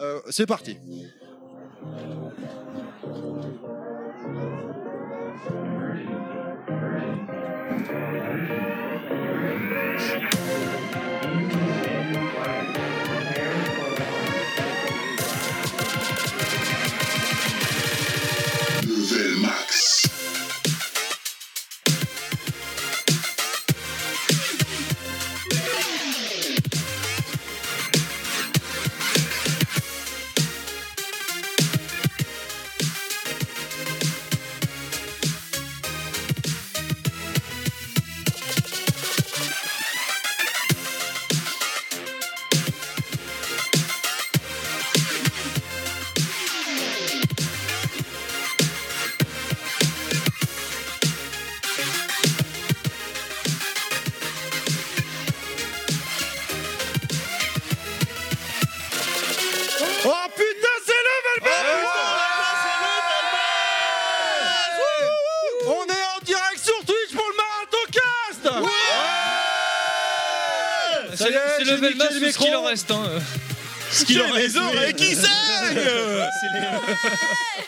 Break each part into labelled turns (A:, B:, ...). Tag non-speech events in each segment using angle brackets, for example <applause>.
A: Euh, c'est parti.
B: Level Max.
A: Oh putain, c'est le On est en direct sur Twitch pour le Marathon Cast
C: Euh, C'est
A: Ça y est,
C: c'est
A: j'ai
C: le
A: niqué
C: Velma,
A: le
C: c'est ce qu'il en
A: micro.
C: reste. hein.
D: Ce
C: qu'il en
D: les
C: reste,
D: oreilles qui saignent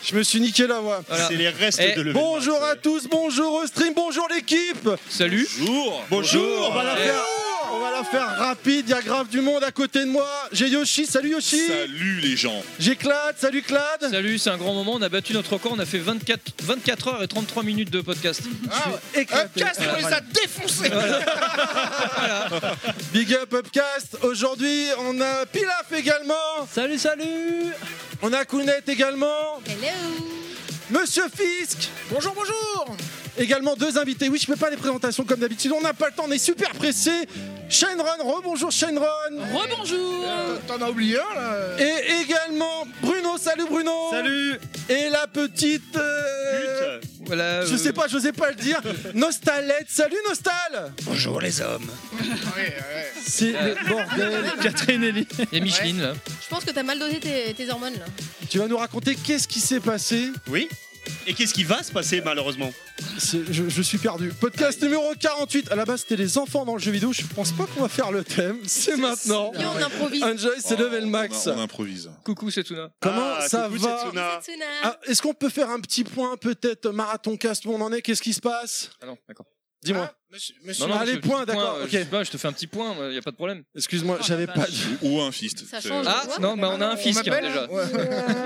A: Je me suis niqué la voix.
C: Voilà.
D: C'est les restes
C: Eh,
D: de level.
A: Bonjour à tous, bonjour au stream, bonjour l'équipe
C: Salut.
D: Bonjour
A: On va la
C: Eh.
A: faire, on va la faire rapide, il y a grave du monde à côté de moi. J'ai Yoshi, salut Yoshi
D: Salut les gens
A: J'ai Clad, salut Clad
C: Salut, c'est un grand moment. On a battu notre record. On a fait 24, 24 heures et 33 minutes de podcast.
A: Ah, Upcast,
C: on les a
A: défoncés
E: <laughs>
A: Big up Upcast, aujourd'hui on a Pilaf également,
C: Salut, salut.
A: on a Kounet également,
F: Hello
A: Monsieur Fisk
E: Bonjour, bonjour
A: Également deux invités. Oui, je fais pas les présentations comme d'habitude. On n'a pas le temps, on est super pressé. Shenron, rebonjour Shenron.
F: Rebonjour
E: Euh, T'en as oublié un là
A: Et également Bruno, salut Bruno.
C: Salut.
A: Et la petite. euh,
C: Voilà.
A: Je
C: euh,
A: sais pas, je sais pas le dire. Nostalette, salut Nostal.
D: Bonjour les hommes
E: Ouais, ouais.
A: C'est
F: Euh,
A: le bordel.
F: <laughs>
C: Catherine Ellie. Il y a Micheline là.
F: Je pense que t'as mal dosé tes, tes hormones là.
A: Tu vas nous raconter qu'est-ce qui s'est passé.
D: Oui Et qu'est-ce qui va se passer malheureusement
A: C'est- Je, je suis perdu. Podcast numéro 48. À la base, c'était les enfants dans le jeu vidéo. Je pense pas qu'on va faire le thème. C'est maintenant.
F: Et on improvise.
A: Enjoy, c'est level max.
G: Oh, On, on improvise.
C: Coucou, c'est Tuna.
A: Comment
D: Ah,
A: ça
D: coucou,
A: va
D: Setsuna.
F: Setsuna.
A: Ah, Est-ce qu'on peut faire un petit point peut-être marathon cast où on en est Qu'est-ce qui se passe
C: Ah non, d'accord.
A: Dis-moi.
E: Monsieur, monsieur-
C: Non, non,
A: Ah, les
C: je- je-
A: points,
C: je-
A: d'accord,
C: euh,
A: ok.
C: Je sais pas, je te fais un petit point. Il y a pas de problème.
A: Excuse-moi,
F: Oh,
A: j'avais
F: la
A: pas.
F: vache.
A: dit.
G: Ou un fist.
F: Ça
G: C'est-
F: change.
C: Ah
F: Ouais,
C: non, bah on a un fisc hein,
E: m'appelle,
C: déjà.
F: On va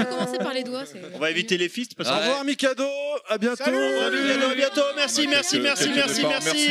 F: commencer par les doigts. c'est-
D: On va éviter les fists parce
A: Au
C: Ah.
D: que...
C: Ouais.
A: revoir Mikado, à bientôt.
E: Salut,
D: Salut, à bientôt, bientôt. merci,
G: On a
D: merci,
G: quelques-
D: merci,
G: quelques
D: merci,
G: départs.
D: merci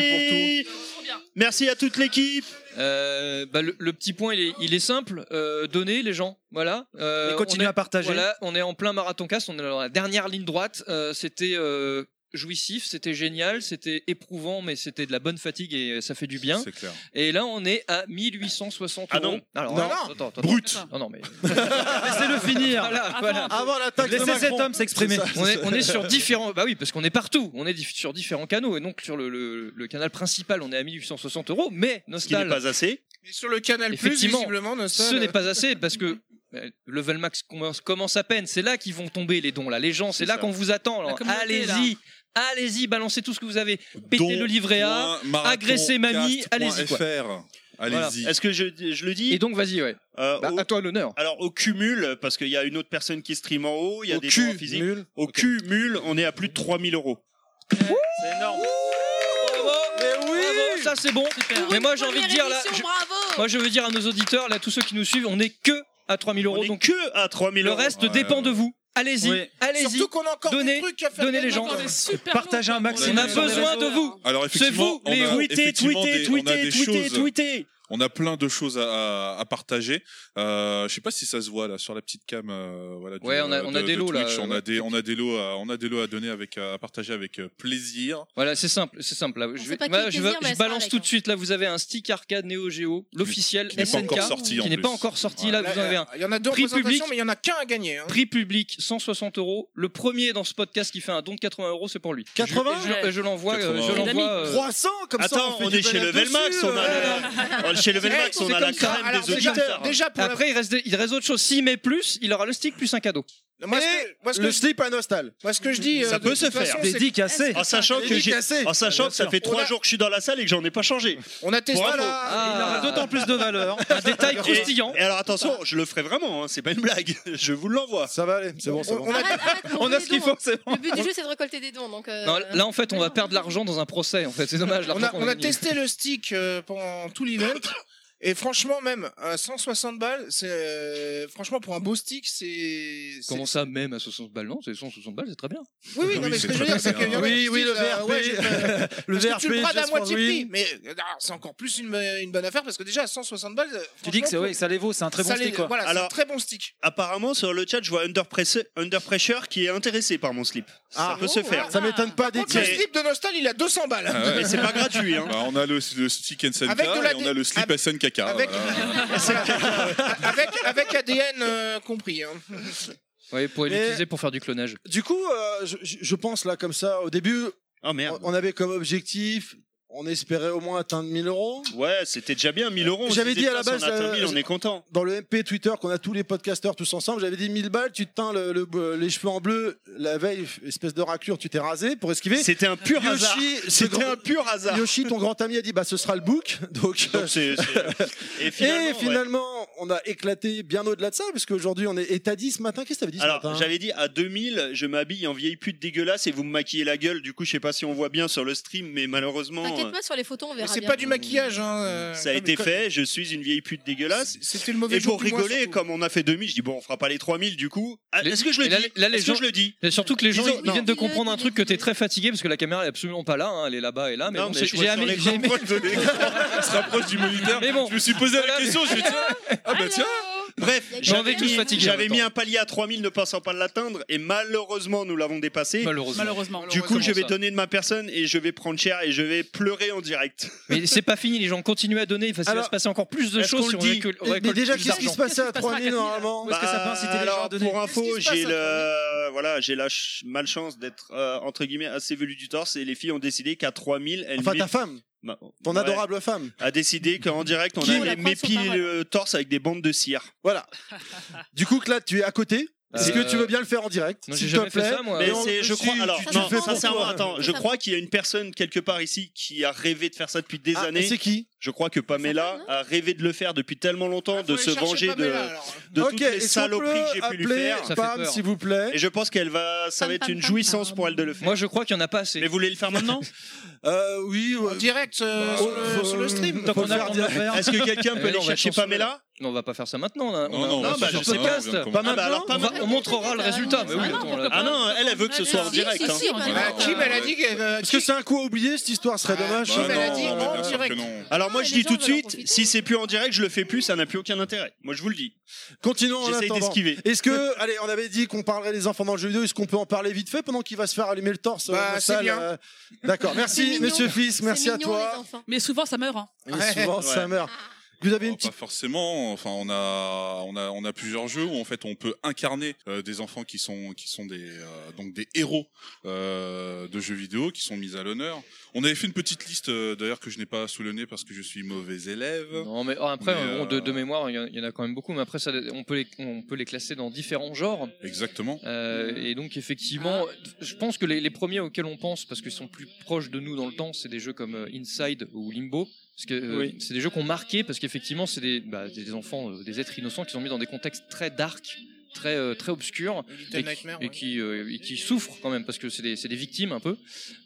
D: Merci à toute l'équipe
C: Euh, bah, le, le petit point, il est, il est simple. Euh, donnez les gens. Voilà. Euh,
H: Et
C: on
H: continuez
C: est-
H: à partager.
C: Voilà, on est en plein marathon cast, on est dans la dernière ligne droite. Euh, c'était euh, jouissif, c'était génial, c'était éprouvant, mais c'était de la bonne fatigue et euh, ça fait du bien.
G: C'est clair.
C: Et là, on est à 1860
D: Ah
C: euros.
D: non.
C: Alors,
A: Non.
C: attends, attends, attends.
D: Brut
C: Non, non, mais
H: <laughs> Laissez-le finir.
C: voilà, voilà.
A: Avant l'attaque de
H: Laissez cet
A: Macron.
H: homme s'exprimer.
A: C'est ça.
C: On est, on est sur différents. Bah oui, parce qu'on est partout. On est diff- sur différents canaux. Et donc, sur le, le- le canal principal, on est à 1860 euros. Mais
D: Ce qui n'est
C: Nostal,
D: pas assez
E: Mais sur le canal plus,
C: Effectivement,
E: visiblement, Nostal,
C: ce n'est
E: euh,
C: pas
E: <laughs>
C: assez parce que euh, level max commence, commence à peine. C'est là qu'ils vont tomber les dons là. Les gens, c'est
D: C'est
C: là
D: ça.
C: qu'on vous attend. Alors,
I: communauté,
C: allez-y, allez-y, balancez tout ce que vous avez. Pétez
G: Dons,
C: le livret A.
G: Point, marathon,
C: agressez mamie,
G: cast,
C: allez-y,
G: point FR. Allez-y.
D: Est-ce que je, je le dis
C: Et donc vas-y, ouais.
D: Euh,
C: Bah,
D: au-
C: à toi l'honneur.
D: Alors au cumul, parce qu'il y a une autre personne qui stream en haut, il y a
A: Au
D: des
A: cul,
D: gens en physique.
A: nul.
D: Au cumul, on est à plus de 3000 euros. C'est énorme.
C: Bravo,
A: Mais oui
C: bravo, ça c'est bon.
I: Super.
C: Mais moi j'ai envie de dire là,
F: Émission,
C: je-
F: Bravo
C: moi je veux dire à nos auditeurs là, tous ceux qui nous suivent, on est que à 3000
D: On
C: euros.
D: est
C: Donc
D: que à 3000
C: le
D: euros.
C: reste
G: Ouais,
C: dépend
G: ouais.
C: de vous. Allez-y,
H: Oui.
C: allez-y.
E: Surtout qu'on a encore
C: Donnez-
E: des trucs à faire.
C: donnez les
E: gagner.
C: gens.
I: On est super
H: Partagez
I: lourds.
H: un maximum.
C: Ah, On a besoin de vous.
G: Alors effectivement,
C: vous, les
G: on a
D: Tweetez,
G: effectivement
D: tweetez,
G: des- on a
D: tweetez,
G: des
D: tweetez,
G: choses,
D: tweetez.
G: on a plein de choses à, à- à partager. Euh, je sais pas si ça se voit là sur la petite cam. euh, voilà, du-
C: Ouais, on a- on a
G: de-
C: des
G: de
C: lots, là, euh,
G: Twitch. On
C: ouais.
G: a des, on a des lots, à, on a des lots à donner avec, à partager avec euh, plaisir.
C: Voilà, c'est simple, c'est simple. Là, je,
F: sait
C: vais-
F: pas qui
C: voilà,
F: est
C: je,
F: plaisir,
C: vais-
F: mais
C: je
F: elle sera
C: balance
F: avec,
C: tout
F: hein.
C: de suite. Là, vous avez un stick arcade Neo Geo, l'officiel
E: euh,
G: Qui n'est pas
C: SNK,
G: encore sorti. en
C: qui n'est pas
G: plus.
C: encore sorti.
G: Ouais.
C: Là,
E: Là,
C: vous en avez un.
E: Il y en a deux
C: Prix public.
E: représentations, mais il y en a qu'un à gagner. hein.
C: Prix public 160 euros. Le premier dans ce podcast qui fait un don de 80 euros, c'est pour lui.
A: 80
C: Je, je- je l'envoie. euh,
G: 80.
C: Je l'envoie. euh,
A: 300 comme ça.
D: Attends,
A: fait
D: on
A: du
D: est chez
A: bonheur
D: Level
A: dessus,
D: Max, on a
A: euh.
D: la- chez Level
E: Eh,
D: Max,
E: c'est
D: on a la
E: comme ça.
D: crème
E: Alors,
D: des
E: déjà-
D: auditeurs.
E: Déjà, pour la-
C: Après, il reste, des- il reste autre chose. S'il met plus, il aura le stick plus un cadeau.
E: Moi, ce
A: Et
E: que, moi, ce que
A: Le
E: je,
A: slip à Nostal.
E: moi, ce que je dis,
D: Ça
E: euh, de
D: peut
E: toute
D: se faire.
E: façon,
H: Des
E: c'est-
H: dits cassés.
D: En sachant
E: Les
D: que j'ai,
E: cassés.
D: en sachant
H: Bien
D: que ça
H: sûr.
D: fait
E: On
D: trois
E: a-
D: jours que je suis dans la salle et que j'en ai pas changé.
E: on a testé.
D: Voilà.
C: Ah.
H: Il aura d'autant plus de valeur.
C: Un détail croustillant.
D: Et alors attention, je le ferai vraiment, hein, c'est pas une blague. <laughs> Je vous l'envoie.
A: Ça va aller, c'est bon, c'est bon.
E: On a-
F: Arrête, arrête, pour
C: On
F: tous
C: a
F: les
C: ce qu'il
F: dons,
C: faut, c'est bon.
F: Le but du jeu, c'est de récolter des dons. Donc, euh,
C: Non, là, en fait, on va perdre l'argent dans un procès. En fait, c'est dommage.
E: On
C: l'argent
E: a,
C: qu'on
E: on a
C: gagné.
E: testé le stick euh, pendant tout l'event. Et franchement, même à 160 balles, c'est euh, franchement pour un beau stick, c'est. c'est-
C: Comment ça, même à 60 balles Non, c'est 160 balles, c'est très bien.
E: Oui, oui, non,
G: Ah Oui,
E: mais ce
G: c'est
E: que je veux
G: très
E: dire, c'est
G: bien.
E: qu'il y en a
A: Oui,
E: qui
A: oui,
E: disent,
A: le
E: euh, ouais, j'ai pas- <laughs> Parce que tu
A: Le
E: le
A: VRP,
E: prends à
A: Just
E: moitié
A: for
E: prix,
A: Win.
E: mais euh, non, c'est encore plus une, euh, une bonne affaire parce que déjà à 160 balles. euh,
H: Tu dis que c'est
E: franchement,
H: oui, ça les vaut, c'est un très bon
E: ça les-
H: stick quoi.
E: Voilà, c'est
D: Alors-
E: un très bon stick.
D: Apparemment, sur le chat, je vois Under, Presse- Under Pressure qui est intéressé par mon slip.
A: Ah.
D: ça peut se faire.
A: Ça m'étonne pas
E: Contre, le
D: Mais-
A: d'étier.
E: slip de Nostal, il a 200 balles.
G: Ah ouais.
D: Mais c'est pas gratuit. Hein.
G: Bah, on a le, le stick and
E: Avec de la
G: Santa et on a
E: dé-
G: le slip
E: avec-
G: SNKK.
E: <laughs> avec-
G: voilà.
E: avec, avec ADN euh, compris. hein.
C: Oui, pour
A: Mais-
C: l'utiliser pour faire du clonage.
A: Du coup, euh, je- je je pense là comme ça, au début,
D: Oh merde.
A: on avait comme objectif, on espérait au moins atteindre 1000 euros.
D: Ouais, c'était déjà bien, 1000 euros. on
A: J'avais
D: se
A: dit à
D: disait,
A: la
D: putain, si
A: base,
D: on, a atteint
A: euh,
D: 1000, on est content.
A: Dans le MP Twitter qu'on a tous les podcasteurs tous ensemble, j'avais dit 1000 balles, tu te teins le- le- les cheveux en bleu, la veille, espèce de raclure, tu t'es rasé pour esquiver.
D: C'était un pur hasard.
A: Yoshi, ce
D: C'était
A: grand-
D: un pur hasard.
A: Yoshi, ton grand ami a dit bah ce sera le book. <laughs> Donc, euh,
D: Donc c'est- c'est- Et
A: <laughs>
D: finalement,
A: et
D: ouais.
A: finalement, on a éclaté bien au-delà de ça, parce qu'aujourd'hui on est étadis ce matin. Qu'est-ce que t'avais dit ce
D: Alors,
A: matin
D: j'avais dit à 2000, je m'habille en vieille pute dégueulasse et vous me maquillez la gueule. Du coup, je sais pas si on voit bien sur le stream, mais malheureusement,
F: T'inquiète pas sur les photos, on
E: Mais
F: verra.
E: C'est
F: bien.
E: pas du maquillage. Hein, euh,
D: euh, ça a été
E: comme-
D: fait. Je suis une vieille pute dégueulasse.
E: C'était le mauvais
D: Et
E: jour
D: pour
E: du mois,
D: rigoler,
E: surtout.
D: comme on a fait 2000, je dis bon, on fera pas les 3000 du coup. Ah,
C: Les-
D: Est-ce que je le
C: et là,
D: dis
C: là, les
D: Est-ce
C: gens-
D: que je le dis
C: Et surtout que les gens
D: Disons-
C: ils
D: non.
C: viennent de
F: Dis-le,
C: comprendre un
F: dis-le,
C: truc que t'es
F: dis-le.
C: très fatigué parce que la caméra est absolument pas là, hein, elle est là-bas et là, mais
D: Non,
C: bon,
D: mais
C: c'est-
D: je
C: j'ai
D: vois sur
C: aimé.
D: l'écran
C: j'ai aimé-
D: proche de l'écran.
G: se rapproche du moniteur.
C: Mais bon.
G: Je me suis posé la question, je me suis dit,
C: <laughs>
G: ah bah tiens,
D: Bref,
F: Ils sont
D: j'avais
C: tous
D: mis,
C: fatigués en
D: j'avais
C: même
D: mis
C: temps.
D: un palier à 3000 ne pensant pas l'atteindre et malheureusement, nous l'avons dépassé.
C: Malheureusement.
B: Malheureusement.
D: Du coup, je vais
C: ça.
D: donner de ma personne et je vais prendre cher et je vais pleurer en direct.
C: Mais c'est pas fini, les gens continuent à donner, il va il va
A: Alors,
C: se passer encore plus de
D: est-ce
C: choses
D: qu'on
C: si on
D: le dit
C: récolte
A: Et- mais
C: récolte
A: déjà,
C: plus
A: qu'est-ce qui
C: d'argent.
A: se passait à
B: passera à
A: 3000
B: 4000, là
A: normalement
H: Parce que ça peut inciter les gens à
D: alors,
H: donner.
D: Pour info,
E: Qu'est-ce qui se
D: j'ai
E: passe,
D: le, voilà, j'ai la ch- malchance d'être euh, entre guillemets assez velu du torse et les filles ont décidé qu'à 3000, elles
A: Enfin,
D: m'ép-
A: ta femme,
D: bah,
A: ton
D: ouais,
A: adorable femme.
D: a décidé qu'en direct on
B: Qui
D: allait
B: la prend sur
D: m'épiler
B: parole.
D: le torse avec des bandes de cire.
E: <laughs>
A: Voilà. du coup, que là, tu es à côté. Est-ce
C: Euh,
A: que tu veux bien le faire en direct
C: Non, j'ai
A: S'il te
C: jamais fait
A: plaît.
C: ça, moi.
D: Mais
A: on-
D: c'est, je
A: si,
D: crois, alors,
A: tu
F: ça
A: le
D: non,
A: fais hein. pour
D: sincèrement,
A: toi.
D: attends, je
F: Ça va.
D: crois qu'il y a une personne quelque part ici qui a rêvé de faire ça depuis des
A: Ah, et
D: années.
A: c'est qui
D: Je crois que Pamela
F: Ça
D: a rêvé de le faire depuis tellement longtemps,
E: Ah, faut
D: de
E: aller
D: se
E: chercher
D: venger de,
E: Pamela, alors.
D: de
A: Ok,
D: toutes les
A: est-ce qu'on
D: saloperies
A: peut
D: que j'ai pu lui
A: appeler
D: faire.
C: Ça fait
A: Pam,
C: peur.
A: s'il vous plaît.
D: Et je pense qu'elle va, ça va
F: Pam,
D: être
F: pam,
D: une
F: pam,
D: jouissance
F: pam.
D: pour elle de le faire.
C: Moi, je crois qu'il y en a pas assez.
D: Mais vous voulez le faire <laughs> maintenant
A: Euh, oui,
E: En direct
D: Bah,
E: euh,
A: Faut-
E: sur, le,
A: faut-
E: sur le stream.
H: Tant
A: Faut
H: qu'on a
A: faire
H: le temps de le faire.
D: Est-ce que quelqu'un
C: Eh non,
D: peut aller
C: on va
D: chercher
C: être censuré.
D: Pamela
C: Non, on va pas faire ça maintenant. Là.
G: non, non,
D: non,
G: on va
D: bah,
G: sur
D: je sais
G: le
D: pas,
G: podcast.
A: pas
D: Ah bah
A: maintenant.
D: alors,
C: On, va-
D: Pamela.
C: on montrera le résultat. Mais oui,
B: Ah non,
C: attends, là-
B: pourquoi
D: Ah non, elle, elle veut que ce soit en
F: Si,
D: direct.
F: si,
D: hein.
F: si, on est
G: Voilà.
F: d'accord.
E: Ah,
A: bah,
E: Kim, elle a dit que. euh,
A: Parce que c'est un coup oublié cette histoire, ce serait
E: Ah,
A: dommage.
E: Kim,
G: Bah
E: elle a
G: non,
E: dit
G: mais
E: en
G: bien sûr
E: direct.
G: que non.
D: Alors moi
F: Ah, les
D: je dis
F: gens
D: tout de
F: veulent en
D: suite,
F: profiter.
D: si c'est plus en direct, je le fais plus, ça n'a plus aucun intérêt. Moi je vous le dis.
A: Continuons en
D: J'essaye
A: attendant.
D: d'esquiver.
A: Est-ce
E: <laughs>
A: que, allez, on avait dit qu'on parlerait des enfants dans le jeu vidéo, est-ce qu'on peut en parler vite fait pendant qu'il va se faire allumer le torse
E: Bah,
A: euh, dans
E: c'est
A: la salle,
E: bien.
A: euh, D'accord,
F: C'est
A: merci
F: mignon.
A: monsieur Fils,
F: C'est
A: merci à
F: mignon, les
A: toi.
F: enfants.
B: Mais souvent, ça meurt. hein.
A: Et
E: Ouais.
A: souvent ça
D: Ouais.
A: meurt. Vous avez
G: Oh,
A: une petite.
G: Pas forcément. Enfin, on a, on a, on a plusieurs jeux où en fait on peut incarner euh, des enfants qui sont, qui sont des, euh, donc des héros euh, de jeux vidéo qui sont mis à l'honneur. On avait fait une petite liste euh, d'ailleurs que je n'ai pas sous le nez parce que je suis mauvais élève.
C: Non, mais oh, après,
G: Mais,
C: bon, de,
G: euh,
C: de mémoire, il y en- il y, en a quand même beaucoup. Mais après, ça, on, peut les, on peut les classer dans différents genres.
G: Exactement.
C: Euh, et donc, effectivement, je pense que les, les premiers auxquels on pense, parce qu'ils sont plus proches de nous dans le temps, c'est des jeux comme euh, Inside ou Limbo. Parce que euh,
H: Oui.
C: c'est des jeux qu'on marqué parce qu'effectivement, c'est des, bah, des des enfants, euh, des êtres innocents qui sont mis dans des contextes très dark, très, euh, très obscurs.
E: Little
C: et, qui-
E: Nightmare,
C: et
E: ouais.
C: qui, euh, et qui souffrent quand même parce que c'est des, c'est des victimes un peu.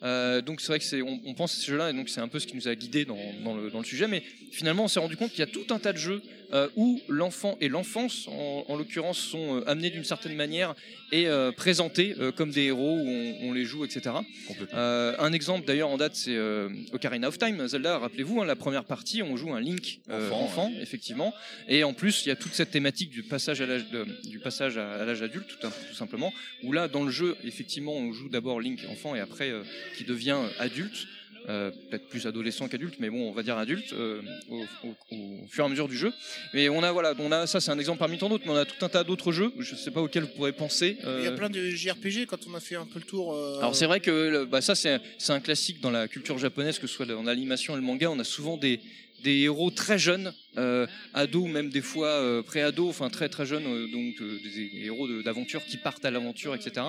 C: Euh, donc c'est vrai que c'est, on, on pense à ces jeux-là et donc c'est un peu ce qui nous a guidés dans, dans le, dans le sujet. Mais finalement, on s'est rendu compte qu'il y a tout un tas de jeux euh, où l'enfant et l'enfance, en, en l'occurrence, sont euh, amenés d'une certaine manière et euh, présentés euh, comme des héros où on, on les joue, etc.
G: Complètement.
C: Euh, un exemple d'ailleurs en date, c'est euh, Ocarina of Time. Zelda, rappelez-vous, hein, la première partie, on joue un Link euh,
G: Enfant, hein.
C: enfant, effectivement. Et en plus, il y a toute cette thématique du passage à l'âge de- du passage à, à l'âge adulte, tout, un- tout simplement. Où là, dans le jeu, effectivement, on joue d'abord Link enfant et après euh, qui devient euh, adulte. euh, peut-être plus adolescent qu'adulte, mais bon, on va dire adulte euh, au, au- au fur et à mesure du jeu. Mais on a voilà, on a ça, c'est un exemple parmi tant d'autres, mais on a tout un tas d'autres jeux. Je sais pas auxquels vous pourrez penser.
E: Il y a
C: euh,
E: plein de JRPG quand on a fait un peu le tour. euh,
C: alors c'est vrai que le- bah, ça c'est c'est un classique dans la culture japonaise, que ce soit en animation et le manga, on a souvent des, des des héros très jeunes, euh, ados, même des fois euh, pré-ados, enfin très très jeunes, euh, donc euh, des héros de- d'aventure qui partent à l'aventure, etc.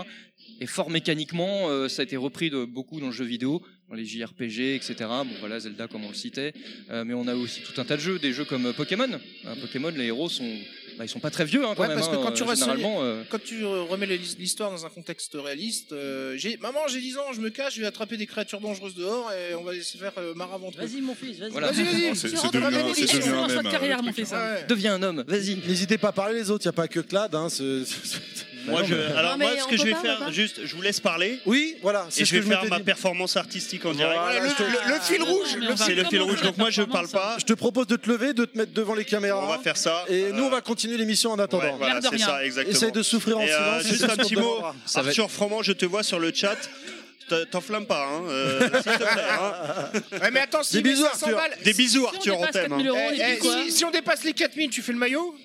C: Et fort mécaniquement, euh, ça a été repris de beaucoup dans le jeu vidéo, dans les JRPG, etc. Bon voilà, Zelda comme on le citait, Euh, mais on a aussi tout un tas de jeux, des jeux comme euh, Pokémon. Hein, Pokémon, les héros sont, bah, ils sont pas très vieux hein, quand
E: Ouais,
C: même.
E: parce que
C: hein,
E: quand tu
C: euh,
E: restes-
C: généralement, euh,
E: Quand tu euh, remets les- l'histoire dans un contexte réaliste, euh, j'ai maman, j'ai 10 ans, je me cache, je vais attraper des créatures dangereuses dehors et on va laisser faire euh, marave entre eux.
B: Vas-y, mon fils, vas-y.
C: Voilà.
E: Vas-y, vas-y.
G: Oh, c'est-
B: Tu
G: c'est
B: rentres
G: devenu
B: dans la
E: hein,
G: un- c'est
B: maison,
G: devenu
B: tu
G: un
B: lances
G: mème,
B: ta
G: euh,
B: carrière,
G: le
B: mon
G: truc.
B: fils. hein.
E: Ouais.
C: deviens un homme, vas-y.
A: N'hésitez pas à parler les autres, il n'y a pas que Clad. Hein, ce-
D: Moi, je, alors,
F: Non, mais
D: moi, ce
F: on
D: que je
F: peut
D: vais
F: pas, on peut
D: faire,
F: pas.
D: juste, je vous laisse parler
A: Oui, voilà, c'est
D: et
A: ce
D: je
A: que
D: vais
A: je m'étais
D: faire ma
A: dit.
D: performance artistique en direct.
A: Voilà,
E: Voilà,
A: je, te,
E: le, le- le fil
B: Ah,
E: rouge.
B: non, mais
E: le
B: on va
D: C'est le fil
B: commencer
D: rouge, donc
B: la
D: moi, je parle pas.
B: performance,
A: je te propose de te lever, de te mettre devant les caméras.
D: On va faire ça.
A: Et nous, on
D: Euh,
A: va continuer l'émission en attendant.
D: ouais, voilà,
B: L'air de
D: c'est
B: rien.
D: ça, exactement.
A: Essaye de souffrir en
D: Et, euh,
A: silence.
D: juste
A: c'est
D: un
A: ce qu'on
D: petit
A: te
D: mot.
A: demandera.
C: Ça va être-
D: Arthur Froment, je te vois sur le chat. T'en- T'enflamme pas, hein. euh, <laughs> s'il te plaît, hein.
E: fil- Ouais, mais attends, si
A: Des bisous,
E: 500
A: Arthur.
E: balles-
D: Des
B: Si
D: bisous,
B: on
D: Arthur, on
B: dépasse
D: t'aime. hein.
B: 4000 euros,
E: Eh,
B: il dit
E: eh,
B: quoi
E: si, si on dépasse les 4000, tu fais le maillot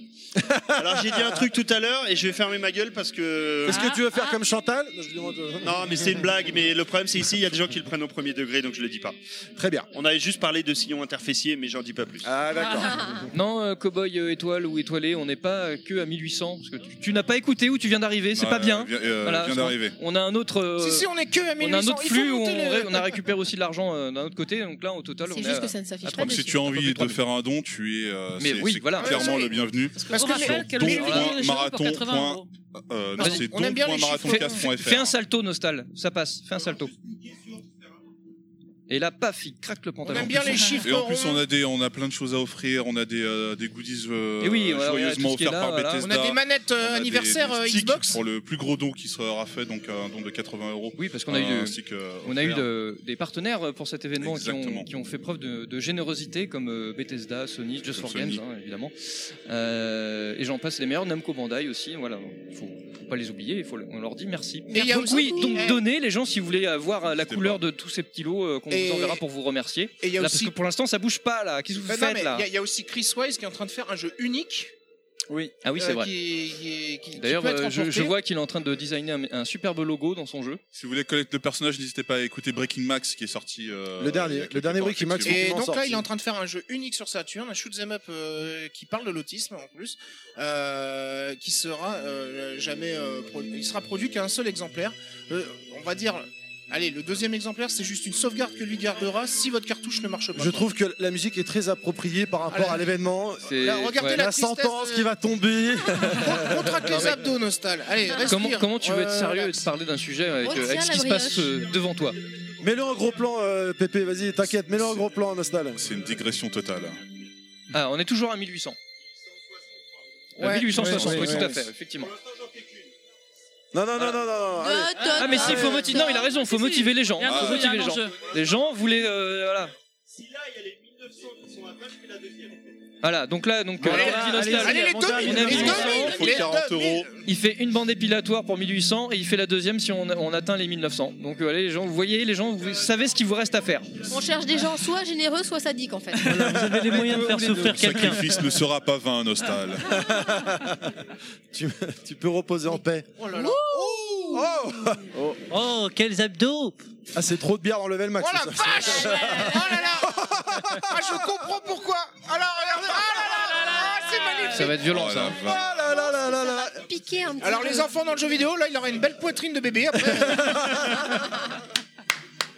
D: Alors j'ai dit un truc tout à l'heure et je vais fermer ma gueule parce que.
A: Est-ce que tu veux faire comme Chantal Ah. Je lui demande-
D: Non, mais c'est une blague. Mais le problème, c'est ici, il y a des gens qui le prennent au premier degré, donc je le dis pas.
A: Très bien.
D: On avait juste parlé de sillon interfessier, mais j'en dis pas plus.
A: Ah, d'accord.
C: <laughs> Non, euh, cowboy euh, étoile ou étoilé, on n'est pas euh, que à 1800 parce que tu, tu n'as pas écouté où tu viens d'arriver, c'est
G: Ouais,
C: pas bien.
G: Vient, euh,
C: Voilà,
G: vient
C: je
G: d'arriver.
C: On a un autre. euh,
E: Si, si, on est que à 1800.
C: on a un autre
E: il faut
C: flux où on,
E: monter le-
C: ré- on a récupéré aussi de l'argent euh, d'un autre côté, donc là au total on
F: C'est
C: est
F: juste
C: à-
F: que ça ne s'affiche
C: à
F: pas.
G: Donc si
F: dessus.
G: tu as envie
C: Attends,
G: de faire un don, tu es euh,
C: Mais
G: c'est-
C: oui,
G: c'est
C: voilà.
G: clairement
E: Ouais,
G: le bienvenu.
B: Parce
E: Parce
B: que
E: que
B: je rappelle que le
G: don
B: jeu vidéo
G: point
B: est joué pour
G: marathon
B: 80 euros.
G: Euh,
E: Non,
G: non, c'est
E: on aime bien les chiffres.
C: Fais,
G: don.marathoncast.fr.
C: fais un salto nostal, ça passe, fais un salto. Et là, paf, il craque le
E: On
C: pantalon.
E: aime bien les chiffres.
G: Et en plus,
E: ronds.
G: on a des, on a plein de choses à offrir. On a des, euh, des goodies euh,
C: Et oui, voilà,
G: joyeusement
C: tout ce qui est
G: offerts
C: là,
G: par
C: voilà.
G: Bethesda.
E: On a des manettes euh,
G: On a des-
E: anniversaire
G: des
E: euh,
G: sticks
E: Xbox.
G: pour le plus gros don qui sera fait, donc un don de 80 euros.
C: Oui, parce qu'on a eu,
G: Un
C: de-
G: stick, euh,
C: on a eu
G: offert.
C: de- des partenaires euh, pour cet événement qui ont,
G: Exactement.
C: qui ont fait preuve de, de générosité, comme euh, Bethesda, Sony, Just
G: Comme
C: for
G: Sony.
C: Games, hein, évidemment. Euh, et j'en passe les meilleurs, Namco Bandai aussi. Voilà, faut, faut pas les oublier. il Faut, le- on leur dit merci.
E: Et il y a
C: Donc
E: aussi-
C: oui, donc
E: Eh,
C: donnez les gens si vous voulez avoir euh, la
G: C'était
C: couleur de tous ces petits lots euh, qu'on
E: Et-
C: vous enverra pour vous remercier.
E: Et il y a
C: Là, parce
E: aussi.
C: que pour l'instant ça bouge pas là. Qu'est-ce que vous
E: Bah non,
C: faites
E: mais
C: là
E: il y a- il y a aussi Chris Wise qui est en train de faire un jeu unique.
C: Ah oui
E: euh,
C: c'est vrai.
E: qui- qui- qui- qui
C: D'ailleurs
E: peut être
C: euh, je,
E: emporté.
C: je vois qu'il est en train de designer un, un superbe logo dans son jeu.
G: Si vous voulez connaître le personnage, n'hésitez pas à écouter Breaking Max qui est sorti. euh,
A: Le dernier,
G: il y a
A: le
G: quelques
A: dernier
G: temps,
A: Breaking Max.
G: effectivement.
E: Et
A: effectivement
E: donc là,
A: sorti.
E: il est en train de faire un jeu unique sur Saturn, un shoot 'em up euh, qui parle de l'autisme en plus, euh, qui sera euh, jamais, euh, pro- il sera produit qu'à un seul exemplaire. Euh, on va dire, allez, le deuxième exemplaire, c'est juste une sauvegarde que lui gardera si votre cartouche ne marche pas.
A: Je trouve que la musique est très appropriée par rapport
E: Voilà.
A: à l'événement.
C: C'est-
E: Là, regardez
C: ouais.
E: La
A: La,
E: tristesse,
A: sentence
E: euh,
A: qui va
D: <laughs>
A: tomber.
E: On contracte les abdos, Nostal. Allez, respire.
C: Comment, comment tu veux être
E: Relax.
C: sérieux et te parler d'un sujet avec,
F: Retiens
C: euh, avec ce
F: la
C: qui se
F: brioche.
C: passe euh, devant toi
A: mets-le en gros plan, euh, Pépé, vas-y, t'inquiète, mets-le en gros plan, Nostal.
G: C'est une digression totale.
C: Ah, on est toujours à 1800. Euh,
E: Ouais.
C: 1860,
A: Ouais,
C: oui,
A: ouais,
C: tout à
A: ouais.
C: fait, effectivement.
A: Non, non, non,
C: Voilà.
A: non, non, non. allez.
C: Ah, mais si, il faut
F: Ah,
C: motiver. Non, il a raison, il faut
B: Si, si.
C: motiver les gens.
B: Il y a un
G: Ah,
C: faut
B: enjeu, il y a
C: motiver les
B: un
C: gens.
B: enjeu.
C: Les gens voulaient. euh, voilà.
D: Si là, il y a les 1900 qui sont à je fais la deuxième.
C: voilà, donc là, donc,
E: Bon,
C: euh,
E: allez,
C: on dit
H: allez,
C: nostalgie.
E: Allez, les
H: Mon
E: 2000,
H: dernier,
E: les
C: mon dernier,
E: 2000,
G: il faut
E: les
G: 40
E: 2000.
G: euros.
C: il fait une bande épilatoire pour 1800 et il fait la deuxième si on, on atteint les 1900. Donc euh, allez, les gens, vous voyez, les gens, vous savez ce qu'il vous reste à faire.
F: On cherche des gens soit généreux, soit sadiques en
E: <laughs>
F: fait.
H: Vous avez les moyens de faire souffrir
G: Le
H: quelqu'un.
G: sacrifice ne sera pas vain,
A: <laughs>
G: Nostal.
A: Tu, tu peux reposer en paix.
E: Oh là là.
A: Oh
H: Oh, quels abdos
A: Ah, c'est trop de bière dans le level max.
E: Oh la
A: ça.
E: vache Oh
A: <laughs>
E: là là Ah, je comprends pourquoi Alors, regardez Ah là là là là, C'est magnifique
C: Ça va être violent,
G: Oh,
C: ça.
G: la
C: hein.
A: Oh
G: vache.
A: là là là là là.
F: Piquer un petit
E: Alors
F: peu.
E: les enfants dans le jeu vidéo, là, il aura une belle poitrine de bébé après.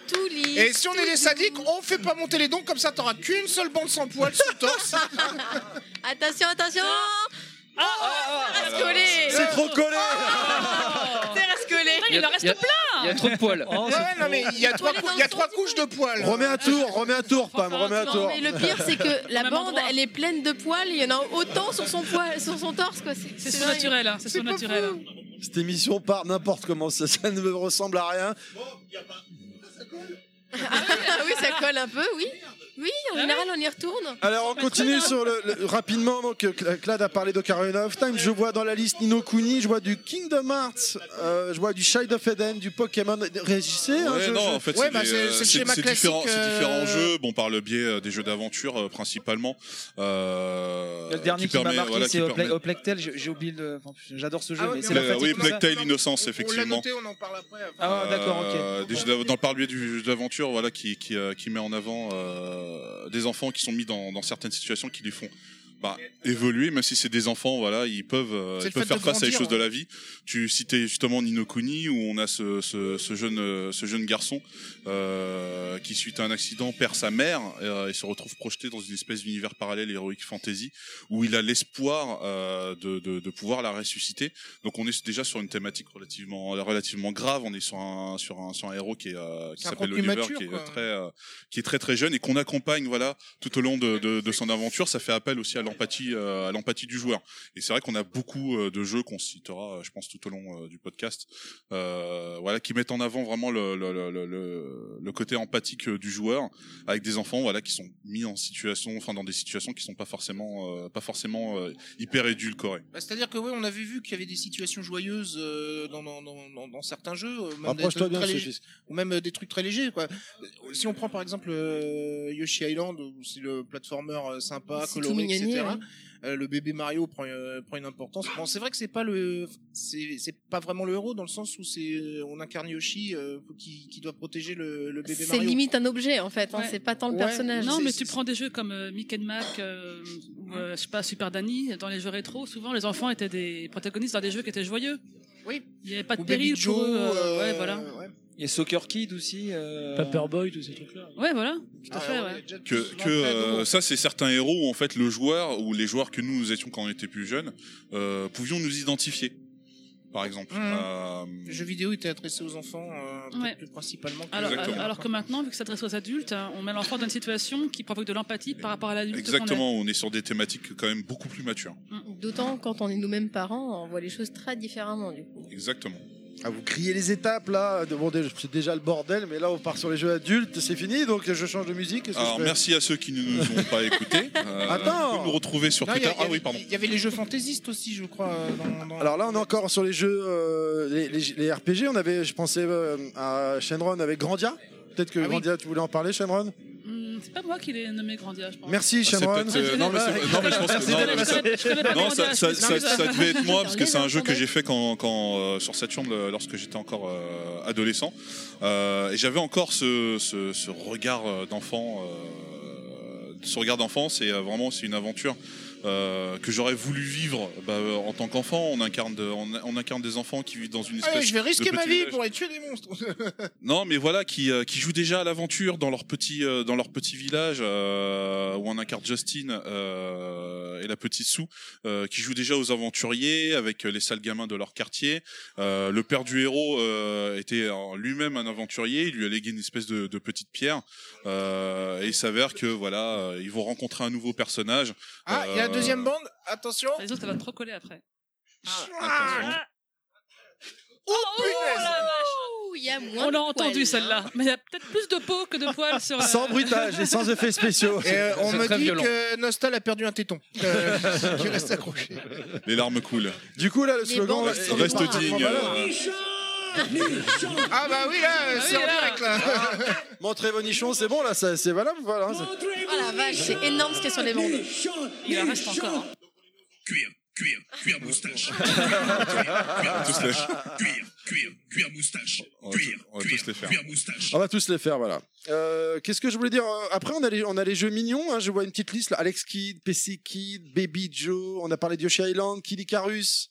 F: Tout lisse,
E: Et si on
F: tout
E: est des
F: doux.
E: sadiques, on fait pas monter les dons comme ça, t'auras qu'une seule bande sans poils sous le torse.
F: <laughs> Attention, attention
B: Ah, ah, ah,
F: Reste collé
A: C'est trop collé
F: C'est Oh. reste collé
B: Putain, il en reste
C: y a-
B: plein
C: Il y a trop de poils.
H: Oh,
E: Ouais,
H: c'est
E: ouais, non
H: trop.
E: mais il y a trois, cou- il y a trois couches de poils.
A: Remets un tour, remets un tour, Pam,
H: Enfin,
A: remets un
F: Non
A: tour.
F: mais le pire c'est
B: <laughs>
F: que la
B: Même
F: bande
B: endroit.
F: elle est pleine de poils, il y en a autant sur son poil, sur son torse quoi. C'est
B: C'est
F: c'est
B: son
F: dingue.
B: naturel, hein, c'est son
E: pas
B: naturel.
E: fou.
A: <laughs> Cette émission part n'importe comment, ça, ça ne me ressemble à rien.
F: Ah oui ça colle un peu, oui. Oui, en
B: Ah
F: général on y retourne.
A: Alors on
B: Mais
A: continue
B: très
A: sur le, le- rapidement donc euh, Cla- Clad a parlé d'Ocarina of Time, je vois dans la liste Nino Kuni, je vois du Kingdom Hearts, euh, je vois du Child of Eden, du Pokémon réagissez hein,
G: Ouais,
A: je-
G: non,
A: je-
G: en fait,
E: Ouais,
G: c'est
E: bah,
G: des,
E: c'est-
G: euh,
E: c'est le
G: c'est-
E: schéma
G: c'est différents,
E: classique,
G: c'est différents
E: euh,
G: jeux, bon par le biais euh, des jeux d'aventure euh, principalement. Euh,
H: Le dernier qui m'a
G: permet-
H: marqué,
G: voilà,
H: c'est
G: qui
H: au,
G: permet-
H: Pla- au Plectel. J'ai j'ai oublié le. enfin, J'adore ce jeu,
E: Ah ouais,
H: mais
E: mais
H: c'est
E: on
H: la
E: l'a-
G: Euh,
H: fatigue.
G: oui,
H: qui
G: Plague
H: m'a-
G: Tale Innocence,
E: On l'a
G: effectivement.
E: noté, on en parle après.
H: Ah, d'accord, ok.
G: Euh, des jeux d'av- dans le parle biais du jeu d'aventure, voilà, qui, qui, euh, qui met en avant euh, euh, des enfants qui sont mis dans, dans certaines situations qui les font bah, évoluer, même si c'est des enfants, voilà, ils peuvent, euh, ils
E: C'est le
G: peuvent
E: fait
G: faire
E: de
G: face à des
E: grandir,
G: choses de
E: hein.
G: la vie. Tu citais justement Nino Kuni, où on a ce, ce- ce jeune, euh, ce jeune garçon euh, qui, suite à un accident, perd sa mère euh, et se retrouve projeté dans une espèce d'univers parallèle héroïque fantasy, où il a l'espoir euh, de, de- de pouvoir la ressusciter. Donc on est déjà sur une thématique relativement, relativement grave. On est sur un, sur un, sur un héros qui, est, euh, qui
E: C'est un
G: s'appelle
E: contenu
G: Oliver,
E: mature,
G: qui est,
E: quoi.
G: très, euh, qui est très très jeune et qu'on accompagne voilà tout au long de, de- de son aventure. Ça fait appel aussi à l'empathie, euh, à l'empathie du joueur. Et c'est vrai qu'on a beaucoup euh, de jeux qu'on citera, euh, je pense, tout au long euh, du podcast, euh, voilà, qui mettent en avant vraiment le, le, le- le- le- le côté empathique euh, du joueur avec des enfants, voilà, qui sont mis en situation, enfin dans des situations qui sont pas forcément, euh, pas forcément euh, hyper édulcorées.
E: Bah, C'est-à-dire que oui, on avait vu qu'il y avait des situations joyeuses euh, dans, dans, dans, dans- dans certains jeux, euh, même des
A: Rapproche-toi
E: trucs
A: bien,
E: très légers,
A: Sophie.
E: ou même euh, des trucs très légers. Quoi. Euh, Si on prend par exemple euh, Yoshi Island, où c'est le platformer euh, sympa,
F: C'est tout
E: coloré,
F: mignonnier,
E: etc.
F: ouais.
E: euh, le bébé Mario prend, euh, prend une importance. Bon, c'est vrai que c'est pas le, c'est c'est pas vraiment le héros dans le sens où c'est, euh, on incarne Yoshi euh, qui, qui doit protéger le, le bébé
F: C'est
E: Mario.
F: limite un objet en fait, hein,
B: Ouais.
F: c'est pas tant le
E: Ouais.
F: personnage.
B: Non,
E: c'est-
B: mais
E: c'est-
B: tu prends des jeux comme euh, Mick and Mac euh, ou euh, je sais pas Super Danny dans les jeux rétro. Souvent, les enfants étaient des protagonistes dans des jeux qui étaient joyeux.
E: Oui.
B: Il n'y avait pas de
E: Ou Baby
B: péril
E: Joe,
B: pour eux. euh,
E: euh,
B: ouais, voilà.
E: ouais.
H: Il y a Soccer Kid aussi. euh,
I: Paperboy, tous ces trucs-là.
B: Ouais, voilà. Tout à
E: Ah,
B: fait.
E: ouais,
B: ouais.
E: il y a déjà
G: que,
E: tout
G: que
E: l'entraide,
G: euh,
E: donc,
G: ça c'est certains héros où en fait le joueur ou les joueurs que nous nous étions quand on était plus jeunes euh, pouvions nous identifier par exemple
E: Mhm.
G: Euh,
E: Le jeu vidéo était adressé aux enfants, euh, peut-être
B: Ouais.
E: plus principalement. que-
B: Alors, euh,
G: Exactement.
B: alors que maintenant, vu que ça s'adresse aux adultes, hein, on met l'enfant dans une situation qui provoque de l'empathie par rapport à l'adulte. qu'on est.
G: exactement on est sur des thématiques quand même beaucoup plus matures
F: Mmh. D'autant quand on est nous-mêmes parents, on voit les choses très différemment du coup.
G: exactement
A: Ah, vous criez les étapes là, Bon, dé- c'est déjà le bordel, mais là on part sur les jeux adultes, c'est fini, donc je change de musique. qu'est-ce que
G: alors
A: je fais
G: merci à ceux qui ne nous ont pas
A: <laughs>
G: écoutés Euh,
A: Attends.
G: vous pouvez nous retrouver sur
E: Non, il y
G: Twitter
E: a- il y
G: ah
E: a-
G: oui pardon
E: Il y avait les jeux fantaisistes aussi, je crois. euh, dans- dans-
A: Alors là, on est encore sur les jeux, euh, les, les- les RPG. On avait, je pensais euh, à Shenron avec Grandia. Peut-être que
E: Ah oui.
A: Grandia, tu voulais en parler, Shenron
E: <laughs>
B: Hum, c'est pas moi qui l'ai nommé Grandia, je pense.
A: Merci,
G: Ah, c'est
A: Shenron.
G: peut-être, euh, non, mais c'est- non, mais je pense que-
B: Je
G: non,
B: connais-
G: non, mais
B: je
G: ça-
B: connais- je connais pas
G: non,
B: Grandia,
G: ça, ça,
B: c'est- non,
G: ça,
B: mais
G: ça devait être moi parce que
F: Regardez,
G: c'est un jeu que
F: j'entendais.
G: j'ai fait quand, quand euh, sur Saturn le- lorsque j'étais encore euh, adolescent Euh, et j'avais encore ce, ce, ce regard euh, d'enfant. euh, ce regard d'enfant, c'est euh, vraiment c'est une aventure. euh, que j'aurais voulu vivre bah, euh, en tant qu'enfant, on incarne, de- on, on incarne des enfants qui vivent dans une espèce.
E: Allez, je vais risquer
G: de
E: ma
G: petit
E: vie
G: village.
E: pour aller tuer des monstres.
G: Non, mais voilà, qui, euh, qui jouent déjà à l'aventure dans leur petit, euh, dans leur petit village euh, où on incarne Justin euh, et la petite Sue, euh, qui jouent déjà aux aventuriers avec euh, les sales gamins de leur quartier. Euh, le père du héros euh, était en lui-même un aventurier. Il lui a légué une espèce de, de petite pierre. Euh, et il s'avère que voilà, euh, ils vont rencontrer un nouveau personnage.
E: Ah, il y a la
G: Euh,
E: deuxième bande. Attention. Ah,
B: Les autres, ça va trop coller après.
G: Attention.
E: Oh,
F: Ouh, il y a moins
B: Oh, On
F: de
B: l'a entendu
F: poils,
B: celle-là.
F: hein.
B: Mais il y a peut-être plus de peau que de poils sur. euh,
A: Sans bruitage et sans effets spéciaux.
E: Et euh, on
C: c'est
E: me
C: très
E: dit
C: violent.
E: que Nostal a perdu un téton. Euh, qui reste accroché.
G: Les larmes coulent.
A: Du coup, là, le
F: Les
A: slogan
F: bandes
A: est-
G: Reste,
F: on
A: est
G: reste
A: parti.
G: digne. euh,
E: Ah bah oui, là, c'est
B: oui,
E: en
B: là.
E: direct, là.
A: Montrez vos nichons, c'est bon là, ça- c'est valable ou pas là ça-
F: Ah la vache, c'est énorme ce qu'il y a sur les bandes.
B: Il en reste encore. hein.
J: Cuir, cuir, cuir moustache.
G: tous
F: <laughs>
G: les-
J: Cuir, cuir, cuir moustache.
G: On va
J: Cuir,
G: tous- on va
J: cuir,
G: tous les faire.
J: cuir moustache.
A: On va tous les faire, voilà. Euh, Qu'est-ce que je voulais dire Euh, Après, on a, les, on a les jeux mignons. hein. je vois une petite liste là. Alex Kidd, PC Kidd, Baby Joe. On a parlé de Yoshi Island, Kid Icarus.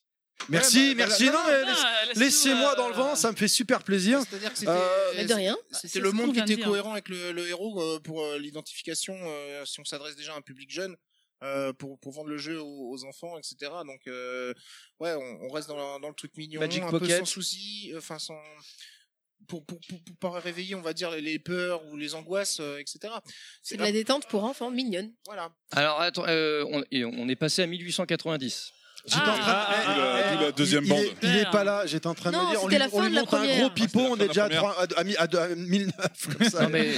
A: Merci,
E: Ouais, bah,
A: merci.
E: bah,
A: non,
E: bah,
A: mais
B: Ah,
A: laisse-
B: laisse-nous,
A: laissez-moi
B: euh,
A: dans le vent, ça me fait super plaisir.
E: C'est-à-dire que
A: Euh,
E: c'était.
F: Mais de rien.
E: C'était
B: C'est
E: le
B: ce qu'on
E: monde qui
B: vient de
E: était
B: dire.
E: cohérent avec le, le héros euh, pour euh, l'identification, euh, si on s'adresse déjà à un public jeune, euh, pour, pour vendre le jeu aux, aux enfants, etc. Donc, euh, ouais, on, on reste dans, la- dans le truc mignon,
H: Magic
E: un peu
H: Pocket.
E: sans souci, euh, enfin sans... Pour, pour, pour, pour pas réveiller, on va dire, les, les peurs ou les angoisses, euh, etc.
F: C'est de la détente pour enfants, mignonne.
E: Voilà.
C: Alors attends, euh, on, et on est passé à 1890.
A: J'étais
B: Ah,
A: en
B: ah,
A: train de-
B: ah,
A: Eh,
B: ah,
A: eh,
B: ah,
G: d'où la
A: il-
G: deuxième
A: il
G: bande.
A: est- Il est pas là, j'étais en train de
F: Non,
A: me dire. On
F: c'était
A: lui,
F: la
A: on
F: fin
A: lui
F: de la
A: monte un
F: première.
A: gros
F: Ah, c'était
A: pipeau,
G: la
A: on
G: fin de
A: est
G: la
A: déjà à,
G: première.
A: trois- à- à mi- à deux- à 1009 comme ça.
C: Non mais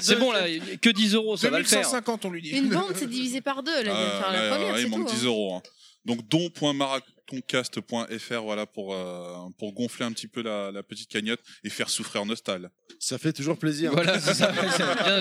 C: c'est bon là, que 10 euros, Oh, ça va le faire.
E: 2150, on lui dit.
F: Une bande, c'est divisé par deux. Là, il vient de faire
G: Ah,
F: la
G: là,
F: première,
G: là,
F: c'est
G: il manque
F: tout.
G: 10
F: hein.
G: euros. hein. Donc don.marathoncast.fr voilà pour euh, pour gonfler un petit peu la, la petite cagnotte et faire souffrir Nostal.
A: Ça fait toujours plaisir.
C: Voilà, c'est
A: <laughs>
C: ça. Bien,
F: Il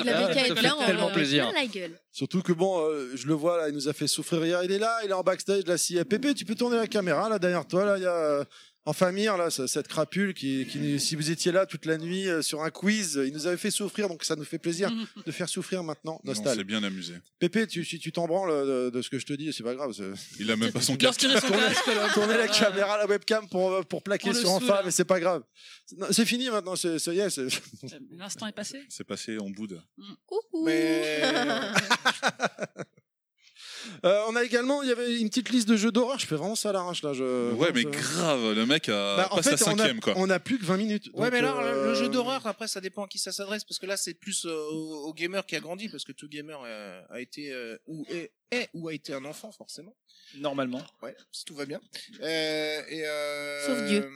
A: Ah,
F: avait
C: ça
F: qu'à
C: fait
F: être là, on
C: tellement
F: leur
C: plaisir.
F: met plein la gueule.
A: Surtout que bon, euh, je le vois là, il nous a fait souffrir hier. Il est là, il est en backstage là. Si euh, Pépé, tu peux tourner la caméra là derrière toi là, il y a. euh, Enfin, Mire, là, ce- cette crapule qui, qui- si vous étiez là toute la nuit euh, sur un quiz, il nous avait fait souffrir, donc ça nous fait plaisir
B: Mhm.
A: de faire souffrir maintenant
G: On
A: Nostal.
G: s'est bien amusé.
A: Pépé, tu, si tu t'en branles euh, de, de ce que je te dis, c'est pas grave. c'est-
G: Il a même pas son
B: Leur
G: casque.
B: tirer son
A: Tournez-
B: casque, là.
A: Tournez la caméra, la webcam pour, pour
B: On
A: plaquer
B: le
A: sur
B: saoule,
A: enfin,
B: hein.
A: mais c'est pas grave. C'est- non, C'est fini maintenant, c'est ça y est. c'est-
B: Euh, L'instant est passé.
G: C'est passé en boude.
F: Coucou.
E: Mais-
A: Euh, on a également, il y avait une petite liste de jeux d'horreur. Je fais vraiment ça à l'arrache là. Je...
G: ouais, mais
A: je-
G: grave, le mec a
A: Bah, en
G: passe
A: fait,
G: la
A: on a,
G: cinquième, quoi.
A: on a plus que 20 minutes.
E: Ouais,
A: donc,
E: mais alors, le-
A: euh,
E: le jeu d'horreur, après, ça dépend à qui ça s'adresse, parce que là, c'est plus euh, au, au gamer qui a grandi, parce que tout gamer euh, a été euh, ou est, est ou a été un enfant, forcément.
H: Normalement.
E: Ouais, si tout va bien. Euh, et, euh,
F: Sauf Dieu.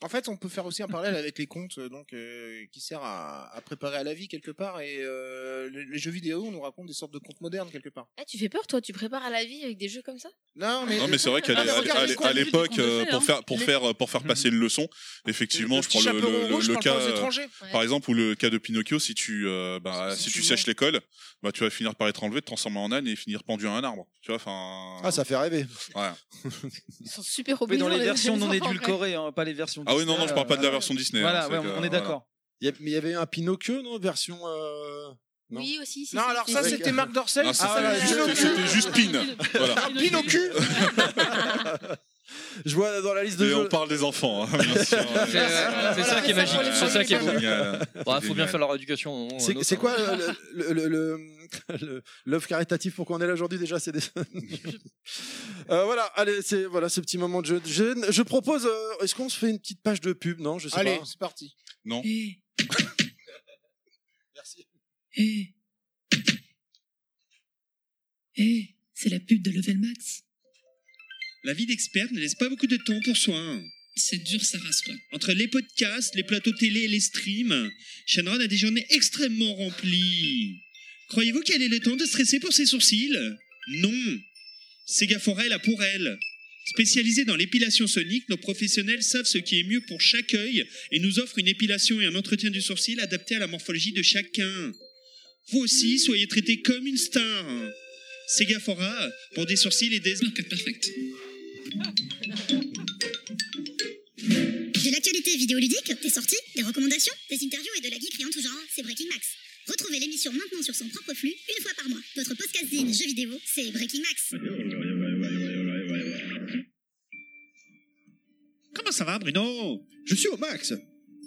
E: En fait, on peut faire aussi un parallèle avec les contes, euh, donc euh, qui sert à, à préparer à la vie quelque part, et euh, les, les jeux vidéo, on nous raconte des sortes de contes modernes quelque part.
F: Ah, tu fais peur, toi, tu prépares à la vie avec des jeux comme ça
E: Non, mais,
G: Non, mais c'est vrai qu'à
B: Ah,
G: l'é-
B: mais regarde,
G: à
B: les
G: l'é- à
B: conduits,
G: l'époque,
B: les
G: euh,
B: conduits,
G: pour
B: hein.
G: faire, pour faire, pour faire passer une leçon, effectivement, je
E: petit
G: prends le,
E: chaperon
G: le-
E: rouge
G: le
E: quand
G: cas,
E: pense aux
G: euh,
E: étrangers.
G: par exemple, ou le cas de Pinocchio, si tu, euh, bah,
E: C'est
G: si tu
E: souvent-
G: sèches l'école, bah, tu vas finir par être enlevé, te transformer en âne et finir pendu à un arbre. Tu vois, enfin.
A: Ah, ça fait rêver.
F: Ils sont super
H: Mais
F: obéissants.
H: dans les versions non
F: enfants, en vrai.
H: édulcorées, hein, pas les versions.
G: Ah oui, non,
H: Disney,
G: non, je parle pas de la
H: euh,
G: version Disney. hein,
H: Voilà,
G: c'est
H: ouais, on,
G: que,
H: on
G: voilà.
H: est d'accord.
A: Il y a- mais il y avait un Pinocchio, non Version. euh, Non.
F: Oui, aussi. si,
E: Non,
F: si,
E: alors
F: si,
E: ça,
F: si.
E: c'était Marc Dorcel.
G: Non,
E: ça,
G: c'était-
E: ça va-
A: Ah,
G: c'était-
A: Pinocchio.
G: C'était juste Pin.
E: <laughs>
G: Voilà.
E: Pinocchio.
A: Je vois dans la liste de
G: Et on
A: jeux.
G: parle des enfants, hein, bien sûr.
C: C'est euh, c'est ça qui est
F: Voilà,
C: magique.
F: c'est ça
C: C'est ça qui est beau.
F: pour les
G: Génial.
C: Bah, faut bien
G: Génial.
C: faire leur éducation. au moment ou à un
A: Ah, C'est
C: autre,
A: c'est
C: hein.
A: quoi euh, le- le- le- le- l'œuvre caritative pour qu'on est là aujourd'hui déjà C'est des.
C: <laughs>
A: Euh, voilà, allez, c'est voilà ce petit moment de jeu. Je, je propose. euh, Est-ce qu'on se fait une petite page de pub Non, je sais
E: Allez,
A: pas.
E: c'est parti.
G: Non.
F: Eh,
A: Merci.
I: Eh Eh, c'est la pub de Level Max.
J: La vie d'expert ne laisse pas beaucoup de temps pour soi. hein.
I: C'est dur, ça rase, quoi.
J: Entre les podcasts, les plateaux télé et les streams, Shenron a des journées extrêmement remplies. Croyez-vous qu'elle ait le temps de stresser pour ses sourcils Non. Sega Forel a pour elle. Spécialisés dans l'épilation sonique, nos professionnels savent ce qui est mieux pour chaque œil et nous offrent une épilation et un entretien du sourcil adapté à la morphologie de chacun. Vous aussi, soyez traités comme une star. Sega Fora, pour des sourcils et des...
I: Market Perfect.
K: De l'actualité vidéoludique, des sorties, des recommandations, des interviews et de la geekerie en tout genre, c'est Breaking Max. Retrouvez l'émission maintenant sur son propre flux, une fois par mois. Votre podcast zine jeux vidéo, c'est Breaking Max.
J: Comment ça va, Bruno
A: Je suis au max.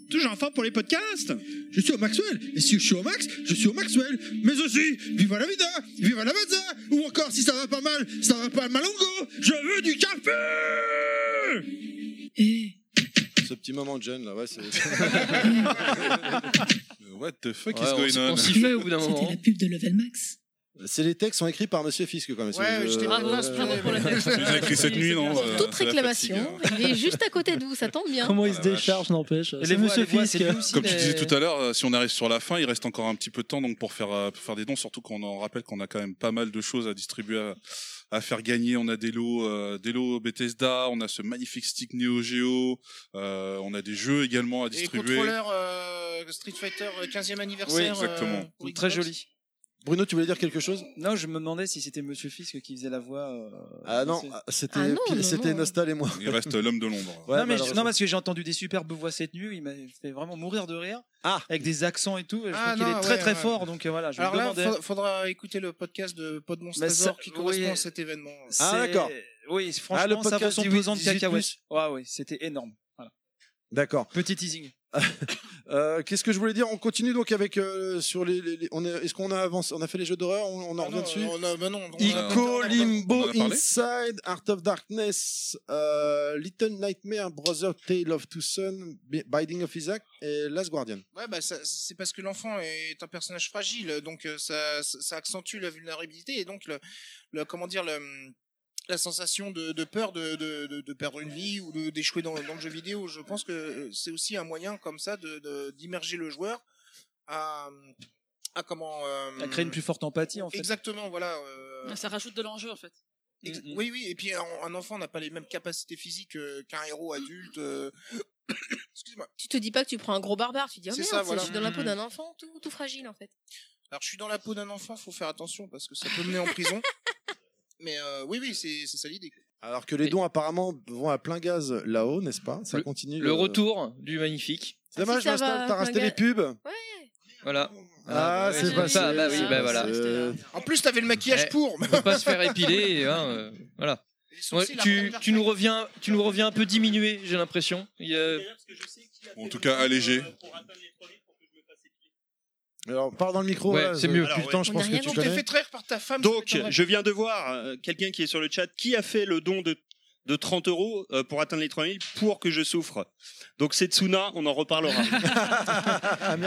J: Toujours en forme pour les podcasts
A: Je suis au Maxwell. Et si je suis au Max, je suis au Maxwell. Mais aussi, viva la vida, viva la mazza. Ou encore, si ça va pas mal, ça va pas mal en go. Je veux du café.
I: Eh
A: Ce petit moment de jeune là,
I: <laughs>
A: ouais, c'est.
G: What the fuck
C: Ouais,
G: is
C: on s-
G: going
C: on
G: on
C: sifflait au bout d'un
I: C'était
C: moment.
I: la pub de Level Max.
A: hein. C'est les textes sont écrits par Monsieur Fiske quand
E: Ouais,
A: même. c'est-
E: je t'ai-
B: Bravo,
E: Euh,
B: bravo pour
E: <laughs>
B: la tête.
G: Tu les as écrits cette nuit, non
F: Pour
G: euh,
F: toute
G: Ah, c'est la
F: réclamation,
G: fatigue,
F: il est juste à côté de vous, ça tombe bien.
L: Comment il
G: Ah,
L: se
G: la vache.
L: décharge, n'empêche.
H: Et
L: C'est
H: voix-
L: Monsieur
H: voix,
L: Fisk.
H: Euh, c'est lui aussi,
G: Comme tu
H: mais-
G: disais tout à l'heure, euh, si on arrive sur la fin, il reste encore un petit peu de temps donc pour faire, euh, pour faire des dons, surtout qu'on en rappelle qu'on a quand même pas mal de choses à distribuer, à, à faire gagner. On a des lots, euh, des lots Bethesda, on a ce magnifique stick Neo Geo, euh, on a des jeux également à
E: Et
G: distribuer.
E: contrôleur euh, Street Fighter euh, 15e anniversaire.
G: Oui, exactement.
E: euh, pour
H: Très
E: Xbox.
H: joli.
A: Bruno, tu voulais dire quelque chose
H: Non, je me demandais si c'était Monsieur Fisk qui faisait la voix. euh,
A: Ah non,
H: c'est-
A: ah, c'était
F: Ah non,
A: Pi-
F: non,
A: c'était
F: non.
A: Nostal et moi.
G: Il reste euh, l'homme de l'ombre.
A: Ouais,
H: non, mais je-
A: malheureusement.
H: non, parce que j'ai entendu des superbes voix cette nuit, il m'a fait vraiment mourir de rire,
A: Ah.
H: avec des accents et tout, et je
E: Ah,
H: trouve qu'il
E: non,
H: est très
E: ouais,
H: très
E: ouais.
H: fort, donc euh, voilà, je
E: Alors
H: me
E: là,
H: demandais.
E: fa- faudra écouter le podcast de Podmonstazor
H: Mais ça-
E: qui correspond
H: oui.
E: à cet événement.
H: C'est-
A: Ah, d'accord.
H: Oui, franchement,
A: Ah, le
H: ça vaut
A: podcast
H: son
A: 18
H: pesant de
A: 18 plus.
H: cacahuètes. Ouais, ouais, c'était énorme. Voilà.
A: D'accord.
H: Petit teasing.
A: <laughs> Euh, Qu'est-ce que je voulais dire On continue donc avec euh, sur les. les- les- on est- Est-ce qu'on a avancé On a fait les jeux d'horreur On, on en
E: Ah
A: revient
E: non,
A: dessus.
E: on a- bah non, on a- on
A: Ico,
E: a-
A: Limbo,
G: on en a parlé
A: Inside, Art of Darkness, euh, Little Nightmare, Brother Tale of Two Sons, Bi- Binding of Isaac et Last Guardian.
E: Ouais, bah, ça- c'est parce que l'enfant est un personnage fragile, donc euh, ça, ça accentue la vulnérabilité et donc le, le- comment dire le, la sensation de, de peur de, de, de- de perdre une vie ou de- d'échouer dans, dans le jeu vidéo. Je pense que euh, c'est aussi un moyen comme ça de- de- d'immerger le joueur à, à comment euh,
H: Ça crée une plus forte empathie en fait.
E: exactement voilà. euh,
B: Ah, Ça rajoute de l'enjeu en fait.
E: Ex-
H: Mm, mm.
E: Oui, oui, et puis un, un enfant n'a pas les mêmes capacités physiques euh, qu'un héros adulte. euh. Excuse-moi.
F: Tu te dis pas que tu prends un gros barbare, tu dis oh
E: C'est
F: merde,
E: ça,
F: c'est-
E: voilà.
F: je suis dans la peau d'un enfant, tout, tout fragile en fait.
E: Alors, je suis dans la <laughs> peau d'un enfant, faut faire attention parce que ça peut mener en prison. Mais euh, oui, oui, c'est c'est ça l'idée.
A: Alors que les dons apparemment vont à plein gaz là-haut, n'est-ce pas Ça continue.
C: Le retour du magnifique.
A: C'est dommage,
C: ça
A: Nostal,
C: va,
A: t'as racheté les pubs.
C: Voilà.
A: Ah,
C: bah,
A: c'est
C: ouais,
A: pas
C: ça.
A: ça. euh,
C: Bah oui, bah voilà.
E: En plus, t'avais le maquillage
C: Eh,
E: pour.
C: On peut pas se
E: <laughs>
C: faire épiler, hein, euh, voilà. Ouais,
E: sourcils, la
C: tu,
E: première
C: tu nous reviens, tu nous reviens un peu diminué, j'ai l'impression. Il y a-
G: Ou en tout cas allégé.
A: Alors, parle dans le micro.
C: Ouais,
A: là,
C: c'est
A: je-
C: mieux.
A: Depuis le temps, je pense que tu
E: t'es
A: connais.
E: fait traire par ta femme.
D: Donc,
E: c'est pas vrai.
D: je viens de voir euh, quelqu'un qui est sur le chat qui a fait le don de, de 30 euros euh, pour atteindre les 3000 pour que je souffre. Donc, c'est Tsuna, on en reparlera.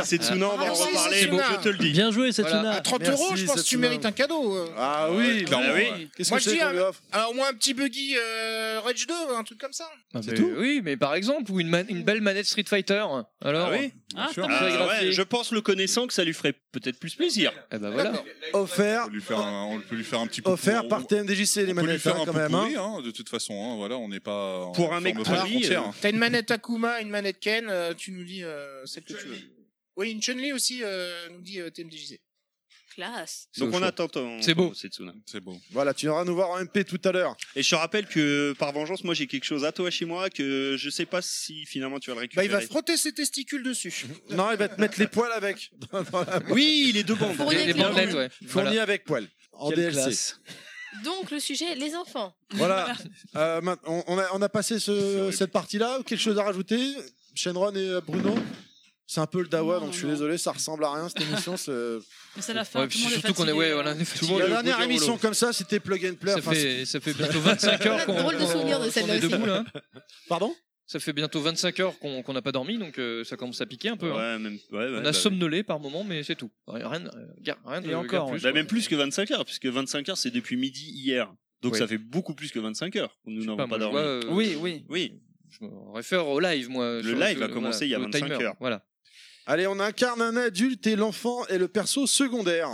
D: C'est Tsuna, on va en
E: Merci,
D: reparler,
E: Setsuna.
D: je te le dis.
L: Bien joué,
D: Setsuna.
E: À 30 euros, je pense que tu mérites un cadeau. euh.
A: Ah
D: oui,
A: oui, clairement.
D: bah oui.
A: Qu'est-ce
E: Moi,
A: que
E: je
A: c'est
E: dis hein,
A: qu'on lui
E: un-
A: offre
E: alors, au moins un petit buggy euh, Rage 2, un truc comme ça.
A: Ah,
C: Mais Oui, mais par exemple, ou une, ma- une belle manette Street Fighter. Alors,
D: oui.
E: Ah,
C: sûr.
D: Ah,
C: Ça est graphié.
D: ouais, je pense le connaissant que ça lui ferait peut-être plus plaisir.
C: Eh ben
A: voilà. D'accord. Offert.
G: On peut lui faire un, Euh, on peut lui faire un petit peu.
A: Offert
G: on-
A: par TMDJC, les
G: on peut lui
A: manettes,
G: faire
A: hein,
G: un
A: quand
G: peu
A: même.
G: pourri,
A: hein.
G: hein, de toute façon. hein, voilà, on n'est pas. en-
D: Pour un mec
G: on ferme pas
D: pourri,
G: les frontières,
D: euh,
G: hein.
E: T'as une manette Akuma, une manette Ken, euh, tu nous dis euh, celle que tu veux. Oui, une Chun-Li aussi, euh, nous dit euh, TMDJC.
F: Classe.
D: Donc, on attend ton.
A: C'est beau.
D: C'est
G: C'est beau.
A: Voilà, tu viendras nous voir en MP tout à l'heure.
D: Et je te rappelle que par vengeance, moi j'ai quelque chose à toi chez moi que je sais pas si finalement tu vas le
E: Bah,
D: récupérer.
E: il va frotter ses testicules dessus.
A: Non, il va te mettre les poils <laughs> avec.
D: Oui, les deux bandes.
F: Fourni Les- avec les les bandelettes,
A: Fourni
F: bandes. ouais.
A: Fourni
F: Voilà.
A: avec poils. En
F: Quelle
A: DLC.
F: classe. Donc, le sujet, les enfants.
A: Voilà. Euh, maintenant, on, on a, on a passé ce- cette partie-là. Quelque chose à rajouter Shenron et euh, Bruno C'est un peu le dawa, donc je suis désolé, ça ressemble à rien cette émission. ce-
B: Mais c'est la fin.
C: Ouais,
B: tout le monde
C: puis
B: est
C: surtout qu'on est-
B: fatigué.
C: ouais, voilà, on est fatigué.
A: la
C: le
A: dernière
C: bout du
A: émission
C: rouleau.
A: comme ça, c'était plug and play.
C: Ça,
A: Enfin,
C: fait, ça fait
D: <laughs>
C: bientôt
A: <laughs>
C: 25 heures qu'on
F: Drôle de
C: qu'on-
F: souvenir de
C: qu'on
F: celle-là
C: est
F: aussi.
C: debout là.
A: Pardon
C: Ça fait bientôt 25 heures qu'on qu'on n'a pas dormi, donc euh, ça commence à piquer un peu. hein.
D: Ouais, même, ouais, ouais,
C: on a
D: bah,
C: somnolé par moment, mais c'est tout. Rien, rien, euh, rien de rien de plus.
D: Bah, même plus que 25 heures, puisque 25 heures c'est depuis midi hier. Donc
C: Ouais.
D: ça fait beaucoup plus que 25 heures. Nous n'avons
C: pas, moi,
D: pas,
C: je
D: dormi.
C: vois, euh,
H: Oui, oui.
D: Oui.
C: Je me réfère au live, moi.
D: Le live a commencé il y a 25 heures.
C: Voilà.
A: Allez, on incarne un adulte et l'enfant est le perso secondaire.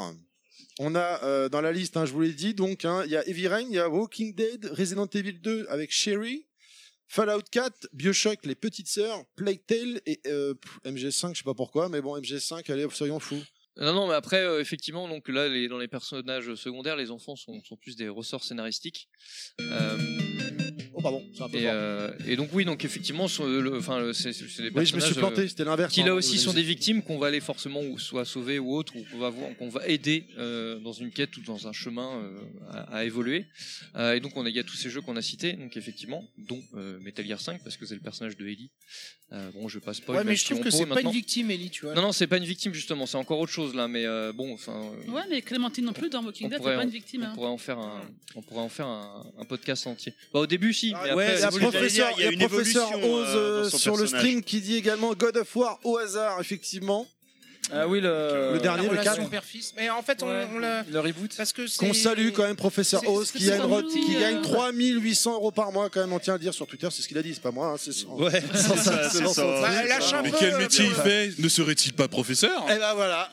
A: On a euh, dans la liste, hein, je vous l'ai dit, donc hein, il y a Heavy Rain, il y a Walking Dead, Resident Evil 2 avec Sherry, Fallout 4, Bioshock, Les Petites Sœurs, Plague Tale et euh, pff, MG5, je sais pas pourquoi, mais bon, MG5, allez, soyons fous.
C: Non, non, mais après, euh, effectivement, donc là, les, dans les personnages euh, secondaires, les enfants sont, sont plus des ressorts scénaristiques. Euh,
A: Oh, pardon, c'est un peu
C: et,
A: fort.
C: euh, et donc oui, donc effectivement, sont, euh, le- enfin, le- c'est c'est des personnages.
A: Oui, je me suis planté,
C: euh,
A: c'était l'inverse, hein,
C: Qui là
A: pardon,
C: aussi
A: désolé.
C: sont des victimes qu'on va aller forcément ou soit sauver ou autre, ou qu'on va voir- qu'on va aider euh, dans une quête ou dans un chemin euh, à, à évoluer. Euh, et donc on a, il y a tous ces jeux qu'on a cités, donc effectivement, dont euh, Metal Gear 5 parce que c'est le personnage de Ellie. Euh, bon, je passe pas.
E: ouais, mais je trouve que c'est pas une victime, Ellie, tu vois.
C: Non, non, c'est pas une victime justement, c'est encore autre chose là, mais euh, bon, enfin. euh,
B: Ouais, mais Clémentine non plus dans Walking Dead, c'est pas une victime.
C: on
B: hein.
C: pourrait en faire un, on pourrait en faire un, un podcast entier. Bah, au début, si. mais
A: Ah
C: après,
A: Ouais, il y a
C: évolue.
A: professeur, il y a professeur Oz euh, sur le stream qui dit également God of War au hasard, effectivement.
H: Ah oui, le,
A: Le dernier,
E: Euh, la
A: le
E: relation
A: 4.
E: père-fils. Mais en fait, on, on l'a.
H: Le reboot.
E: Parce que c'est-
A: Qu'on salue quand même professeur
E: c'est-
A: Oz
E: c'est-
A: qui
E: c'est
A: gagne,
E: un
A: re-
E: outil,
A: qui
E: euh,
A: gagne 3800 euros par mois quand même, on tient à le dire sur Twitter, c'est ce qu'il a dit, c'est pas moi, hein, c'est son-
D: Ouais, c'est
A: son- son-
D: ça, c'est
A: son-
D: ça.
A: son-
D: Bah,
A: son-
G: Mais quel métier il fait Ne serait-il pas professeur
A: Eh ben voilà,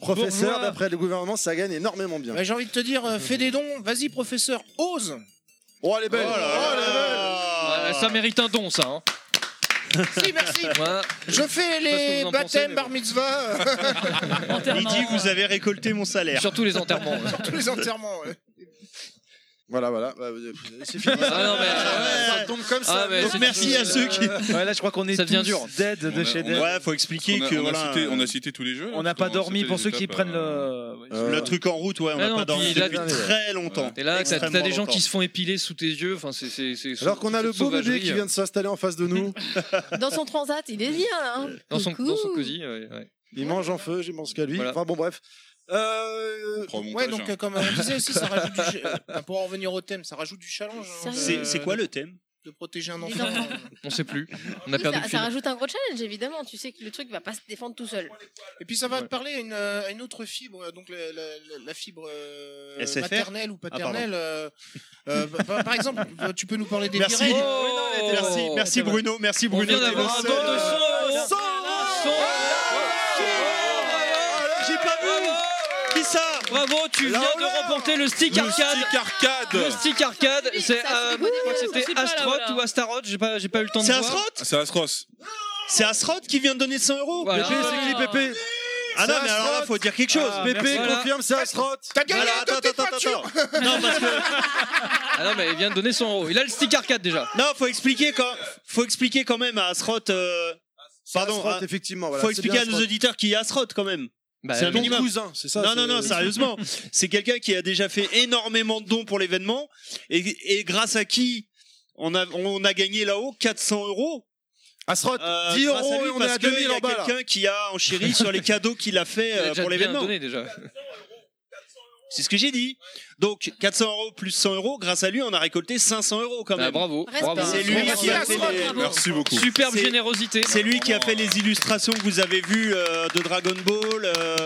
A: professeur,
E: Bourgeois.
A: d'après le gouvernement, ça gagne énormément bien.
E: Bah, J'ai envie de te dire, euh, fais des dons. Vas-y, professeur, ose.
A: Oh, elle est belle.
C: Ah, ça mérite un don, ça. hein.
E: si,
D: <laughs>
E: merci.
C: Voilà.
E: Je fais les
C: en pensez,
E: baptêmes, bar
C: <laughs>
E: mitzvah, euh,
D: Il dit vous avez récolté mon salaire.
C: Surtout les enterrements. ouais.
E: <laughs> tous les enterrements. ouais.
A: Voilà, voilà, Bah, euh, c'est fini.
C: Ah non, mais-
A: ça tombe comme ça.
C: Ah, mais
A: Donc,
C: c'est- euh,
D: merci à ceux qui-
H: <laughs> Ouais, là, je crois qu'on est
C: Ça devient
H: tous
C: dur.
H: dead de
G: On a-
H: chez
G: on a-
H: dead.
D: Ouais, faut expliquer
G: on a,
D: que
G: on a
D: voilà. euh,
G: cité, on a cité tous les jeux. là,
H: On n'a
G: parce
H: pas
G: qu'on-
H: dormi
G: c'était
H: pour
G: les
H: ceux qui
G: étapes,
H: prennent
G: euh,
H: le.
A: Euh,
D: Le truc en route, ouais, on
C: Ah
D: n'a
C: non,
D: pas
C: puis
D: dormi
C: là,
D: depuis
A: ouais.
D: très longtemps.
C: Et là, t'as t'as
D: Extrêmement
C: des gens
D: longtemps.
C: qui se font épiler sous tes yeux. Enfin, c'est- c'est- c'est-
A: Alors qu'on a le
C: cette
A: beau bébé qui
C: sauvagerie, euh,
A: vient de s'installer en face de nous.
F: Dans son transat, il est bien, là. hein.
C: dans son,
F: Coucou.
C: dans son cosy. ouais, ouais.
A: Il mange en feu, j'ai mangé qu'à lui.
C: Voilà.
A: Enfin bon, bref. Euh,
G: prends montage,
E: Ouais, donc,
G: hein.
E: euh, comme on disait aussi, ça rajoute
A: <laughs>
E: du. euh, Pour en revenir au thème, ça rajoute du challenge. hein, de-
D: C'est c'est quoi le thème
E: De protéger un
F: Les
E: enfant. hein.
F: enfants.
C: euh, On sait plus. On a perdu
F: Ça, ça
C: le fil.
F: rajoute un gros challenge, évidemment. Tu sais que le truc va pas se défendre tout seul.
E: Et puis ça va
C: Ouais.
E: te parler à une, euh, à une autre fibre, euh, donc la, la- la- la fibre euh,
D: SFR?
E: maternelle ou
D: Ah, pardon.
E: paternelle. euh, euh, par- par, par exemple, euh, tu peux nous parler des
D: Merci.
E: virelles.
C: Oh,
D: Merci, merci
C: c'est vrai.
D: Bruno, merci
C: On
D: Bruno. Euh,
C: vient
D: t'es le
C: d'avoir un
D: seul.
C: don de sang.
A: Sang
D: J'ai pas vu. Qui ça
C: Bravo, tu viens
A: La
C: de
A: honneur
C: remporter le stick
G: Le
C: arcade.
G: stick
C: Le
G: arcade
C: stick arcade, c'est
F: Ça, c'est
C: euh,
F: bon,
C: je crois que
B: c'est pas
C: c'était
B: là,
C: Astaroth
B: voilà.
C: ou Astaroth, j'ai pas j'ai pas eu le temps de
D: C'est
C: voir.
D: Asroth
G: Ah, C'est Asros.
D: C'est Asroth qui vient de donner 100 euros
C: Voilà.
A: Pépé, c'est qui Pépé
D: Ah non,
A: Ça
D: mais
A: se
D: alors là,
A: frotte.
D: faut dire quelque chose.
A: Ah, PP
D: Voilà.
A: confirme, ça se rote.
D: T'as gagné Voilà, deux attends, attends,
A: attends,
D: Non,
C: bah,
D: parce que.
C: Ah non, mais il vient de donner 100 euros. Il a le stick arcade déjà.
D: Non, faut expliquer quand, faut expliquer quand même à Asroth. euh, Pardon.
A: Asroth,
D: à-
A: effectivement, voilà,
D: faut
A: c'est
D: expliquer
A: bien
D: à nos
A: Asroth.
D: auditeurs qui est Asroth quand même.
A: Bah,
D: c'est un
A: euh, ton
D: minimum.
A: cousin, c'est ça,
D: Non,
A: c'est-
D: non,
A: <laughs>
D: non, sérieusement. c'est quelqu'un qui a déjà fait énormément de dons pour l'événement et, et grâce à qui on a, on a gagné là-haut 400 euros. Euh,
A: Asroth, 10
D: grâce
A: euros
D: à lui,
A: et on
D: parce
A: est à
D: que
A: 2000
D: il y a
A: en bas, là.
D: quelqu'un qui a enchéri sur les cadeaux qu'il a fait
C: Il a
D: euh,
C: déjà
D: pour
C: bien
D: l'événement.
C: donné déjà.
D: C'est ce que j'ai dit. Donc 400 euros plus 100 euros, grâce à lui, on a récolté 500 euros quand même.
C: Bah, bravo, Respect. bravo.
D: C'est lui
C: Merci
D: qui a
C: à
D: fait
C: Srock,
D: les-
C: bravo. Merci beaucoup. Superbe
D: C'est-
C: générosité.
D: C'est lui qui a fait les illustrations que vous avez vues euh, de Dragon Ball. euh,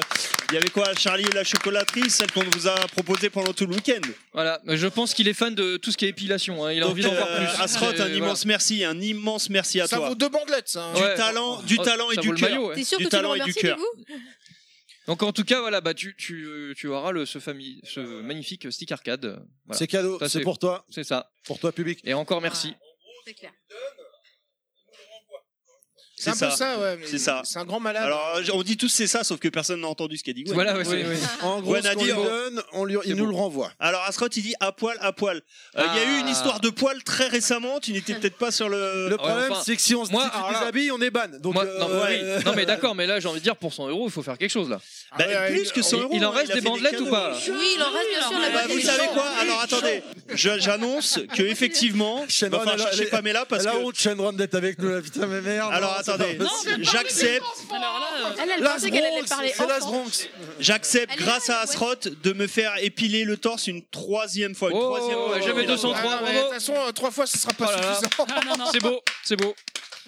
D: Il y avait quoi Charlie et la chocolaterie, celle qu'on vous a proposée pendant tout le week-end.
C: Voilà, je pense qu'il est fan de tout ce qui est épilation. hein. Il a
D: Donc,
C: envie d'en voir
D: euh,
C: plus.
D: Asroth,
C: C'est-
D: un immense merci, un immense merci à
E: Ça
D: toi.
E: vaut deux bandelettes, ça. hein.
D: Du talent,
C: Oh,
D: du talent et du cœur. Du talent et du cœur. Donc en tout cas, voilà, bah tu,
C: tu, tu auras le, ce, famille, ce magnifique stick arcade. euh, voilà.
A: C'est cadeau,
C: Ça,
A: c'est pour toi.
C: C'est ça.
A: Pour toi, public.
C: Et encore merci.
F: C'est clair.
D: C'est
E: C'est un peu ça, ouais, mais
D: C'est ça.
E: c'est un grand malade.
D: Alors, on dit tous c'est ça, sauf que personne n'a entendu ce qu'a dit. Gwen.
C: Voilà, ouais, c'est- Oui, oui.
A: En gros,
D: Gwen
A: ce
D: a
A: qu'on
D: dit,
A: lui
D: oh.
A: donne, on lui, il
D: C'est
A: nous
D: bon.
A: le renvoie.
D: Alors Asroth il dit à poil, à poil. Euh, Il y a eu une
A: Ah.
D: histoire de poil très récemment, tu n'étais peut-être pas sur le...
A: Euh, Le problème, c'est que si on se
D: Moi,
A: dit
D: alors
A: tu
D: là-
A: déshabilles, on est ban. Donc,
C: Moi- non,
A: euh,
C: mais oui. Non, mais d'accord, mais là j'ai envie de dire pour 100 euros, il faut faire quelque chose là.
A: Ah,
D: Bah, plus que 100
C: Il-
D: euros,
C: Il en
D: hein,
C: reste
D: il a
C: des
D: fait des
C: bandelettes ou
D: cadeaux.
C: pas
F: Oui, il en reste bien sûr la
D: Bah,
F: boîte
D: vous
F: des
D: savez
F: gens.
D: quoi Alors attendez, je- j'annonce
A: <laughs>
D: que effectivement, il va falloir chercher Pamela parce
A: là
D: que...
A: honte, Shenron d'être avec nous, la putain, mais merde.
D: Alors,
A: non, c'est
D: attendez.
A: pas possible.
D: J'accepte.
B: Alors là,
F: Elle, elle
A: Las
F: pensait qu'elle allait
A: Bronx,
F: parler
A: c'est Las
F: enfant.
A: Bronx.
D: J'accepte grâce à Asroth de me faire épiler le torse une troisième fois. Une troisième fois.
C: j'avais 203,
E: Ah non, mais De toute façon, euh, trois fois, ce sera pas suffisant.
F: <laughs>
C: C'est beau, c'est beau.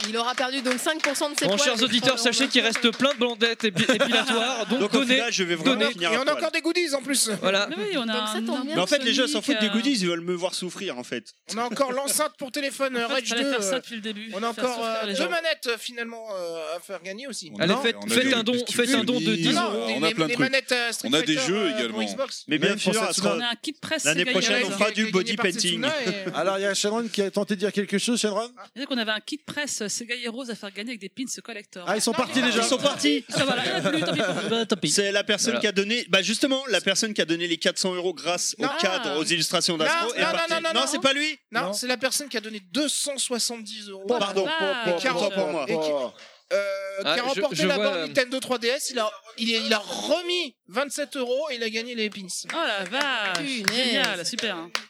F: Il aura perdu donc 5% de ses
C: Bon,
F: poils.
C: chers auditeurs, sachez qu'il reste plein de bandettes épi- épilatoires. Donc,
D: Donc, au
C: donnez.
D: final, je vais vraiment
C: donnez.
D: finir à poil.
E: des goodies en plus.
C: Voilà.
B: Mais oui, on a
F: Donc ça
B: un
F: tombe bien.
D: Mais en fait, les gens s'en
B: Sonic,
D: foutent des
B: euh,
D: goodies, ils veulent me voir souffrir en fait.
E: On a encore l'enceinte pour téléphone euh,
B: En fait,
E: Rage 2.
B: fallait faire ça
E: euh,
B: depuis le début.
E: On a
B: Faire
E: encore
B: souffrir
E: euh,
B: les
E: deux
B: gens.
E: manettes euh, finalement euh, à faire gagner aussi.
C: Allez, faites,
G: on a
C: faites
G: des-
C: un don,
G: des
C: faites un don de 10
E: Non,
C: euros.
E: les-
G: on a
E: les-
G: plein de
E: les
G: trucs.
E: manettes, euh, Street
G: On a des
E: Fighter,
G: jeux
E: euh, pour
G: également.
E: Xbox.
D: Mais bien
A: Même pour
D: sûr,
A: cette
D: Asroth.
B: On a un kit presse.
D: L'année prochaine, on fera du
E: gagné
D: body
E: par
D: painting.
E: Setsuna et- euh.
A: Alors, il y a Shenron qui a tenté de dire quelque chose, Shenron
B: C'est qu'on avait un kit presse Sega Heroes à faire gagner avec des pins collector.
A: Ah, ils sont partis déjà.
D: Ils sont partis
B: Ça va, là, il y en a plus, tant pis pour eux.
D: C'est la personne
C: Voilà.
D: qui a donné, bah justement, la personne qui a donné les 400 euros grâce au
E: Non.
D: cadre, aux illustrations
E: Non,
D: d'Astro. est
E: non, non,
D: partie.
E: non, non, non.
D: c'est pas lui.
E: Non, c'est la personne qui a donné 270 euros.
D: Pardon.
B: Ah,
E: Et qui a
D: Autant pour moi.
E: et qui- euh, qui
C: Ah,
E: a
C: je-
E: remporté
C: je
E: la
C: vois,
E: borne
C: euh,
E: Nintendo 3DS, il a, il, est- il a remis 27 euros et il a gagné les pins.
B: Oh la vache.
F: Punaise.
B: Génial, super. hein.
C: <laughs>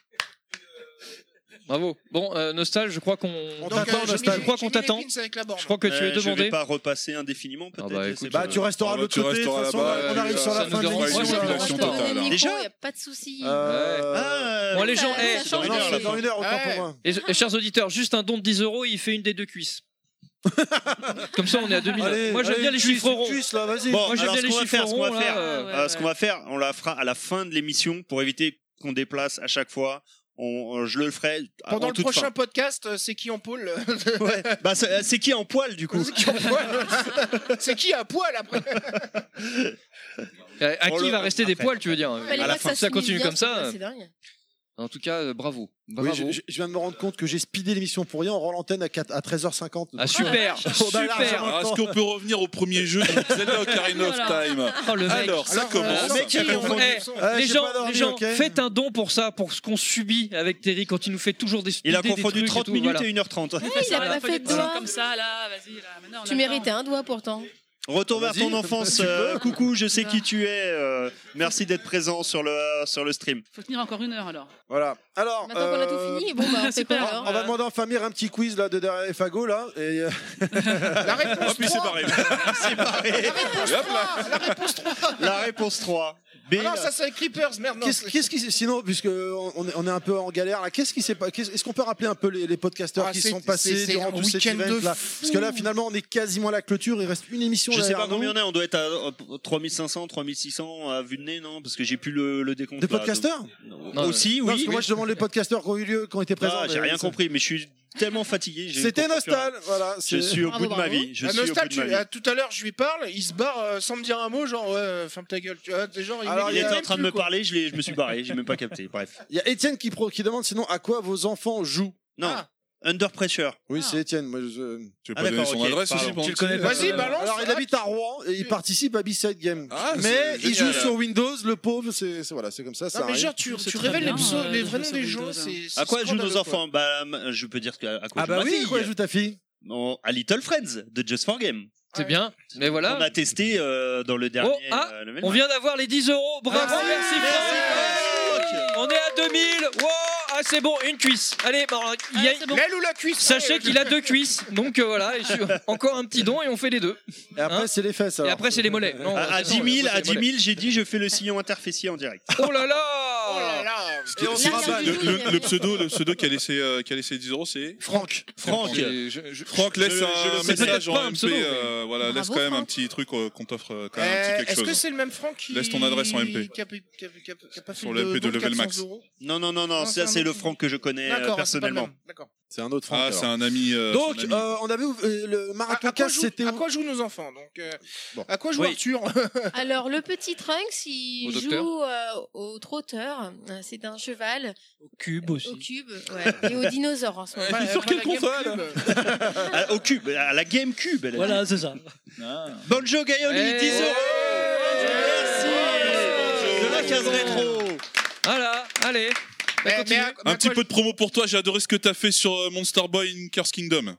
C: Bravo. Bon, euh, Nostal, je crois qu'on.
A: Donc, euh, t'attend,
E: j'ai mis
A: Nostal.
E: les-
C: Je crois
E: j'ai
C: qu'on
E: mis les
C: t'attend.
E: pins avec la borne.
C: Je crois que tu
D: Euh,
C: es
D: Je vais
C: demandé.
D: pas repasser indéfiniment peut-être.
C: bah,
D: je
C: écoute,
D: sais pas.
A: Bah, tu resteras
G: Ah,
A: de
G: bah,
A: l'autre
G: tu
A: côté. De toute
G: resteras
A: façon,
G: là-bas,
A: on
G: et
A: arrive
G: ça
A: sur la
C: nous hein.
A: fin de
C: dérange pas,
A: l'émission.
C: c'est
A: là.
C: pas
F: On
C: Relation
F: va tourner
G: totale,
F: le micro,
D: alors.
F: y a pas de souci.
A: Euh,
D: Ah,
C: Bon, les gens,
F: Ça-
C: eh,
F: ça change
A: non,
F: de
A: c'est dans une heure, autant pour
E: Ah Ouais.
A: moi.
C: Et, et chers auditeurs, juste un don de 10 euros, il fait une des deux cuisses.
F: <laughs>
C: Comme ça, on est à 2000.
A: Allez,
C: Moi, j'aime
A: allez,
C: bien les
A: cuisse,
C: chiffres ronds.
A: cuisse, là, vas-y.
D: Bon,
C: Moi, j'aime
D: alors,
C: bien
D: ce
C: les
D: qu'on va
C: chiffres
D: faire, ce qu'on
C: ronds.
D: va faire,
C: là, euh,
B: Ouais,
D: Euh, ce
B: ouais.
D: qu'on va faire, on la fera à la fin de l'émission pour éviter qu'on déplace à chaque fois. On, euh, je le ferai
E: Pendant
D: en
E: le
D: toute
E: prochain
D: fin.
E: podcast, euh, c'est qui en pôle euh,
D: <laughs>
E: <laughs>
D: Ouais. Bah, c'est euh, c'est qui en poil du coup
E: C'est qui en poil C'est qui à poil après
C: euh, À
D: on
C: qui
D: le-
C: va rester des
D: après.
C: poils, tu veux dire
F: Fallait
C: À
F: pas
C: la
F: que
C: fin, ça
F: se
C: continue
F: finisse
C: comme
F: bien,
C: ça.
F: hein, C'est hein. dingue.
C: En tout cas, euh, bravo.
A: Oui,
C: Bravo.
A: je, je- je viens de me rendre compte que j'ai speedé l'émission pour rien. On rend l'antenne à, 4 à 13h50.
C: Ah, super,
D: <laughs>
A: Oh, bah, largement.
C: super.
G: Alors, est-ce qu'on peut revenir au premier jeu de Zelda Ocarina of
B: Voilà.
G: Time
C: Oh, le mec.
G: Alors, ça
E: Alors, euh,
G: commence.
E: le mec,
C: Eh,
E: il- on-
C: eh,
A: Ah,
C: les
A: j'ai
C: gens,
A: pas dormi,
C: les gens,
A: ok.
C: faites un don pour ça, pour ce qu'on subit avec Terry quand il nous fait toujours des
D: Il a
C: des- des
D: confondu
C: trucs
D: 30
C: et tout,
D: minutes
C: voilà.
D: et 1h30.
F: il a pas fait de doigt.
B: comme ça, là, vas-y. Là. Maintenant, on
F: Tu
B: a
F: méritais
B: le temps.
F: un doigt pourtant.
D: Retour vers
A: Vas-y.
E: bah,
D: ton enfance.
A: Tu
D: euh,
A: peux.
D: coucou, je sais qui tu es. euh, merci d'être présent sur le, sur le stream.
B: Faut tenir encore une heure alors.
A: Voilà. Alors,
F: Maintenant qu'on a tout
A: euh,
F: fini, bon bah
A: <laughs>
D: Ah,
F: on fait quoi
B: Ah, Super. hein.
A: on
F: alors
A: va demander à Famir un petit quiz là de derrière Fago là. Et, euh,
E: La
G: Ah,
E: réponse
G: puis c'est
A: <laughs>
E: 3.
G: pareil.
D: C'est pareil.
G: Et hop là.
D: La réponse 3. Bill.
E: Ah non, ça c'est Creepers, merde. non,
A: qu'est-ce
E: c'est-
A: qu'est-ce qui s'est- sinon puisque on on est, on est un peu en galère là, qu'est-ce qui s'est pas qu'est-ce- Est-ce qu'on peut rappeler un peu les, les podcasteurs
E: Ah,
A: qui
E: c'est-
A: sont passés
E: c'est- c'est
A: durant
E: un
A: tout cet
E: week-end de
A: event là Parce que là finalement on est quasiment à la clôture. Il reste une émission.
D: Je sais
A: derrière
D: pas
A: nous.
D: combien on est, on doit être à euh, 3500, 3600 à vue de nez, non Parce que j'ai plus le, le décompte.
A: Des
D: là,
A: podcasteurs
D: donc-
C: Non,
D: Aussi,
A: Non, parce
D: oui.
A: que moi je demande les podcasteurs qui ont eu lieu, qui ont été présents.
D: Ah, j'ai
A: mais
D: rien
A: ça-
D: compris, mais je suis tellement fatigué. j'ai-
A: C'était Nostal, voilà.
D: Je
A: c'est-
D: suis au
F: Bravo,
D: bout de ma
F: bravo.
D: vie. Je
E: Ah,
D: suis au
E: Nostal,
D: bout de ma
E: tu-
D: vie.
E: ah, tout à l'heure, je lui parle, il se barre euh, sans me dire un mot, genre, ouais, euh, ferme ta gueule. Tu vois, des gens,
A: Alors,
D: Il
A: y
E: m'écoute
D: était en
E: même
D: train de
E: plus,
D: me
E: quoi.
D: parler, je, l'ai- je me suis barré, j'ai même pas capté. Bref.
A: Il y a Étienne qui, pro- qui demande sinon à quoi vos enfants jouent.
D: Non.
E: Ah.
D: Under Pressure. Ah,
A: Oui, c'est Étienne. Moi, je... euh,
D: Tu
A: veux pas donner son adresse aussi, pour un petit-
D: Vas-y,
A: Euh,
D: balance.
A: Alors, il habite à Rouen et il participe à B-Side Game.
D: Ah,
A: mais
D: c'est
A: il joue
D: génial.
A: sur Windows, le pauvre, c'est c'est- voilà, c'est comme ça. ça
E: Non, mais
A: arrive.
E: genre, tu, tu révèles les,
D: euh,
E: pseudos- les vrais noms des gens, c'est.
D: À quoi jouent nos
E: scandaleux,
D: enfants Bah, euh, je peux dire à à
A: Ah
D: quoi
A: bah
D: joue ma
A: oui,
D: fille.
A: à quoi joue ta fille
D: Non, à Little Friends de Just for Game.
C: C'est bien, mais voilà.
D: On a testé euh, dans le Ah, dernier.
C: Oh, ah,
D: euh, level.
C: on vient d'avoir les 10 euros. Oh, Bravo,
A: Ah,
C: merci, Franck. On est à 2000. Wow, ah, c'est bon, une cuisse. Allez, bah, il y
F: Ah,
C: a
E: L'aile ou la cuisse
C: Sachez
E: Allez,
C: qu'il a deux cuisses. Donc euh, voilà, et
A: <laughs>
C: je- encore un petit don et on fait les deux. Hein
A: Et après, c'est les fesses.
C: Et après, c'est les mollets. Non,
D: à, à
C: c'est bon,
D: 10 000,
C: c'est
D: à
C: les
D: 10 000
C: mollets.
D: j'ai dit je fais le sillon interfécier en direct.
C: Oh là là
G: Ce qui- ce- le, le- le pseudo, le pseudo qui a laissé, euh, qui a laissé 10 euros, c'est
A: Franck.
G: Franck.
C: Et je- je-
G: Franck laisse
C: je- je le
G: un
C: sais
G: message
C: peut-être pas,
G: en
C: un
G: MP.
C: pseudo,
G: euh,
C: mais-
G: voilà,
E: Bravo,
G: laisse quand même un
E: Franck.
G: petit truc euh, qu'on t'offre euh, quand même un
E: Euh,
G: petit quelque
E: Est-ce
G: chose.
E: que c'est le même Franck qui.
G: Laisse ton adresse en MP.
E: qui a- qui a- qui a- qui a pas fait
G: Sur
E: de
G: l'MP de
E: don de
G: Level Max.
E: 400 euros
D: Non, non, non, non,
E: Non,
D: ça
E: c'est un
D: c'est le
E: autre.
D: Franck que je connais euh,
E: D'accord, c'est pas le
D: personnellement.
E: même. D'accord.
A: C'est un autre
G: Franck. Ah, c'est un ami. euh,
A: Donc,
G: c'est un ami.
A: euh, on avait ouv- euh, le marathon
E: À quoi
A: casse,
E: jouent-
A: c'était.
E: à quoi jouent nos enfants donc, euh,
A: Bon.
E: À quoi joue
A: Oui.
E: Arthur
F: <laughs> Alors, le petit Trunks,
C: Au
F: il
C: docteur.
F: joue euh, au trotteur. hein, C'est un cheval.
C: Cube
F: Au cube. ouais, et au dinosaure en ce moment.
D: Il est sur quelle console <laughs> À- Au cube, à la GameCube. elle a dit.
L: c'est ça.
G: Ah.
D: Bonjo Gaioli, 10 euros Merci De la case rétro
C: Voilà, allez. Bah, continue.
G: un petit peu de promo pour toi. J'ai adoré ce que t'as fait sur euh, Monster Boy in Curse Kingdom.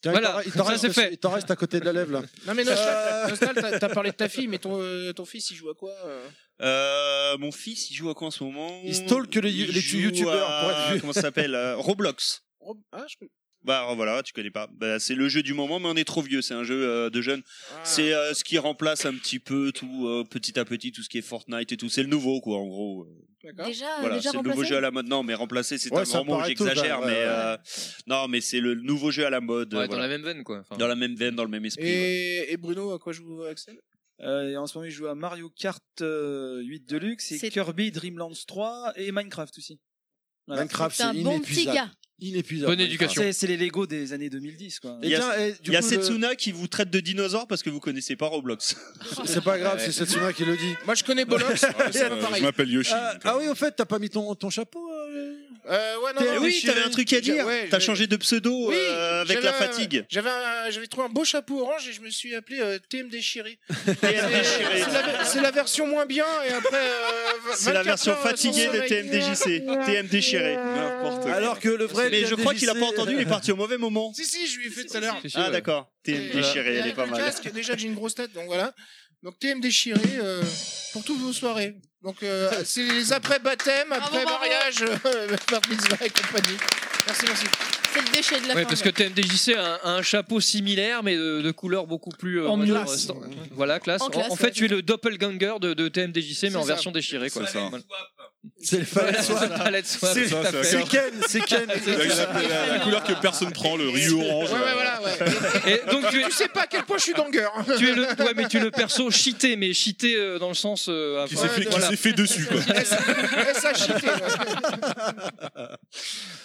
A: Tiens,
C: Voilà,
A: il
C: ça,
A: t'en reste- il t'en reste,
C: c'est fait.
A: il t'en reste à côté de la lèvre, là.
E: Non mais Nostal, Nostal, t'as- t'as parlé de ta fille, mais ton, euh, ton fils il joue à quoi euh
D: Euh, mon fils, il joue à quoi en ce moment
A: Il stalk les you- les
D: joue
A: youtubeurs,
D: à-
A: pour être vu.
D: Comment ça s'appelle euh, Roblox.
E: Rob- Ah, je...
D: Bah voilà, tu connais pas. Bah, c'est le jeu du moment, mais on est trop vieux. C'est un jeu euh, de jeunes. C'est euh, ce qui remplace un petit peu tout, euh, petit à petit, tout ce qui est Fortnite et tout. C'est le nouveau, quoi, en gros. euh.
F: Déjà, euh,
D: Voilà,
F: Ah, déjà
D: c'est le nouveau
F: remplacé
D: jeu à <laughs> la mode. Non, mais remplacer, c'est
A: Ouais,
D: un
A: ça
D: grand mot,
A: paraît tout,
D: j'exagère,
A: bah,
D: mais
A: ouais, ouais.
D: euh, non, mais c'est le nouveau jeu à la mode.
C: Ouais,
D: euh,
C: Dans
D: voilà.
C: la même veine, quoi. Enfin,
D: Dans la même veine, dans le même esprit. ouais.
E: et, et Bruno, à quoi joue Axel
H: Euh, et en ce moment, il joue à Mario Kart euh, 8 Deluxe et
F: C'est-
H: Kirby Dreamlands 3 et Minecraft aussi.
A: Minecraft,
F: C'est un
A: c'est
F: bon petit
A: inépuisable.
F: gars.
A: Inépuisable.
C: Bonne éducation.
H: C'est c'est les Lego des années 2010. Quoi.
A: Et
D: Il y a,
A: tiens, et du
D: il y a
A: coup, le-
D: Setsuna qui vous traite de dinosaure parce que vous connaissez pas Roblox.
A: <laughs> C'est pas grave, c'est Setsuna qui le dit.
E: Moi je connais
D: <laughs>
E: Bolox.
G: Ouais, ça,
E: c'est
G: je
E: pareil.
G: m'appelle Yoshi.
A: Ah, ah oui, au fait, t'as pas mis ton, ton chapeau euh,
E: Euh, ouais, non,
A: T'es
E: non,
D: Eh
E: mais
D: oui,
E: je-
D: t'avais un truc à dire.
E: ouais,
D: T'as
E: je-
D: changé de pseudo
E: Oui,
D: euh, avec
E: j'avais
D: la
E: un-
D: fatigue.
E: J'avais un- j'avais trouvé un beau chapeau orange et je me suis appelé euh, TM
D: <laughs>
E: déchiré.
D: TM déchiré.
E: C'est la, c'est la version moins bien et après. euh, v-
D: C'est la
E: 24
D: version
E: heures sans
D: fatiguée de
E: sommeil.
D: TMDJC. TM déchiré. N'importe quoi.
A: euh, Alors que le vrai.
D: Mais je crois qu'il a pas entendu, il
A: euh,
D: est parti au mauvais moment.
E: Si, si, je lui ai fait tout à l'heure.
C: C'est chiant,
D: Ah
C: ouais.
D: d'accord. TM
E: Et-
D: déchiré,
E: et
D: elle est
E: avec
D: pas
E: le
D: mal.
E: casque, déjà que j'ai une grosse tête, donc voilà. Donc TM déchiré euh, pour toutes vos soirées. Donc
C: <laughs>
E: euh, c'est les après baptême,
F: Bravo,
E: après
F: bravo.
E: mariage, euh, <laughs> bar mitzvah et compagnie. Merci, merci.
F: C'est le déchet de la
C: Ouais,
F: fin.
C: parce que TMDJC a un, a un chapeau similaire, mais de, de couleur beaucoup plus. euh,
L: En
C: on va dire,
L: classe.
C: euh, stand- Voilà, classe.
F: En
C: En,
F: classe,
C: en
F: ouais,
C: fait, tu es le doppelganger de, de TMDJC, mais en
E: ça.
C: version déchirée, quoi.
G: C'est ça. <laughs>
C: Voilà.
A: C'est le
C: Palette Swap. <laughs> Palette Swap,
G: C'est
C: tout
G: ça,
C: à
G: c'est
C: fait.
A: C'est Ken, c'est
C: <laughs>
A: Ken.
G: La, la- la- la couleur que personne prend, le riz orange.
E: Ouais, ouais, voilà. Ouais.
C: Et donc, <laughs> tu es,
E: tu sais pas à quel point je suis d'angueur.
C: tu es le, ouais, mais tu
E: <laughs>
C: es le perso cheaté, mais cheaté euh, dans le sens. euh,
G: Qui
C: enfin,
G: s'est fait, qui
C: voilà.
G: s'est fait dessus.
E: <laughs>
G: Quoi.
E: SHT.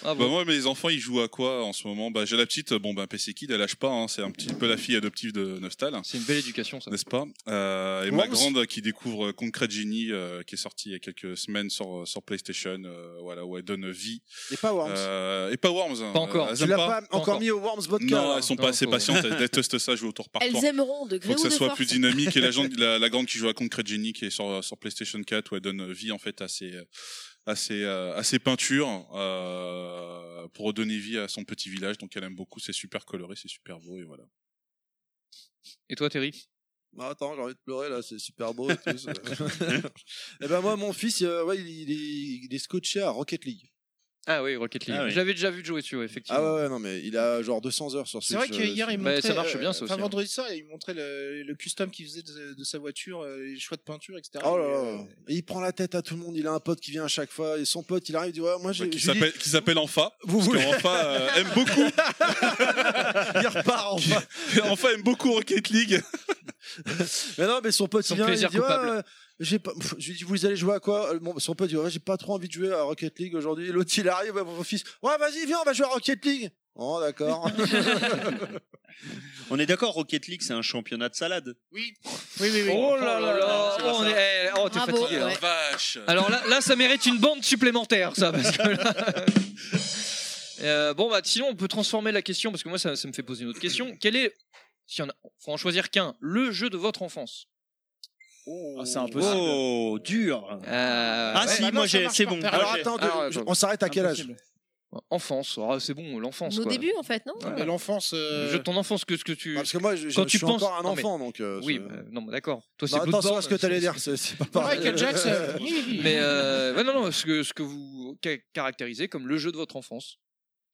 C: Bravo.
G: Bah moi mes enfants ils jouent à quoi en ce moment Bah j'ai la petite bon bah PC Kid elle lâche pas hein, c'est un petit peu la fille adoptive de Nostal
C: C'est une belle éducation, ça.
G: n'est-ce pas Euh, Et ma
A: Worms.
G: grande qui découvre Concrete Genie euh, qui est sorti il y a quelques semaines sur sur PlayStation euh, voilà où elle donne vie
A: Et pas Worms.
G: Euh, et pas Worms
C: Pas encore.
G: Elles
A: tu
G: aiment
A: l'as
G: pas
A: pas encore
C: encore.
A: mis au Worms Vodka
G: non,
A: là.
G: elles sont
C: Non,
G: pas assez
C: faut-
G: patientes, elles <laughs> détestent ça, je au tour par tour.
F: Elles aimeront de gré
G: Faut que
F: ou
G: ça
F: de
G: soit
F: force.
G: plus
F: <laughs>
G: dynamique et la, grande- la- la grande qui joue à Concrete Genie qui est sur, sur PlayStation 4 où elle donne vie en fait à ses, à ses, euh, à ses peintures euh, pour redonner vie à son petit village. Donc elle aime beaucoup, c'est super coloré, c'est super beau et voilà.
C: Et toi, Terry
A: Ah, attends, j'ai envie de pleurer là, c'est super beau et tout. ça. et ben moi, mon fils, euh, ouais, il, il est, il est scotché à Rocket League.
C: Ah oui, Rocket League.
D: Ah oui.
C: Je l'avais déjà vu jouer dessus, ouais, effectivement.
A: Ah ouais, ouais, non mais il a genre 200 heures sur
E: C'est vrai
A: Switch,
E: que
A: euh,
E: hier il
C: Bah,
E: montrait.
C: ça marche
E: euh,
C: bien, ça
E: Enfin
C: aussi, hein.
E: vendredi soir, il montrait le, le custom qu'il faisait de, de sa voiture, euh, les choix de peinture, etc.
A: Oh là
E: Et,
A: là.
E: euh,
A: Et il prend la tête à tout le monde. Il a un pote qui vient à chaque fois. Et son pote, il arrive, il dit Ouais, moi j'ai.
G: Ouais, Bah, qui
A: je lui dis,
G: s'appelle- qui s'appelle Enfa.
A: Vous
G: Parce
A: voulez.
G: que Enfa euh, aime beaucoup,
A: <laughs> Il repart en bas.
G: <laughs> Enfa aime beaucoup Rocket League.
A: <laughs> Mais non, mais son pote,
C: Son
A: il vient. Il
C: plaisir
A: dit Ouais,
C: coupable.
A: euh, j'ai pas... Pff, Je lui dis Vous allez jouer à quoi Euh, mon- Son pote dit Ouais, j'ai pas trop envie de jouer à Rocket League aujourd'hui. L'autre, il arrive, ouais, mon fils Ouais, vas-y, viens, on va jouer à Rocket League. <laughs> Oh, d'accord.
D: <laughs> On est d'accord, Rocket League, c'est un championnat de salade.
E: Oui, oui, oui. oui.
C: Oh là là là
D: C'est pas
C: On est- eh, Oh, t'es
F: Bravo,
C: fatigué. là.
F: ouais.
G: Vache.
C: <laughs> Alors là, là, ça mérite une bande supplémentaire, ça, parce que là- Euh, bon, bah, sinon, on peut transformer la question, parce que moi, ça, ça me fait poser une autre question. Quel est, si on a, faut en choisir qu'un, le jeu de votre enfance
H: Ah,
D: Oh,
H: c'est impossible.
C: Oh, dur bah Euh,
H: Ah, si, moi, j'ai- c'est bon.
C: Ah,
A: Alors attends, de- je- on s'arrête à quel âge
C: Enfance, ah, c'est bon, l'enfance.
F: Nos
C: quoi.
F: débuts, en fait, non
C: Ouais.
F: Mais
E: l'enfance.
C: Le jeu de ton enfance, que ce que tu.
A: Bah, parce que moi, je- je- je suis encore un
C: Non, mais-
A: enfant, donc, euh,
C: oui,
A: c'est-
C: bah, non, mais d'accord. Toi,
A: Non,
C: c'est
A: attention à ce que
C: Bloodborne,
A: t'allais
C: c'est-
A: dire, c'est c'est pas pareil.
C: mais euh, ouais, non, non, ce que, ce que vous ca- caractérisez comme le jeu de votre enfance.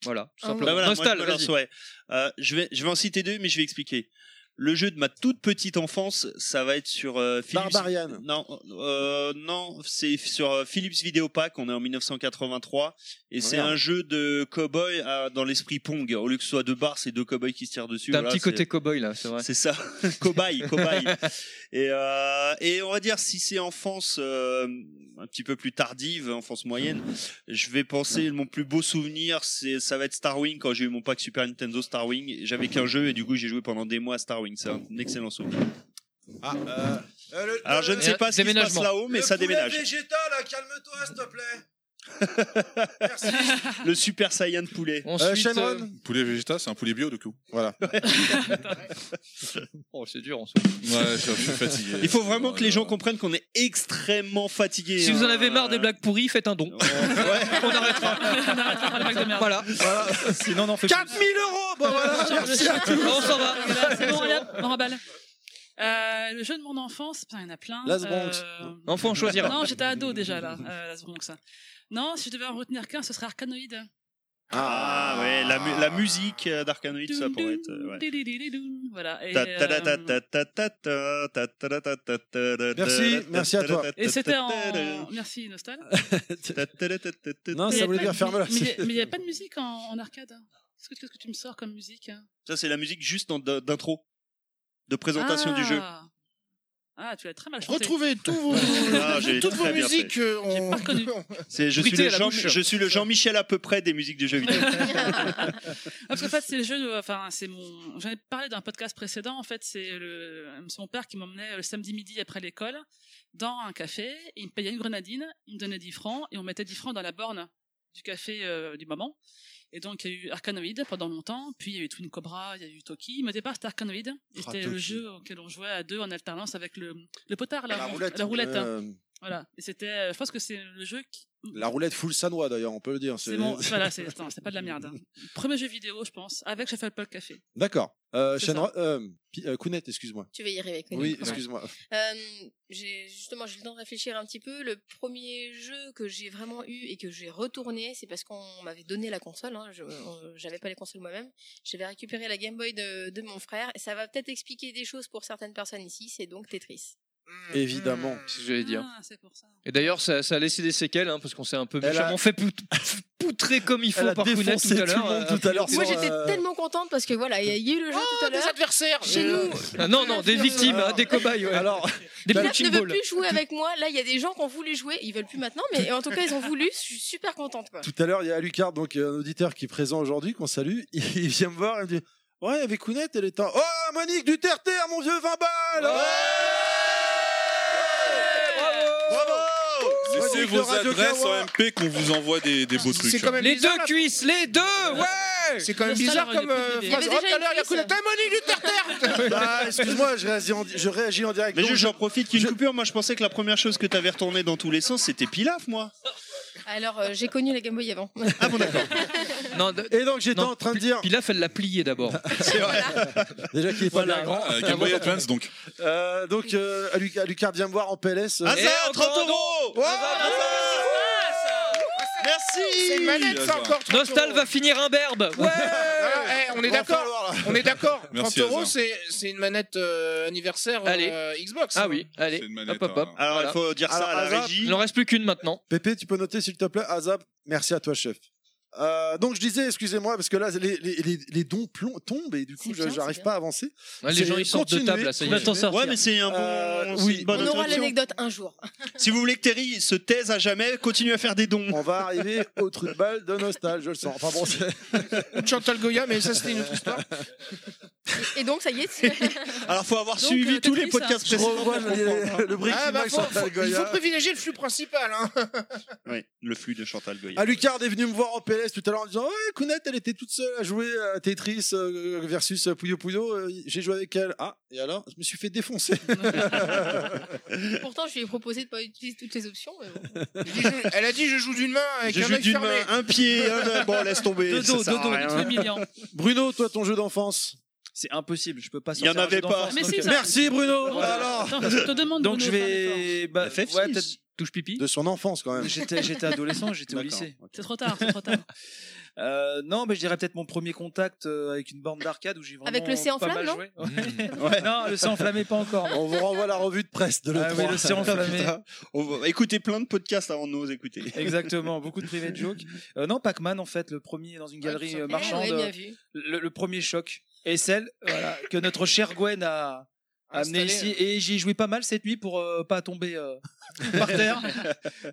C: Voilà, tout simplement.
D: Bah voilà, moi, je
C: Nostal,
D: me lance,
C: vas-y.
D: ouais. Euh, je, vais, je vais en citer deux, mais je vais expliquer. Le jeu de ma toute petite enfance, ça va être sur euh, Philips.
A: Barbarian.
D: Non, euh, non, c'est sur euh, Philips Videopack. On est en 1983 et c'est
C: Merde.
D: un jeu de cowboy euh, dans l'esprit Pong. Au lieu que ce soit deux bars, c'est deux cowboys qui se tirent dessus.
C: T'as un
D: Voilà,
C: petit
D: c'est-
C: côté cow-boy là, c'est vrai.
D: C'est ça, cobaye, cobaye. et, euh, et on va dire si c'est enfance euh, un petit peu plus tardive, enfance moyenne, je vais penser mon plus beau souvenir, c'est ça va être Starwing quand j'ai eu mon pack Super Nintendo Starwing. J'avais qu'un jeu et du coup j'ai joué pendant des mois à Starwing. C'est un excellent souvenir.
A: Ah,
D: Alors je ne sais pas ce qui se passe là-haut, mais ça déménage.
A: Végétal, euh, calme-toi, s'il te plaît.
D: <laughs> Le Super Saiyan poulet.
A: Euh,
G: Euh,
C: euh,
G: Poulet végétal, c'est un poulet bio du coup.
A: Voilà.
C: <laughs> Oh, c'est dur en
G: Ouais, je suis fatigué.
D: Il faut vraiment que les gens comprennent qu'on est extrêmement fatigué. hein.
C: Si vous en avez marre des
D: blagues
C: pourries, faites un don.
D: on
C: arrêtera. Voilà.
H: Sinon, non,
A: 4000 euros Bon, voilà, merci à tous.
B: On s'en va. Bon, voilà, on remballe. Euh, le jeu de mon enfance, putain, il y en a plein. euh,
C: Las Bronx. Non, faut en choisir un.
B: Non, j'étais ado déjà là, euh, Las Bronx. Non, si je devais en retenir qu'un, ce serait Arcanoïde.
D: Ah ouais, la, mu- la musique euh, d'Arcanoid, ça pourrait être. euh, ouais.
B: Dididididoum. Voilà. Et, euh,
D: Merci,
A: Merci, merci à toi.
B: et c'était
A: <laughs>
B: en. Merci, Nostal.
A: non,
B: Mais y
A: ça
B: a
A: voulait
B: pas
A: dire
B: de-
A: ferme-la.
B: Mais il n'y a pas de musique en, en arcade. hein. Qu'est-ce que, qu'est-ce que tu me sors comme musique hein
D: Ça, c'est la musique juste en- d'intro, de présentation
B: Ah.
D: du jeu.
B: Ah, tu l'as très mal chanté.
E: Retrouvez tous vos,
D: Ah, j'ai
E: toutes vos
D: très bien
E: musiques.
D: fait.
E: euh, on- <laughs>
D: C'est- Je suis,
E: Bruité
D: le
E: à la
D: Jean,
E: bouche.
D: je suis le Jean-Michel à peu près des musiques de jeux vidéo.
B: Ah, Parce qu'en fait, c'est le jeu. de- Enfin, c'est mon. J'en ai parlé d'un podcast précédent. En fait, c'est le... c'est mon père qui m'emmenait le samedi midi après l'école dans un café. et il me payait une grenadine. Il me donnait 10 francs et on mettait 10 francs dans la borne du café euh, du moment. Et donc, il y a eu Arcanoid pendant longtemps. Puis, il y a eu Twin Cobra, il y a eu Toki. Mais au départ, c'était Arcanoid. Et
A: Ah,
B: c'était
A: Toki.
B: le jeu auquel on jouait à deux en alternance avec le, le potard, là,
A: La
B: on-
A: roulette.
B: La roulette. hein.
A: Euh.
B: Voilà. Et c'était. euh, Je pense que c'est le jeu qui.
A: La roulette full sanois d'ailleurs, on peut le dire.
B: C'est bon, voilà, c'est attends, c'est pas de la merde.
A: <laughs>
B: hein. Premier jeu vidéo, je pense, avec Shuffle Paul Café.
A: D'accord. Euh,
B: C'est
A: Shenron- euh, Pi- euh, Kounet, excuse-moi.
F: Tu vas y arriver. Kounet.
A: Oui, excuse-moi.
F: Euh, j'ai- justement, j'ai eu le temps de réfléchir un petit peu. Le premier jeu que j'ai vraiment eu et que j'ai retourné, c'est parce qu'on m'avait donné la console. Hein, je- on- J'avais pas les consoles moi-même. J'avais récupéré la Game Boy de, de mon frère. Et ça va peut-être expliquer des choses pour certaines personnes ici. C'est donc Tetris.
A: Évidemment.
C: C'est ce que j'allais dire.
F: Ah,
C: Et d'ailleurs, ça, ça a laissé des séquelles, hein, parce qu'on s'est un peu
A: Elle a-
C: méchamment fait pout- poutrer comme il faut
A: Elle a
C: par Kounet tout
A: défoncé
C: à
A: tout
C: l'heure.
A: le monde
C: euh,
A: tout à l'heure.
F: Moi,
A: sur,
F: j'étais
A: euh,
F: tellement contente parce que voilà, il y a- il y a eu le jeu tout à l'heure.
E: Ah, des adversaires Euh,
F: Chez nous,
C: Ah, non, non, des victimes, hein, des cobayes. ouais.
A: Alors,
C: des
F: Pilaf
C: punching
F: ne veut
C: balls.
F: plus jouer avec moi. Là, il y a des gens qui ont voulu jouer. Ils veulent plus maintenant, mais en tout cas, ils ont voulu. Je suis super contente. Quoi.
A: Tout à l'heure, il y a Alucard, donc euh, un auditeur qui est présent aujourd'hui, qu'on salue. <laughs> Il vient me voir, il me dit Ouais, avec Kounet, elle est en. Oh, Monique du terre-terre, mon vieux 20 balles
G: Laissez vos adresses en MP qu'on vous envoie des, des beaux trucs.
E: quand même
C: Les
E: bizarre,
C: deux
E: la-
C: cuisses, les deux, Oh, ouais
E: C'est quand même bizarre comme euh,
C: Il y
E: phrase.
C: avait
E: Oh, Tout
C: déjà
E: à l'heure, il y a
C: une
E: Kounet.
C: cuisse.
E: Ah, Monique du
C: <laughs>
E: terre-terre
C: Bah,
A: Ah, excuse-moi, je réagis en, je réagis en direct.
D: Mais
A: Donc,
D: juste, j'en profite qu'une coupure. Moi, je pensais que la première chose que t'avais retournée dans tous les sens, c'était Pilaf, moi.
F: Alors, euh, j'ai connu la Game Boy avant.
A: Et donc, j'étais en train de dire.
C: Pilaf, elle l'a plié
A: <laughs>
C: d'abord.
A: Déjà qu'il est pas bien grand.
G: Euh, Game Boy Advance, donc.
A: Euh, donc, euh, Aluc- Alucard vient me voir en PLS. euh,
D: Ah,
A: Et
D: ça, 30 euros
E: Merci C'est une manette, ça encore 30
C: Nostal
E: euros.
C: va finir un
A: <laughs>
C: berbe. Ouais.
E: Ah, eh, on est
A: Bon,
E: d'accord,
A: falloir, là.
E: on est d'accord. 30
C: Merci,
E: euros,
C: Hazard.
E: c'est c'est une manette euh, anniversaire euh,
C: Allez.
E: Xbox.
C: Ah oui, allez, hop hop
E: hein.
C: hop.
D: Alors, il faut dire ça à la régie.
C: Il n'en reste plus qu'une maintenant.
A: Pépé, tu peux noter s'il te plaît Azab, merci à toi chef. Euh, donc je disais, excusez-moi, parce que là les, les, les, les dons plom- tombent et du coup je- j'arrive pas à avancer.
C: Ouais, les
A: C'est-
C: gens, ils sortent de
A: continuez,
C: table, là, ça y est.
A: continuez.
C: On va t'en sortir.
D: Ouais, mais c'est un bon-
A: Euh,
D: c'est
A: oui.
D: une bonne
F: On aura
D: introduction.
F: l'anecdote un jour.
D: Si vous voulez que Terry se taise à jamais, continue à faire des dons.
A: On va arriver au trou de balle de Nostal, je le sens. Enfin bon, c'est-
E: Ou Chantal Goya, mais ça c'était une autre histoire.
F: Et Et donc, ça y est. tu-
D: Alors, faut avoir
F: Donc,
D: suivi
F: euh,
D: tous les
F: Patrice,
D: podcasts
F: hein.
D: précédents.
A: Je revois
D: pour
A: le-
D: comprendre, hein.
A: le brick
E: Ah, bah,
A: Max
E: faut-
A: Chantal
E: faut- il faut
A: Goya.
E: privilégier le flux principal. hein.
D: <laughs> Oui, le flux de Chantal Goya.
A: Alucard Ah, est venu me voir en PLS tout à l'heure en disant Ouais, Kounet, elle était toute seule à jouer à Tetris euh, versus Puyo Puyo. euh, J'ai joué avec elle. Ah, et alors Je me suis fait défoncer.
F: Pourtant, je lui ai proposé de pas utiliser toutes les options. euh, mais bon.
E: Il dit, je- Elle a dit je joue d'une main avec
D: Je
E: un
D: joue
E: œil
D: d'une
E: fermé.
D: main, un pied, un œil. Bon, laisse tomber.
H: Deux dos,
D: ça sert
H: deux dos,
D: à rien.
H: très
B: humiliant.
A: Bruno, toi, ton jeu d'enfance
H: C'est impossible, je peux pas
D: Il y en
H: sortir. un
D: avait
H: jeu
D: pas.
H: d'enfance,
B: Mais
H: donc,
B: si,
H: euh,
B: ça-
A: Merci, Bruno
B: Attends,
A: Alors
B: attends, je te demande.
H: Donc
B: Bruno,
H: je
B: de faire un effort.
H: vais. Bah,
D: FF6.
H: ouais, peut-être-
C: Touche pipi
A: De son enfance, quand
B: <laughs>
A: même.
H: J'étais j'étais adolescent, j'étais au
D: D'accord.
H: lycée.
B: C'est trop tard, c'est trop tard.
H: Euh, non, mais je dirais peut-être mon premier contact euh, avec une borne d'arcade où j'ai vraiment.
F: Avec le C en
H: pas
F: flamme,
H: mal
F: non
B: <laughs>
H: joué. Ouais. Non, le C enflammé, pas encore.
A: On vous renvoie la revue de presse de l'E3.
H: Ah oui, le C enflammé.
D: Putain. On va écouter plein de podcasts avant de nous écouter.
H: Exactement, beaucoup de private jokes. Euh, non, Pac-Man, en fait, le premier dans une galerie
E: tout
H: euh,
F: Eh
H: marchande.
F: ouais, bien vu.
H: le, le premier choc. Et celle voilà, que notre chère Gwen a a amenée ici.
E: Installé,
H: Et j'y ai joué pas mal cette nuit pour euh, pas tomber euh, <laughs> par terre,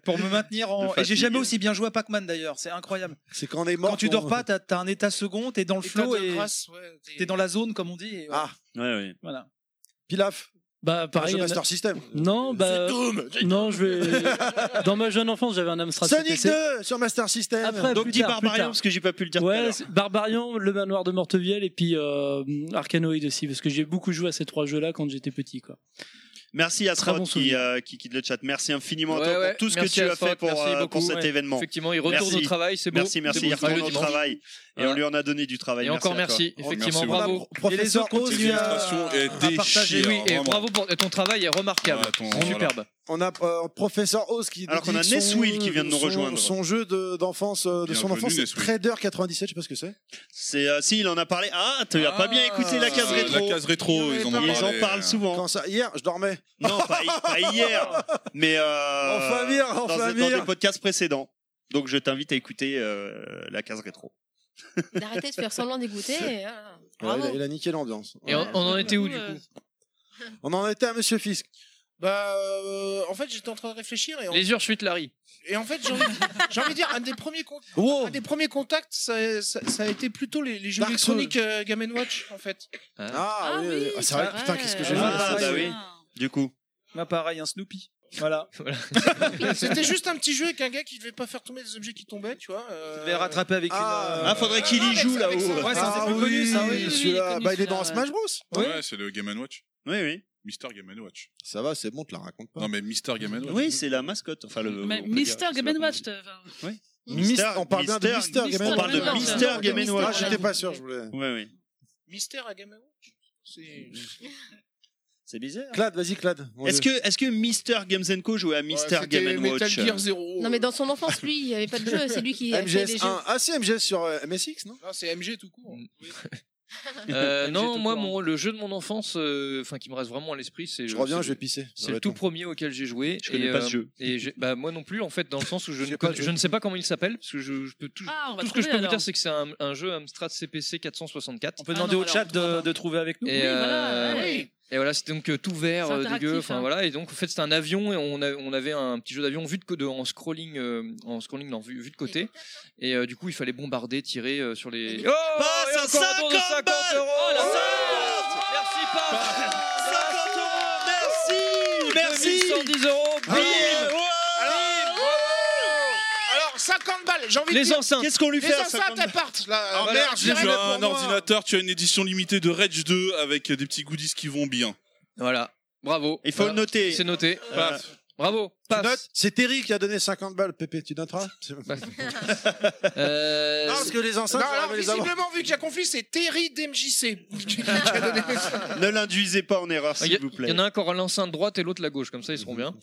H: pour me maintenir
A: <laughs>
D: De
H: en. Et
D: fatigue.
H: j'ai jamais aussi bien joué à Pac-Man d'ailleurs, c'est incroyable.
A: C'est quand on est mort.
H: Quand tu
A: qu'on-
H: dors pas, t'as t'as un état second, t'es dans le
E: État
H: flow
E: de
H: et
E: grâce, ouais, t'es-
H: t'es dans la zone comme on dit. et voilà.
A: Ah.
D: Ouais, ouais.
H: Voilà.
A: Pilaf,
L: Bah
A: un
L: pareil.
A: jeu
L: on a-
A: Master System.
L: Non, bah
E: Doom
L: non, je
A: <laughs>
L: vais. Dans ma jeune enfance, j'avais un Amstrad
A: Sonic
L: CPC.
A: 2 sur Master System.
L: Après,
D: Donc
L: plus
D: dis
L: tard, plus
D: Barbarian
L: tard.
D: parce que j'ai pas pu le dire. tout à
L: Ouais,
D: l'heure.
L: c'est Barbarian, le manoir de Mortevielle et puis euh, Arcanoid aussi, parce que j'ai beaucoup joué à ces trois jeux-là quand j'étais petit. Quoi.
D: Merci à
L: Très
D: Srod
L: bon
D: qui,
L: souvenir.
D: euh, qui quitte le chat. Merci infiniment à
C: Ouais,
D: toi
C: ouais,
D: pour tout ce que
C: merci
D: tu
C: à
D: as fait
C: Srod,
D: pour,
C: merci
D: euh, pour
C: beaucoup,
D: cet
C: ouais.
D: événement.
C: Effectivement, il retourne
D: Merci.
C: au travail, c'est beau.
D: Merci, merci.
C: C'est
D: Il
C: beau,
D: retourne
C: le
D: au
C: dimanche.
D: travail. Et
C: Voilà.
D: on lui en a donné du travail.
C: Et encore
D: Ah bah, à toi. Oh,
C: merci, effectivement,
G: Merci
C: bravo.
H: Et les
A: Professeur
H: autres
A: Oz,
H: Cette
A: lui a-
G: illustration est
H: à partager,
G: déchirante.
C: Oui, et
G: Vraiment.
C: bravo pour ton travail est remarquable,
G: Ouais, ton-
C: vraiment
G: voilà.
C: superbe.
A: On a euh, Professeur Oz qui.
D: Alors
A: nous
D: qu'on
A: dit
D: a
A: que son-
D: Neswill qui vient de nous
A: son-
D: rejoindre.
A: Son jeu de- d'enfance, euh, de son
G: Bienvenue,
A: enfance, c'est
G: Neswill.
A: Trader 97, je sais pas ce que c'est.
D: C'est euh, si il en a parlé. Ah, tu as pas bien écouté la case
G: Euh,
D: rétro.
G: La case rétro, ils en ont
D: Ils en
G: parlé.
D: parlent souvent.
A: euh, Quand ça, hier, je dormais.
D: Non, pas, hi-
A: <laughs>
D: pas hier, mais euh,
A: Enfin, mire,
D: dans,
A: enfin,
D: un- dans
A: mire.
D: des podcasts précédents. Donc je t'invite à écouter euh, la case rétro.
F: D'arrêter de faire semblant hein. d'écouter.
C: <laughs>
F: et voilà.
A: Ouais,
F: Bravo.
A: il, a, il a niqué l'ambiance.
C: Et on,
A: Ouais.
C: on en était où du
B: euh,
C: coup
A: On en était à Monsieur Fisk.
E: Bah, euh, en fait, j'étais en train de réfléchir et, en-
C: Les Ursuites Larry.
E: et en fait, j'ai envie, j'ai envie de dire, un des premiers, con-
A: Wow.
E: un des premiers contacts, ça, ça- ça a été plutôt les, les jeux
A: Dark Souls.
E: électroniques euh, Game Watch, en fait.
A: Ah, oui, oui. Ah, c'est vrai, putain, qu'est-ce que
E: Ah,
A: j'ai joué.
D: bah
A: ça,
D: oui. Du coup,
H: Moi, pareil, un Snoopy. Voilà.
E: C'était juste un petit jeu avec un gars qui devait pas faire tomber des objets qui tombaient, tu vois. euh,
H: Je vais rattraper avec
A: Ah.
H: une. euh,
D: ah, faudrait qu'il y
E: avec
D: joue
E: ça,
D: là-haut.
E: avec ça.
H: Ouais, ça,
A: Ah
H: c'est plus connu, ça,
A: oui,
H: oui.
A: celui-là.
B: Il est connu,
A: bah, il est dans
B: celui-là,
A: Smash Bros.
G: Ouais, c'est le Game Watch.
D: Oui, oui.
G: Mister Game Watch.
A: Ça va, c'est bon, te la raconte pas.
G: Non, mais Mister Game Watch.
D: Oui, c'est la mascotte. Enfin, le.
B: Mais
D: on peut
B: Mister
D: dire, c'est
B: Game
D: pas
B: Watch, enfin,
A: Mister,
D: Mister-
A: on parle bien de
D: Mister-
A: Mister Game
D: On parle de
B: Watch.
D: Mister Game
F: Mister-
A: Ah,
D: Watch.
A: j'étais pas sûr, je voulais.
D: Ouais, oui.
E: Mystère à Game Watch. C'est-
D: C'est bizarre.
A: Clad, vas-y, Clad. Mon
D: Est-ce
A: Dieu.
D: que, est-ce que Mister Games Co jouait à Mister
E: Ouais, c'était
D: Game Watch euh
E: Metal Gear Zero.
F: Non, mais dans son enfance, lui, il n'y avait pas de jeu. C'est lui qui a fait des jeux.
A: MGS1 Ah, c'est MGS sur euh, MSX, non
E: Non, c'est MG tout court.
C: <laughs>
E: <laughs>
C: Euh,
H: J'ai
C: non,
H: tout
C: moi,
H: court, hein.
C: mon, le jeu de mon enfance, euh, enfin qui me reste vraiment à l'esprit, c'est.
A: Je reviens,
C: c'est-
A: je vais pisser. Ça
C: C'est
A: va
C: le
A: être
C: tout
A: long.
C: premier auquel j'ai joué.
D: Je connais
C: et,
D: pas ce jeu.
C: Et j'ai- bah, moi non plus, en fait, dans le
A: <laughs>
C: sens où je,
A: J'ai
C: ne,
A: pas
C: con-
A: joué.
C: je ne sais pas comment il s'appelle, parce que je, je peux tout.
B: Ah, on va
C: tout ce que je peux
B: trouver,
C: vous
B: alors.
C: dire, c'est que c'est un, un jeu Amstrad CPC 464.
H: On peut
B: Ah
H: demander
B: non,
H: au
B: alors,
H: chat
B: on trouvera
H: de,
B: pas.
H: de trouver avec nous.
C: Et,
B: Oui, voilà,
C: euh,
B: ouais.
C: et voilà, c'était donc euh, tout vert,
B: C'est
C: euh, dégueu.
B: interactif,
C: Enfin
B: hein.
C: voilà, et donc en fait c'était un avion et on, a- on avait un petit jeu d'avion vu de, co- de- en scrolling, euh, en scrolling non, vue, vue de côté. Et euh, du coup il fallait bombarder, tirer euh, sur les. Oh,
D: Passe
C: et
D: à
C: encore un tour de
D: 50 balles
C: euros.
D: Oh, la
C: Ouais.
D: vache
C: Merci pas.
D: 50 euros, merci, merci.
C: 110 euros.
E: Ah.
D: Oui,
C: bim.
D: ouais.
E: Alors, 50 balles, j'ai envie de
C: Les
E: dire.
C: enceintes.
D: Qu'est-ce qu'on lui fait
E: Les
D: à
E: enceintes,
D: 50
E: elles partent là.
G: Ah
E: Voilà,
G: merde,
E: je dirais
G: tu
E: le
G: as
E: pour
G: un
E: moi.
G: ordinateur, tu as une édition limitée de Rage 2 avec euh, des petits goodies qui vont bien.
C: Voilà. Bravo.
D: Il faut le
C: Voilà.
D: noter.
C: C'est noté.
D: Voilà.
G: Paf.
C: Bravo.
A: Euh, Tu notes
C: Passe.
A: C'est Terry qui a donné 50 balles, Pépé, tu
C: <laughs>
A: noteras Non,
C: Euh,
A: parce que les
E: Non,
A: enceintes, on
E: alors,
A: va les avoir.
E: visiblement, vu qu'il y a conflit, c'est Terry d'MJC. qui a donné ça.
D: Ne l'induisez pas en erreur,
C: Il y,
D: s'il vous plaît.
C: en a un qui aura l'enceinte droite et l'autre la gauche, comme ça ils seront bien.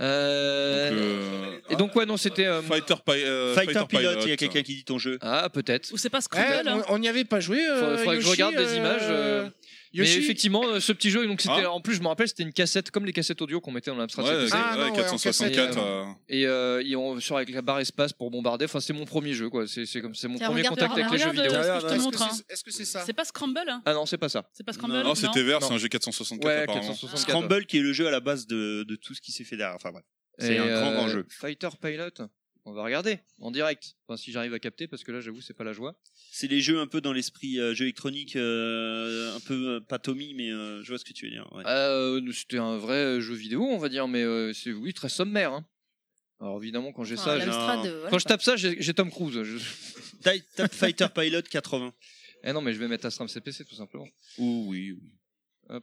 C: Euh,
G: Euh,
C: et donc ouais non c'était euh,
G: Fighter, Pi- euh,
D: Fighter Pilot, il y a quelqu'un qui dit ton jeu.
C: ah peut-être.
B: Ou c'est pas
E: Ouais,
B: Scrabble hein.
E: Eh, on- on n'y avait pas joué. euh,
C: Faudrait- faudrait que je
E: Yoshi,
C: regarde des
E: euh,
C: images, euh,
E: Yoshi.
C: Mais effectivement euh, ce petit jeu donc c'était
G: Ah.
C: en plus je me rappelle c'était une cassette comme les cassettes audio qu'on mettait dans l'Amstrad
G: Ouais,
C: CPC.
E: Ah,
G: ouais,
E: non, ouais, en
G: 464.
C: cassette.
G: euh,
C: et euh, ils ont sur avec la barre espace pour bombarder. Enfin c'est mon premier jeu quoi. C'est c'est comme c'est mon
F: Tiens,
C: premier
F: regarde,
C: contact avec les jeux
B: regarde,
C: vidéo.
B: euh,
A: Derrière,
B: ce que
A: là,
B: je te
E: Est-ce
B: montre.
E: que
B: hein.
E: c'est- est-ce que c'est ça
B: C'est pas Scramble hein
C: Ah non c'est pas ça.
B: C'est pas Scramble
G: Non, c'était hein, vert, c'est
C: Non.
G: un jeu 464
C: Ouais
G: apparemment.
C: 464.
D: Scramble, qui est le jeu à la base de, de tout ce qui s'est fait derrière. Enfin bref. C'est
C: Et,
D: un grand,
C: euh,
D: grand jeu.
C: Fighter Pilot. on va regarder en direct. Enfin, si j'arrive à capter, parce que là, j'avoue, c'est pas la joie.
D: C'est les jeux un peu dans l'esprit euh, jeu électronique, euh, un peu euh, pas Tommy, mais euh, je vois ce que tu veux dire. ouais.
C: Euh, C'était un vrai jeu vidéo, on va dire, mais euh, c'est oui très sommaire. hein. Alors évidemment, quand j'ai
D: Enfin,
C: ça, j'ai-
D: l'Amstrad, euh, voilà,
C: quand je
D: quoi.
C: tape ça, j'ai j'ai Tom Cruise.
D: <laughs> Je... Tape Fighter Pilot 80.
C: Eh non, mais je vais mettre Astram CPC tout simplement.
D: Ou oui.
C: Hop.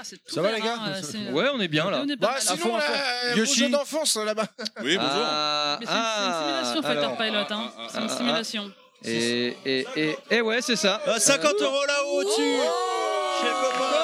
B: Ah, c'est tout
C: Ça va,
B: vert,
C: les gars
B: hein, euh, c'est-
C: Ouais, on est bien là.
B: On est pas
E: Bah,
B: mal.
E: sinon, là, euh, vos jeux d'enfance là-bas.
C: Ah,
B: Mais c'est c'est une simulation, Fighter
C: alors.
B: Pilot. hein.
C: ah,
B: C'est une
C: ah, ah.
B: simulation.
C: Et, et, et, et ouais, c'est ça.
D: 50
C: Euh,
H: Oh,
D: Ah, euros là-haut au-dessus Chez le copain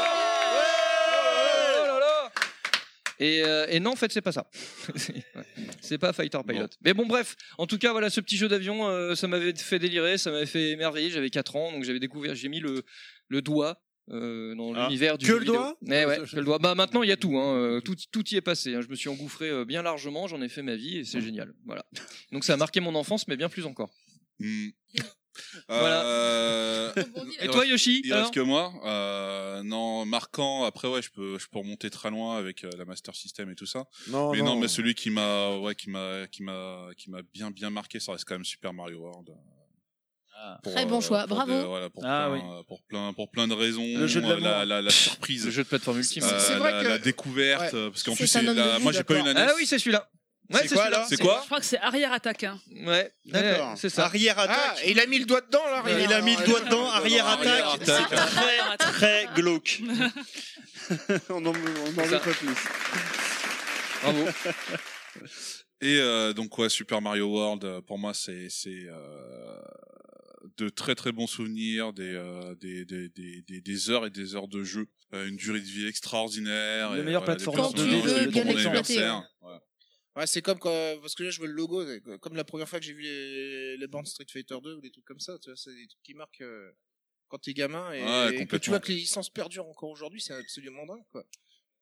C: Et, euh, et non, en fait, c'est pas ça. <laughs> C'est- ouais. c'est pas Fighter Pilot. Mais bon, bref, en tout cas, voilà, ce petit jeu d'avion, euh, ça m'avait fait délirer, ça m'avait fait émerveiller. J'avais 4 ans, donc j'avais découvert, j'ai mis le, le doigt euh, dans
A: Ah.
C: l'univers du
A: Que
C: jeu
A: le
C: vidéo.
A: doigt Ah,
C: Mais ouais, que le doigt. Bah, maintenant, il y a tout, hein, euh, tout. Tout y est passé. hein. Je me suis engouffré euh, bien largement, j'en ai fait ma vie et c'est génial. Voilà. Donc, ça a marqué mon enfance, mais bien plus encore.
G: <laughs>
C: Voilà.
G: Hmm. Euh,
C: Et toi, Yoshi,
G: Il reste
C: alors
G: que moi. Euh, non, marquant. Après, ouais, je peux, je peux remonter très loin avec euh, la Master System et tout ça.
A: Non,
G: mais non,
A: non.
G: mais celui qui m'a, ouais, qui m'a, qui m'a, qui m'a bien, bien marqué, ça reste quand même Super Mario World.
F: Très bon choix,
G: pour
F: bravo.
G: des- voilà, pour,
C: Ah
G: plein, pour plein, pour plein de raisons.
C: Le jeu de
G: euh,
C: l'amour.
G: la, la, la surprise. Le
C: jeu de plateforme ultime.
G: Euh,
C: C'est vrai
G: la,
C: que-
G: la découverte,
C: Ouais.
G: euh, parce qu'en
C: C'est
G: plus,
C: un
G: c'est
C: homme de
G: la-
C: goût,
G: moi, j'ai pas eu
C: d'accord.
G: la NES.
C: Ah oui, c'est celui-là. Ouais,
G: C'est quoi,
C: celui-là.
G: alors C'est quoi
B: Je crois que c'est arrière attaque. hein.
C: Ouais,
B: D'accord.
C: ouais, c'est ça.
E: Ah, et il a mis le doigt dedans là.
D: Il a mis le doigt dedans, arrière attaque.
E: Arrière-attaque.
D: C'est très, très glauque. on n'en
G: C'est ça.
D: veut pas plus.
C: Bravo.
G: Et euh, donc ouais, Super Mario World, euh, pour moi, c'est c'est euh, de très très bons souvenirs, des, euh, des, des, des, des, des heures et des heures de jeu, Euh, une durée de vie extraordinaire.
L: Le
G: et,
L: meilleur
G: voilà,
L: plateforme
G: des personnages,
L: de- de- hein.
G: des pour
L: de-
G: mon
L: de-
G: anniversaire.
E: Ouais, c'est comme quand, parce que là je vois le logo, c'est comme la première fois que j'ai vu les, les bandes Street Fighter 2 ou des trucs comme ça, tu vois, c'est des trucs qui marquent euh, quand t'es gamin et,
A: Ouais,
E: et que tu
A: complètement.
E: vois que les licences perdurent encore aujourd'hui, c'est absolument dingue quoi.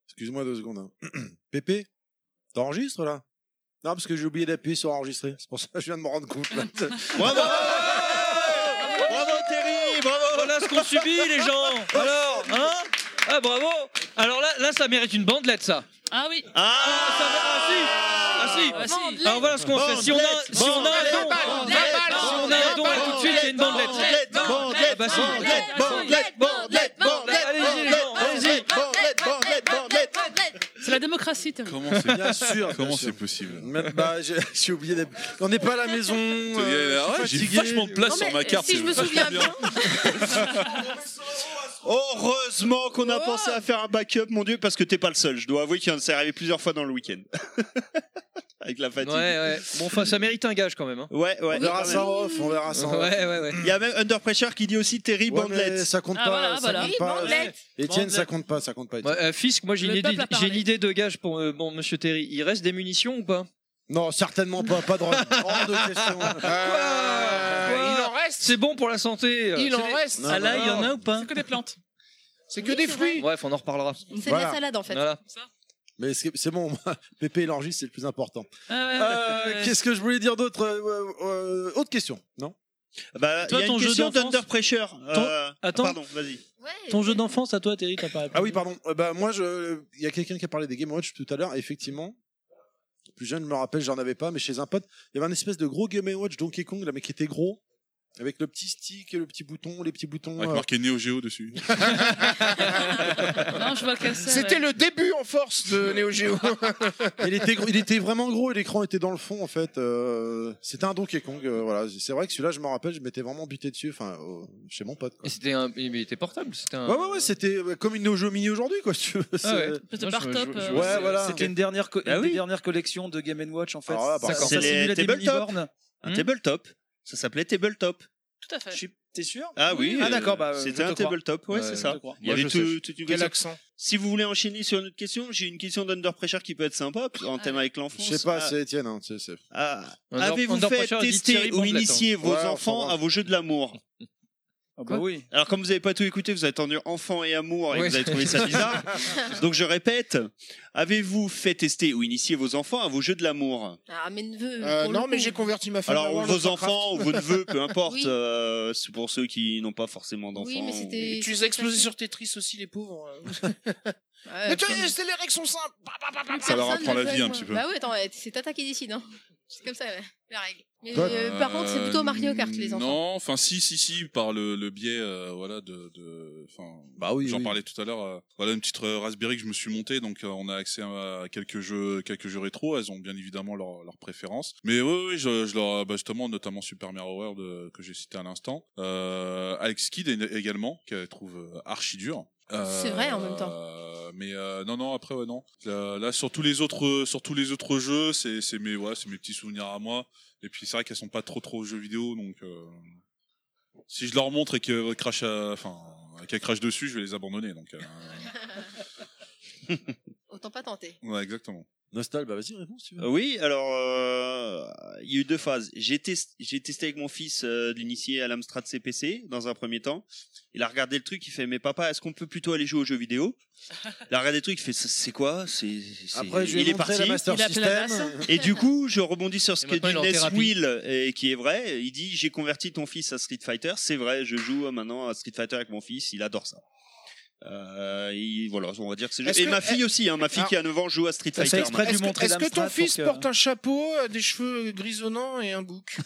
A: Excuse-moi deux secondes. hein. <clears throat> Pépé, t'enregistres là Non, parce que j'ai oublié d'appuyer sur enregistrer. C'est pour ça que je viens de me rendre compte. Là. <laughs>
D: Bravo Bravo Terry, bravo
C: Voilà ce qu'on subit les gens Alors, hein Ah bravo Alors là, là, ça mérite une bandelette ça
B: Ah oui.
D: Ah,
C: ça va- ah, si Ah si,
B: Ah, si.
C: Alors voilà ce qu'on fait, si on a, si on a un don, si on a un don, là, tout de suite il y a une bandelette Ah bah si. Allez-y les gens, allez-y
B: C'est la démocratie, Terry.
G: Comment
A: c'est bien sûr
G: Comment c'est possible
A: Même- bah, j'ai <laughs> j'ai oublié d'appuyer. On n'est pas à la maison. euh,
G: Ah ouais,
A: je suis
G: j'ai
A: fatigué.
G: vachement de place
F: Non,
G: sur
F: mais
G: ma carte.
F: si je
G: c'est
F: me
G: vachement
F: souviens
G: bien.
F: bien.
D: Heureusement qu'on a pensé à faire un backup, mon dieu, parce que t'es pas le seul. Je dois avouer qu'il en s'est arrivé plusieurs fois dans le week-end. <laughs> Avec la
C: Ouais
D: fatigue.
C: ouais, bon enfin ça mérite un gage quand même hein.
D: Ouais, ouais.
A: On verra ça en off, on verra ça en off.
C: Ouais ouais ouais
D: Il y a même Under Pressure qui dit aussi Terry
A: Ouais,
D: Bandelette.
A: mais ça compte
D: Ah,
A: pas.
D: voilà,
A: ça
D: voilà.
A: compte
D: Oui,
A: pas.
D: bandelette.
A: Étienne, ça
C: Bandelette.
A: compte pas, ça compte pas.
C: Moi,
A: Étienne.
C: euh, Fisk, moi j'ai
A: Le
C: une idée,
A: peuple a
C: j'ai
A: parlé.
C: une idée de gage pour euh, bon, Monsieur Terry. Il reste des munitions ou pas
A: Non, certainement pas, pas
C: <laughs>
A: de hors de question. Euh,
C: Il en reste C'est bon pour la santé
E: Il en
C: C'est des-
E: reste.
C: Ah là,
A: bah
C: il y en a ou pas
B: C'est que des plantes.
E: C'est que des fruits
C: Bref, on en reparlera.
F: C'est de
A: Voilà.
F: la salade en fait.
C: Voilà.
A: Mais c'est c'est bon, <laughs> moi, Pépé et l'enregistre, c'est le plus important.
B: Ah ouais.
A: Euh, Qu'est-ce que je voulais dire d'autre Euh, euh, Autre question, non
D: Bah,
A: Toi,
D: il y a
A: ton
D: une
A: jeu
D: question
A: d'enfance
D: d'Under Pressure. Euh,
A: Attends.
D: Pardon, vas-y.
L: Ton jeu d'enfance à toi, Terry, t'as pas répondu.
A: Ah oui, pardon. Euh, bah, moi, je... il y a quelqu'un qui a parlé des Game Watch tout à l'heure. et Effectivement, plus jeune, je me rappelle, j'en avais pas, mais chez un pote, il y avait un espèce de gros Game Watch Donkey Kong, là, mais qui était gros. Avec le petit stick et le petit bouton, les petits boutons.
G: Avec
A: euh,
G: marqué Neo Geo dessus.
B: Non, je vois
E: <laughs>
B: qu'elle sait,
E: C'était
B: ouais.
E: le début en force de Neo Geo.
A: <laughs> <laughs> il, était gros- il était vraiment gros et l'écran était dans le fond en fait. Euh, c'était un Donkey Kong. euh, voilà, c'est vrai que celui-là, je me rappelle, je m'étais vraiment buté dessus. Enfin, euh, chez mon pote. Quoi.
C: Et c'était un, mais il était portable, c'était un.
A: Ouais, ouais, ouais, c'était euh, comme une Neo mini aujourd'hui, quoi. <laughs> si tu veux.
F: Ah
D: Ah
A: C'est-
C: ouais.
A: Ouais,
C: Peut-être par top, euh,
A: voilà.
L: C'était une dernière, co-
A: Ah
D: Bah
L: une
A: oui.
L: des dernières collections de Game Watch en fait.
D: Ah
A: Alors là, par
L: ça,
A: contre,
L: ça
A: c'est les
L: simulait des
D: tabletop.
L: mini-bornes.
D: Un
L: Hmm
D: tabletop. Ça s'appelait Tabletop.
B: Tout à fait.
L: T'es sûr
D: Ah oui,
L: Ah
D: euh,
L: d'accord, bah,
D: c'était
L: je te
D: un
L: crois.
D: tabletop, ouais,
L: Ouais,
D: c'est
L: je
D: ça.
L: te crois.
D: Il y
L: Moi, je
D: avait tout,
L: sais.
D: toute une
L: Quel
D: question.
L: accent
D: Si vous voulez enchaîner sur une autre question, j'ai une question d'Under Pressure qui peut être sympa en thème avec l'enfance.
A: Je sais pas,
D: Ah,
A: c'est Étienne. hein, c'est- c'est-
D: ah,
A: Under-
D: Avez-vous
A: Under
D: fait
A: Pressure dit Thierry
D: tester ou
A: Bandelette,
D: initier
A: hein.
D: vos
A: Ouais, on s'en
D: enfants
A: branle.
D: à vos jeux de l'amour
L: Ah
D: Quoi Alors comme vous n'avez pas tout écouté, vous avez entendu enfant et amour et
L: Ouais.
D: vous avez trouvé ça bizarre. Donc je répète, avez-vous fait tester ou initier vos enfants à vos jeux de l'amour
F: Ah, mes neveux.
E: Euh,
F: pour
E: non,
F: le
E: mais
F: coup.
E: j'ai converti ma femme. à
D: Alors
E: World of
D: vos
E: Warcraft.
D: enfants ou vos neveux, peu importe,
E: Oui.
D: euh, c'est pour ceux qui n'ont pas forcément d'enfants.
E: Oui, mais
D: ou-
E: c'était. Tu les as explosés sur Tetris aussi, les pauvres. mais tu vois, c'est les règles sont simples. Bah, bah, bah, bah, bah.
G: Ça leur apprend la
F: Personne
G: vie
F: ne
G: un
F: veut,
G: petit peu.
F: moi. Bah oui, attends, c'est Tata qui décide. Hein. C'est comme ça la, la règle. Mais
G: Toi-
F: euh, par contre, c'est plutôt Mario Kart, les enfants.
G: Non, enfin si, si, si, par le, le biais, euh, voilà, de, de- enfin, j'en parlais tout à l'heure. euh, voilà une petite euh, Raspberry que je me suis montée, donc euh, on a accès à, à quelques jeux, quelques jeux rétro. Elles ont bien évidemment leurs leurs préférences. Mais oui, oui, je, je leur, bah, justement, notamment Super Mario World euh, que j'ai cité à l'instant. Euh, Alex Kidd é- également, qu'elle trouve euh, archi dur.
F: C'est vrai, en même temps.
G: Euh, mais euh, non non après ouais non Euh, là, là, sur tous les autres euh, sur tous les autres jeux c'est c'est mes ouais, c'est mes petits souvenirs à moi et puis c'est vrai qu'elles sont pas trop trop aux jeux vidéo donc euh, si je leur montre et que euh, crash enfin qu'elles crachent dessus je vais les abandonner donc euh,
F: <laughs> Autant pas tenter.
G: ouais exactement
A: Nostal bah vas-y réponds si tu veux
D: Euh, Oui, alors euh, il y a eu deux phases. J'ai testé, j'ai testé avec mon fils euh, de l'initier à l'Amstrad CPC dans un premier temps. Il a regardé le truc, il fait mais papa, est-ce qu'on peut plutôt aller jouer aux jeux vidéo Il a regardé le truc, il fait c'est c'est quoi C'est c'est-
A: Après, je lui ai
D: il est
A: montré
D: parti.
A: la Master Il a appelé la System. masse.
D: Et du coup, je rebondis sur ce
A: Et
D: que
A: maintenant,
D: dit
A: il est en
D: Ness
A: thérapie.
D: Will et qui est vrai. Il dit j'ai converti ton fils à Street Fighter. C'est vrai, je joue euh, maintenant à Street Fighter avec mon fils. Il adore ça. Euh, il- voilà, on va dire que c'est.
E: Est-ce
D: Et
E: que-
D: ma fille aussi, hein, ma
A: Ah.
D: fille qui a 9 ans joue à Street
E: Est-ce
D: Fighter.
E: que- est-ce que- Est-ce que ton fils porte un chapeau, euh, des cheveux grisonnants et un bouc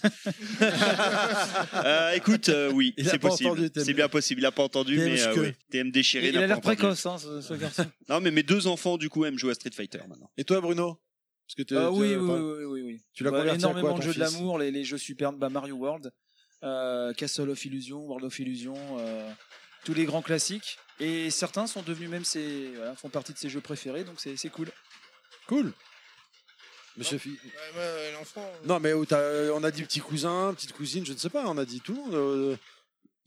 D: Euh, écoute,
A: <laughs>
D: euh, oui,
E: Il a
D: c'est
E: pas
D: possible.
E: entendu,
D: C'est bien possible. Il a pas entendu,
E: TM
D: mais euh,
E: que.
D: oui. TM déchiré.
E: Il a
D: n'a
E: l'air
D: pas entendu.
E: précoce,
L: hein, ce- ce garçon.
D: Non, mais mes deux enfants, du coup, aiment jouer à Street Fighter maintenant.
A: Et toi, Bruno Parce que
D: t'es-
H: Euh,
D: t'es-
H: oui,
D: t'es-
H: oui,
D: pas-
H: oui, oui, oui.
D: Tu l'as
H: Bah,
D: converti à
H: énormément
D: quoi,
H: de
D: ton
H: jeux de
D: fils
H: l'amour, les, les jeux superbes, bah, Mario World, euh, Castle of Illusion, World of Illusion, euh, tous les grands classiques. Et certains sont devenus même ses, voilà, font partie de ses jeux préférés, donc c'est c'est cool.
A: Cool. Monsieur Fi-
E: Ouais, moi, euh, L'enfant. euh,
A: Non mais où t'as- euh, on a dit petit cousin, petite cousine, je ne sais pas, on a dit tout le monde. euh,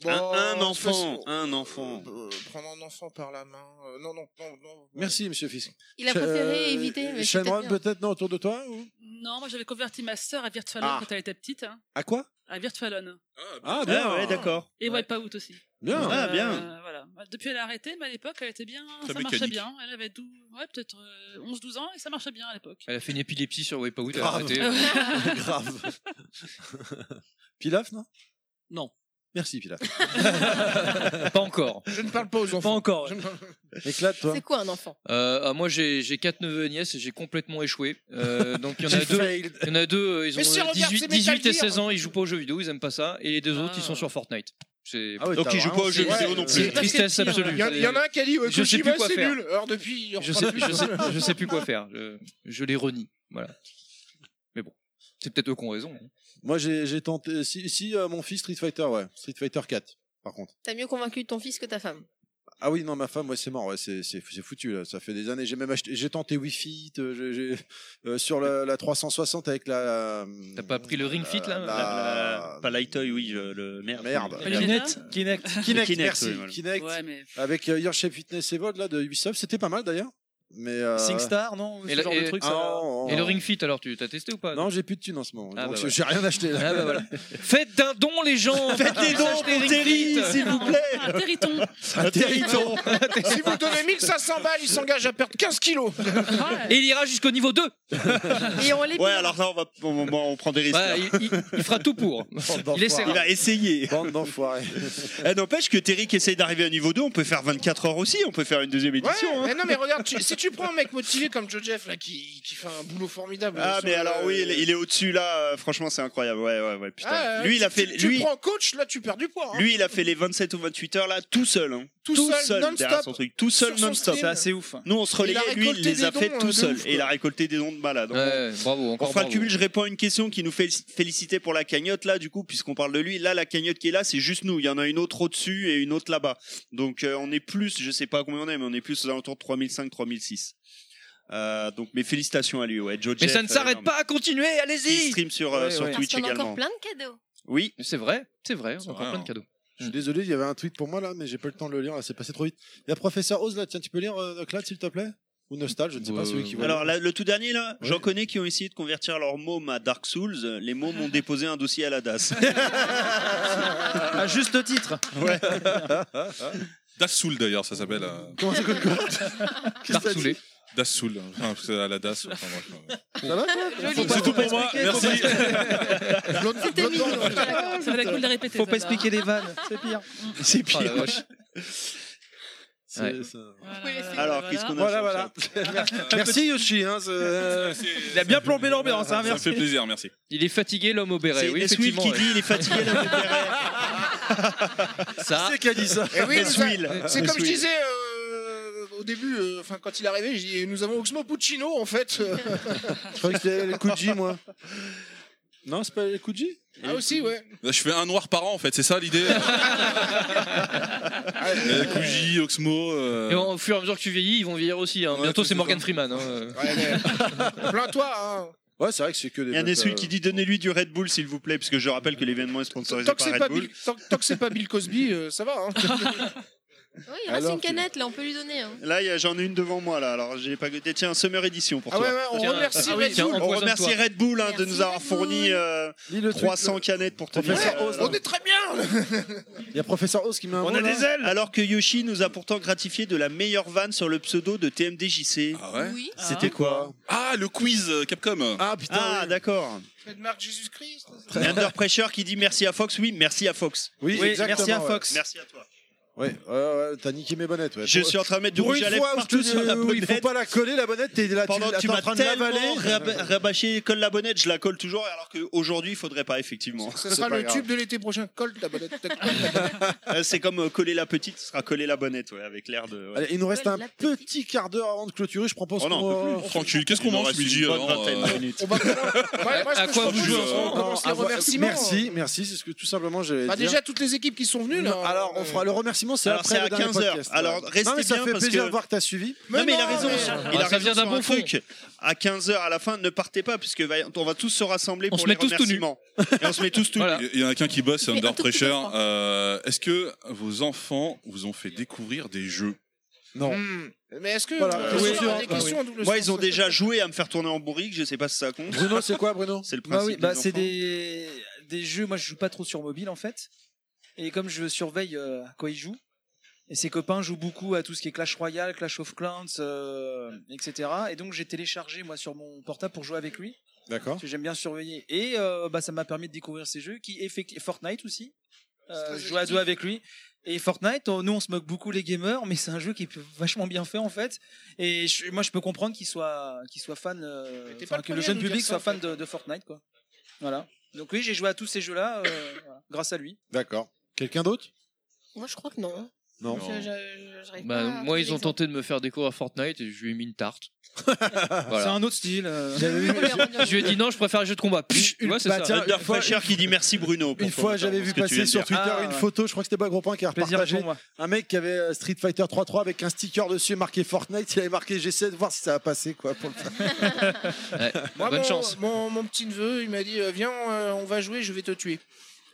E: bon, euh,
D: un,
E: de
D: un
E: toute
D: enfant,
E: façon,
D: un enfant.
E: euh, Prendre un enfant par la main. euh, non, non, non, non.
A: Merci Monsieur Fisk. Euh,
F: Il a préféré éviter, mais c'est
A: Shenron
F: peut-être bien.
A: peut-être non autour de toi ou
B: Non, moi j'avais converti ma sœur à Virtualon
A: Ah.
B: quand elle était petite. hein.
A: À <laughs> quoi
B: À Virtualon.
A: Ah, bien.
D: Ah ouais, d'accord.
B: Et Wipeout aussi.
A: Bien.
D: Ah,
B: Euh,
H: Hmm.
D: bien.
B: voilà. Depuis elle a arrêté, mais à l'époque elle était bien, ça
C: Très
B: marchait
C: mécanique.
B: bien. Elle avait 12, ouais, peut-être euh, 11-12 ans et ça marchait bien à l'époque.
C: Elle a fait une épilepsie sur Wipeout, elle a
E: <laughs>
A: Grave.
C: arrêté.
A: <laughs> Grave. Pilaf non
L: Non.
A: Merci Pilaf.
C: <laughs> Pas encore.
E: Je ne parle pas aux enfants.
L: Pas encore.
A: Éclate toi.
F: C'est quoi un enfant
C: Euh, ah, moi, j'ai j'ai quatre neveux et nièces et j'ai complètement échoué. Euh, donc il y en a
A: J'ai
C: deux.
A: failed.
C: Il y en a deux. euh, Ils ont
A: Mais si,
C: euh,
A: regarde,
C: 18,
A: c'est Metal
C: 18 et
A: Gear.
C: 16 ans. Ils jouent pas aux jeux vidéo. Ils aiment pas ça. Et les
E: Ah.
C: deux autres, ils sont sur Fortnite. C'est-
A: Ah ouais, Donc, t'as ils jouent pas vraiment- aux jeux
C: c'est-
A: vidéo non plus.
C: C'est une tristesse absolue.
E: Il y en- il y, en a un qui a dit euh,
C: Je sais plus
E: Kojima,
C: quoi
E: c'est
C: faire.
E: nul. Alors depuis, il
C: Je
E: reprend
C: sais,
E: plus.
C: je sais, je sais plus quoi faire. Je, je les renie. Voilà. Mais bon, c'est peut-être eux qui ont raison. hein.
A: Moi j'ai j'ai tenté si, si, euh, mon fils Street Fighter ouais, Street Fighter 4 par contre.
F: T'as mieux convaincu ton fils que ta femme.
A: Ah oui, non, ma femme, ouais, c'est mort, ouais, c'est c'est- c'est foutu, là. ça fait des années. J'ai même acheté, j'ai tenté Wi-Fi euh, j'ai- j'ai- euh, sur la, la 360 avec la. euh,
C: T'as pas pris le Ring Fit là
A: la-
D: Pas Lightoy, oui, je- le merde.
A: Merde.
L: Kinect, Kinect,
A: Kinect,
D: Kinect,
A: merci.
D: ouais, voilà.
A: Kinect,
B: Ouais, mais-
A: avec euh, Your Shape Fitness Evolved là, de Ubisoft, c'était pas mal d'ailleurs. Mais, euh,
H: SingStar, non
C: Et,
H: Ce
C: la-
H: genre
C: et-
H: de truc,
C: ah,
H: ça-
A: non,
C: et le
A: non.
C: Ring Fit, alors tu t'as testé ou pas
A: Non, j'ai plus de thunes en ce moment,
C: Ah,
A: donc
C: bah, voilà.
A: j'ai rien acheté.
C: <laughs> Ah, bah, voilà.
A: <laughs>
C: Faites d'un don, les
E: <laughs>
C: gens
A: Faites des dons
C: Achetez
A: pour
C: Ring
A: Terry,
C: Fit.
A: s'il vous plaît.
B: Un territon.
A: Un territon.
E: si vous donnez 1500 balles, il s'engage à perdre 15 kilos. Ah
C: Et il ira jusqu'au niveau 2
F: Et on les
D: Ouais, alors là, on va, on, on prend des risques.
C: Bah,
D: là.
C: il, il- il fera tout pour. Il essaiera.
D: Il a essayé.
A: Bande d'enfoirés.
D: <laughs> Eh, N'empêche que Terry qui essaye d'arriver à niveau 2, on peut faire 24 heures aussi, on peut faire une deuxième
E: Ouais, mais non,
D: édition. hein. <laughs>
E: mais regarde, tu- si tu prends un mec motivé comme Joe Jeff, là, qui, qui fait un boulot formidable. euh,
D: Ah
E: sur
D: mais
E: le-
D: alors oui, il est- il est au-dessus là. euh, Franchement, c'est incroyable. Ouais, ouais, ouais. Putain.
E: Ah,
D: lui, il a
E: tu-
D: fait.
E: Tu,
D: lui,
E: prends coach, là, tu perds du poids. hein. <laughs>
D: lui, il a fait les 27 ou 28 heures là, tout seul. hein.
E: Tout seul, non-stop,
D: derrière son truc. Tout seul
E: sur son
D: non-stop.
E: stream. C'est assez
H: ouf.
D: Nous, on se
E: Il a
D: relayait. Lui, il
E: récolté
D: les a
E: des
D: fait
E: dons,
D: tout
E: euh, de
D: seul
E: ouf,
D: et il a
E: quoi.
D: récolté des dons de malade.
C: Ouais, bravo,
D: On
C: encore
D: fera le
C: bravo.
D: cumul, je réponds à une question qui nous fait féliciter pour la cagnotte là, du coup, puisqu'on parle de lui. Là, la cagnotte qui est là, c'est juste nous. Il y en a une autre au-dessus et une autre là-bas. Donc euh, on est plus, je sais pas combien on est, mais on est plus aux alentours de 3005, 3006. Euh, donc mes félicitations à lui, ouais. Joe
C: Mais
D: Jeff,
C: ça ne
D: euh,
C: s'arrête
D: énorme.
C: pas, continuez,
D: Il
C: allez-y
D: stream sur, euh,
C: Ouais,
D: sur
C: ouais.
D: Twitch
F: On a
D: également.
F: encore plein de cadeaux.
D: Oui.
C: C'est vrai, c'est vrai, on a encore
D: vrai,
C: plein
D: hein.
C: de cadeaux.
A: Je suis désolé, il y avait un tweet pour moi là, mais j'ai pas le temps de le lire, là, c'est passé trop vite. Il y a professeur Oz là, tiens, tu peux lire euh, Clad, s'il te plaît Ou Nostal, je ne sais pas celui qui voit.
D: Alors là, le tout dernier là,
A: Ouais.
D: j'en connais qui ont essayé de convertir leurs mômes à Dark Souls. Les mômes ont déposé un dossier à
A: <laughs>
D: la DAS.
H: À juste titre.
D: ouais.
G: Dassoul d'ailleurs ça s'appelle euh,
A: Comment ça coûte quoi
C: Darsoulé.
G: Dassoul enfin, parce que à la Das enfin, bref, euh.
A: Ça va quoi
G: C'est tout pour moi merci
F: C'était mignon. je suis d'accord.
B: Ça valait le coup de le répéter.
H: Faut pas
B: celle-là.
H: Oh expliquer les vannes, c'est pire.
D: C'est
C: Oh la
D: pire.
C: vache.
A: C'est-
C: Ouais.
A: ça-
D: Alors, qu'est-ce qu'on a
A: Voilà,
D: sur
A: voilà.
D: ça
A: Merci- <laughs> Merci Yoshi. hein, c'est- Il a bien plombé l'ambiance. hein, merci.
G: merci.
C: Il est fatigué l'homme au béret.
D: C'est
C: Oui,
D: Neswill
C: effectivement.
D: qui dit il est fatigué l'homme au béret.
C: Ça.
A: Qui c'est qui a dit ça
E: Eh oui, nous a- C'est comme je
A: Neswill.
E: disais euh, au début, euh, enfin quand il est arrivé, je dis, nous avons Oxmo Puccino en
D: <laughs>
E: fait.
A: Je croyais que c'était les Kuji, moi. Non, c'est pas les Kuji
E: ah aussi, ouais.
G: <laughs> Là, je fais un noir par an, en fait, c'est ça l'idée Euh, Kuji, Oxmo. euh,
C: Et au fur et à mesure que tu vieillis, ils vont vieillir aussi. hein. Bientôt, c'est Morgan Freeman. hein.
E: Plains-toi. Hein.
A: Ouais, c'est vrai que c'est que des.
D: Il y a
A: potes,
D: Neswill
A: euh,
D: qui dit donnez-lui du Red Bull s'il vous plaît, parce que je rappelle que l'événement est sponsorisé
E: Tant que
D: par
E: c'est
D: Red
E: pas,
D: Bull.
E: Bill- tant- tant que c'est pas Bill Cosby, euh, ça va. hein.
F: Oui, il reste
D: Alors
F: une
D: que-
F: canette, là, on peut lui donner. hein.
D: Là, il y a- j'en ai une devant moi, là. Alors, j'ai pas goûté. Tiens, Summer Edition pour
F: Ah
D: toi.
F: ouais, ouais, on Tiens, remercie ah oui, Red tiens, Bull.
D: On
F: empoisonne-toi.
D: remercie Red Bull hein, de nous avoir fourni euh,
A: le truc,
D: 300 canettes pour
E: <laughs>
D: tenir. Euh,
A: Professeur Oz, là. On est
E: très bien
A: Il y a Professeur Oz qui met un mot, là.
D: Alors que Yoshi nous a pourtant gratifié de la meilleure vanne sur le pseudo de TMDJC.
G: Ah ouais
D: C'était quoi
G: Ah, le quiz euh, Capcom.
A: Ah,
D: Ah, d'accord.
E: Marc Jésus-Christ.
D: Under Pressure qui dit merci à Fox. Oui, merci à Fox.
A: Oui, Oui, exactement, merci à ouais. Fox.
D: Merci à toi.
A: Ouais, ouais, ouais, t'as niqué mes bonnettes. ouais.
D: Je
A: Pour-
D: suis en train de mettre du
A: Pour
D: rouge
A: une
D: à lèvres
A: fois où
D: partout
A: tu-
D: sur la
A: où Il faut
D: bonnette.
A: pas la coller, la bonnette, t'es là,
D: Pendant
A: tu,
D: que
A: là,
D: tu
A: t'es en
D: m'as
A: train de
D: tellement
A: l'avaler.
D: rab- rabâché, colle la bonnette, je la colle toujours, alors qu'aujourd'hui, il faudrait pas, effectivement.
E: Ce sera le tube de l'été prochain. Colt, la bonnette.
D: Euh, <laughs> C'est comme euh, coller la petite, ce sera coller la bonnette, ouais, avec l'air de. ouais.
A: Allez, il nous reste un petit quart d'heure avant de clôturer. Je propose
D: Oh non, on peut
A: qu'on.
D: plus.
A: euh,
G: Tranquille, qu'est-ce qu'on
D: Il nous
G: mange
D: reste
G: midi
D: une bonne
G: alors,
D: vingtaine de
G: euh,
D: minutes.
E: À quoi vous jouez ensemble
A: Non,
E: Commence les
A: ah, voilà,
E: remerciements.
A: Merci, merci, c'est ce que tout simplement j'allais
E: Bah,
A: dire.
E: déjà, toutes les équipes qui sont venues là.
A: Alors, on fera le remerciement, c'est
D: Alors,
A: après
D: c'est
A: le
D: à
A: dernier
D: 15 heures.
A: podcast.
D: Alors,
A: Ouais.
D: restez
A: Non, mais ça
D: bien
A: fait
D: parce
A: plaisir
D: que-
A: de voir que t'as suivi.
D: Non, mais il a raison.
A: mais- euh,
D: Il
A: Ah,
D: a
A: Ça
D: raison
A: vient d'un
D: sur
A: bon
D: un
A: fond.
D: truc. À 15h à la fin, ne partez pas puisque va- on va tous se rassembler
G: On
D: pour
G: se
D: les
G: met tous tout nus.
D: remerciements. Et on se met tous tout nus.
G: Il y en a qu'un qui bosse, c'est
D: Mais un
G: Under
D: tout petit peu
G: Pressure.
D: froid.
G: Euh, Est-ce que vos enfants vous ont fait découvrir des jeux
A: Non.
E: Hmm. Mais est-ce que.
A: Voilà.
E: euh,
A: Oui,
E: on aura des questions en double
D: Moi,
E: sens
D: ils ont déjà joué à me faire tourner en bourrique. Je sais pas si ça compte.
A: Bruno, c'est quoi, Bruno
D: <laughs> C'est le
H: Bah
D: principe.
H: oui, bah, c'est
D: enfants.
H: des, des jeux. Moi, je joue pas trop sur mobile en fait. Et comme je surveille euh, à quoi ils jouent, et ses copains jouent beaucoup à tout ce qui est Clash Royale, Clash of Clans, euh, etc. Et donc, j'ai téléchargé moi sur mon portable pour jouer avec lui.
A: D'accord.
H: Parce que j'aime bien surveiller. Et euh, bah, ça m'a permis de découvrir ces jeux qui, effectivement, Fortnite aussi. Euh, je jouais à deux avec lui. Et Fortnite, on- nous on se moque beaucoup les gamers, mais c'est un jeu qui est vachement bien fait en fait. Et je- moi je peux comprendre qu'il soit, qu'il soit fan, euh,
E: t'es pas
H: enfin,
E: le
H: que le
E: premier à
H: jeune
E: nous dire
H: public
E: ça,
H: soit
E: en
H: fan de, de Fortnite quoi. Voilà. Donc oui, j'ai joué à tous ces jeux-là euh, voilà, grâce à lui.
A: D'accord. Quelqu'un d'autre
F: Moi, je crois que non. hein.
A: Non.
F: Je- je- je- j'arrive
C: Bah,
F: pas à
C: moi,
F: trouver
C: ils ont
F: l'exemple.
C: tenté de me faire découvrir Fortnite et je lui ai mis une
A: <laughs>
C: tarte.
H: C'est un autre style. euh.
C: Je lui ai dit non, je préfère les jeux de combat. Psh, tu vois, c'est
A: bah,
C: ça.
A: tiens,
D: Under
A: une fois-
D: Pressure Euh, qui dit merci Bruno. pour
A: Une
D: ton
A: fois,
D: retard,
A: j'avais
D: ce
A: vu
D: que tu viens
A: passer
D: de
A: sur
D: dire.
A: Twitter
H: Ah,
A: une
H: ouais.
A: photo, je crois que c'était pas Groupin qui a
H: Plaisir
A: repartagé
H: pour moi.
A: un mec qui avait euh, Street Fighter 3-3 avec un sticker dessus et marqué Fortnite. Il avait marqué J'essaie de voir si ça va passer quoi. Pour le faire.
D: <laughs>
E: <laughs> Moi,
C: Bonne
E: mon,
C: chance.
E: Mon, mon petit neveu, il m'a dit euh, Viens, euh, on va jouer, je vais te tuer.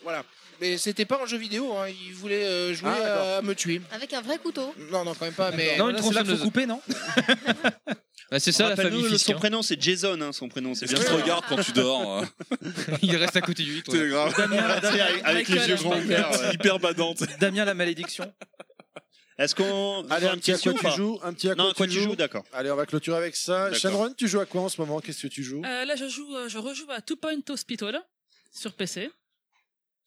E: Voilà. Mais c'était pas en jeu vidéo, hein, il voulait euh, jouer
A: Ah, d'accord.
E: à, à me tuer.
F: Avec un vrai couteau.
E: Non, non, quand même pas. Mais...
H: Non, une
C: Voilà, c'est là
H: tronçonneuse.
C: qu'il faut
H: couper, non
C: Bah, c'est ça la
D: Rappelle-nous,
C: famille
D: le-
C: Fisk.
D: son prénom c'est Jason, hein, son prénom c'est
G: Est-ce
D: bien.
G: qu'ils te regardent quand tu dors euh
C: hein. Il reste à côté du lui. toi.
G: C'est grave.
D: <laughs> Avec, avec les yeux grands ouverts. <laughs> ouais.
G: Hyper badante.
H: Damien la malédiction.
D: Est-ce qu'on.
A: Allez,
D: fait
A: un petit à
D: question
A: quoi
D: ou
A: tu
D: pas
A: joues Un petit à
D: Non,
A: quoi,
D: à quoi tu joues, d'accord.
A: Allez, on va clôturer avec ça.
D: D'accord.
A: Shenron, tu joues à quoi en ce moment Qu'est-ce que tu joues
B: Euh, là, je joue, euh, je rejoue à Two Point Hospital sur PC.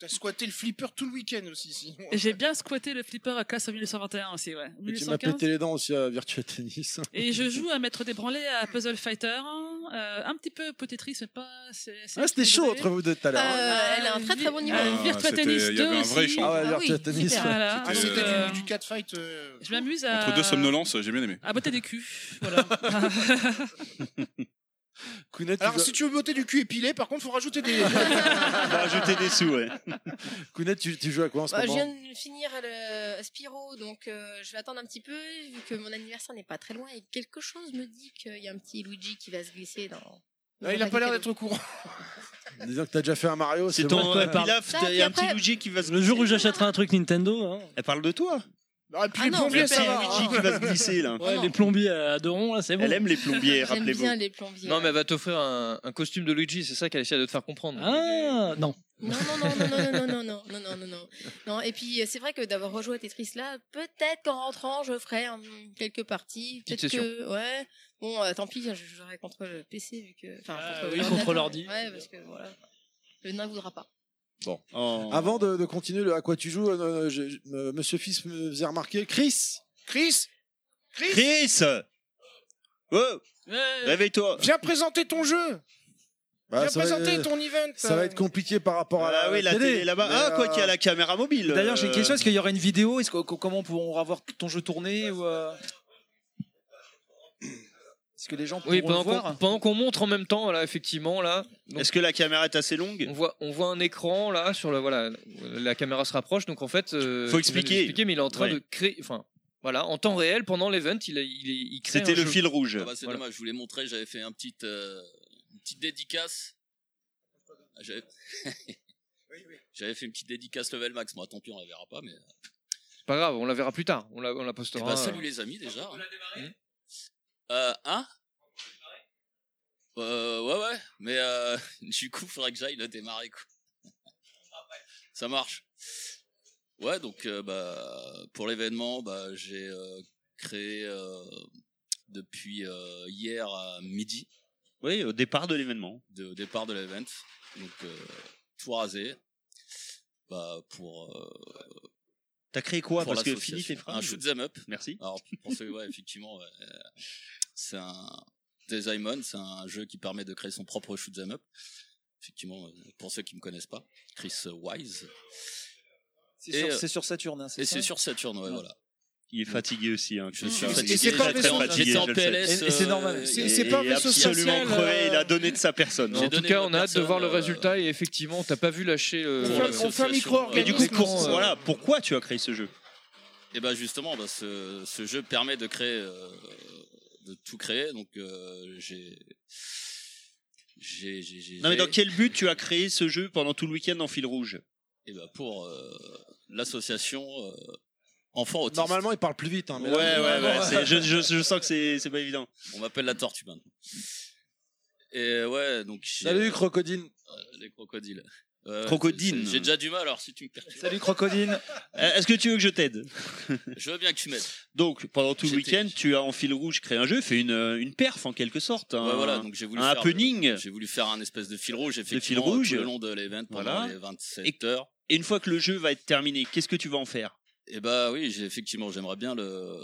E: T'as squatté le flipper tout le week-end aussi, sinon.
B: <laughs> Et J'ai bien squatté le flipper à classe en 1921 aussi, ouais.
A: Et Tu m'as
B: 1915.
A: pété les dents aussi à Virtua Tennis.
B: Et je joue à Maître Débranlé, à Puzzle Fighter, hein, euh, un petit peu Potetris, mais pas. c'est- c'est
A: Ah, c'était chaud
B: compliqué.
A: entre vous deux tout à l'heure. hein.
F: Euh, elle a un très très bon niveau.
B: Euh,
G: Ah,
B: Virtua
G: c'était-
B: Tennis
G: il y avait
B: 2
G: un vrai
B: aussi.
G: échange.
A: Ah ouais, Virtua
F: oui,
A: Tennis.
B: super.
A: ouais.
B: Voilà.
E: Ah,
G: C'était,
E: c'était
B: euh,
E: du, du catfight. euh,
B: Je m'amuse à.
G: Entre deux somnolences, j'ai bien aimé.
B: À botter des culs,
A: <laughs>
B: voilà.
A: Kounet, tu
E: Alors,
A: dois-
E: si tu veux botter du cul épilé, par contre, faut rajouter
A: <laughs>
E: des.
D: On va ajouter des sous, ouais.
A: Kounet, tu tu joues à quoi en ce
F: Bah, je viens
A: moment
F: de finir le Spiro, donc euh, je vais attendre un petit peu, vu que mon anniversaire n'est pas très loin et quelque chose me dit qu'il y a un petit Luigi qui va se glisser dans.
E: Ah, il a pas l'air d'être au courant.
A: <laughs> Disons que t'as déjà fait un Mario.
D: C'est
A: bon.
D: ton
L: Ouais, parle.
D: pilaf,
F: Ça,
D: il y
F: puis
D: a un petit
F: après-
D: Luigi qui va se.
L: Le jour où j'achèterai un truc Nintendo, hein.
D: Elle parle de toi.
E: Ah, puis
F: Ah
E: les
F: non,
E: plombiers,
F: je
E: ça
F: vais
E: va.
F: faire
D: Luigi qui va se glisser là.
F: Ouais,
L: les plombiers à deux ronds, là, c'est bon.
D: Elle aime les plombiers,
F: J'aime
D: rappelez-vous.
F: bien les plombiers.
C: Non, mais elle va t'offrir un, un costume de Luigi, c'est ça qu'elle essaie de te faire comprendre.
L: Ah, non.
F: Non, non, non, non, non, non, non, non, non, non, non, non. Non, et puis euh, c'est vrai que d'avoir rejoué à Tetris là, peut-être qu'en rentrant, je ferai hum, quelques parties.
C: Petite
F: Peut-être
C: session.
F: que. Ouais. Bon, euh, tant pis, je jouerai contre le PC, vu que. Enfin,
L: Ah,
F: contre
L: oui,
F: l'ordinateur.
L: contre l'ordi.
F: Ouais, parce que voilà. Le nain voudra pas.
D: Oh.
A: euh, Avant de, de continuer le à quoi tu joues, euh, je- je- euh, Monsieur Fils me faisait remarquer Chris
E: Chris Chris Euh,
D: Chris Oh, Réveille-toi
E: Viens présenter ton jeu
A: Bah,
E: Viens
A: ça va-
E: présenter ton event euh.
A: Ça va être compliqué par rapport à la
D: Ah oui, la télé là-bas.
A: mais,
D: Ah, quoi
A: euh,
D: qu'il y a la caméra mobile.
H: D'ailleurs, j'ai une
D: Euh,
H: question. Est-ce qu'il y aura une vidéo Est-ce que co- comment pourront avoir ton jeu tourné ou euh, Est-ce que les gens pourront
C: Oui,
H: le
C: pendant
H: voir
C: qu'on pendant qu'on montre en même temps, là, effectivement, là. Est-ce
D: que la caméra est assez longue
C: On voit, on voit un écran là sur le voilà, la caméra se rapproche, donc en fait. euh,
D: Faut
C: tu viens de
D: expliquer.
C: l'expliquer, mais il est en train
D: Ouais.
C: de créer, enfin, voilà, en temps réel pendant l'event, il, il, il crée.
D: C'était
C: un
D: le
C: jeu.
D: fil rouge.
M: Ah bah, c'est dommage, je vous l'ai montré, j'avais fait un petit, euh, une petite dédicace. Ah, J'avais <laughs> j'avais fait une petite dédicace level max, moi, tant pis, on la verra pas, mais. euh,
C: C'est Pas grave, on la verra plus tard, on la, on la
M: Eh
C: postera.
M: ben,
C: euh,
M: salut les amis déjà. Hein. Euh, hein euh, ouais, ouais, mais euh, <laughs> du coup, faudrait que j'aille le démarrer. Quoi. Ça marche. Ouais, donc euh, bah, pour l'événement, bah, j'ai euh, créé euh, depuis euh, hier à midi.
D: Oui, au départ de l'événement.
M: de- au départ de l'event. Donc euh, tout rasé. Bah pour. euh,
D: T'as créé quoi
M: pour
D: Parce que
M: l'association.
D: finis tes phrases.
M: Un shoot them up.
D: Merci.
M: Alors pour ceux, ouais, effectivement, ouais, euh, c'est un Desaimon, c'est un jeu qui permet de créer son propre shoot them up. Effectivement, euh, pour ceux qui me connaissent pas, Chris Wise.
H: C'est
M: Et,
H: sur,
M: euh,
H: c'est sur Saturne. hein,
M: Et
H: ça
M: c'est sur Saturn, ouais, voilà.
D: Il est fatigué aussi. Hein,
M: suis
D: Christophe.
M: fatigué,
D: Il est
M: Ah, c'est pas
D: très,
M: un vaisseau-
D: fatigué,
M: j'étais en
D: je le sais.
M: PLS, Et c'est euh, normal.
D: Il
M: c'est-
D: est-
M: c'est pas un
D: il est
M: vaisseau
D: absolument
M: spatial,
D: crevé.
M: euh,
D: Il a donné de sa personne. euh,
C: En tout cas, on a hâte de voir le résultat et effectivement, t'as pas vu lâcher. euh,
D: Pour
C: voilà,
D: l'association,
C: l'association, euh,
D: Mais du coup,
C: uniquement,
D: pour-
C: euh,
D: voilà, pourquoi tu as créé ce jeu
M: Et ben justement, bah, ce, ce jeu permet de créer, euh, de tout créer. Donc euh, j'ai, j'ai, j'ai, j'ai-
D: Non, mais dans
M: j'ai-
D: quel but tu as créé ce jeu pendant tout le week-end en fil rouge
M: Eh ben, pour euh, l'association euh, enfants autistes.
A: Normalement, il parle plus vite. hein, mais
D: Ouais,
A: là,
D: ouais, ouais.
M: vraiment.
D: c'est- je, je- je sens que c'est c'est pas évident.
M: On m'appelle la tortue maintenant. Et ouais, donc. j'ai-
A: Salut, Crocodile.
M: Euh, les crocodiles. Ouais, ouais,
D: Crocodile.
M: c'est- c'est- J'ai déjà du mal, alors si tu me perturbes.
H: Salut Crocodile.
D: <laughs> Euh, Est-ce que tu veux que je t'aide <laughs>
M: Je veux bien que tu m'aides.
D: Donc, pendant tout le week-end, tu as en fil rouge créé un jeu, fait une, euh, une perf en quelque sorte.
M: Ouais,
D: un-
M: voilà, donc j'ai voulu
D: un
M: faire
D: happening.
M: J'ai voulu faire un espèce de fil rouge, effectivement,
D: fil rouge.
M: tout le long de l'event pendant
D: Voilà.
M: les 27
D: Et-
M: heures.
D: Et une fois que le jeu va être terminé, qu'est-ce que tu vas en faire
M: Eh bah oui, j'ai effectivement, j'aimerais bien le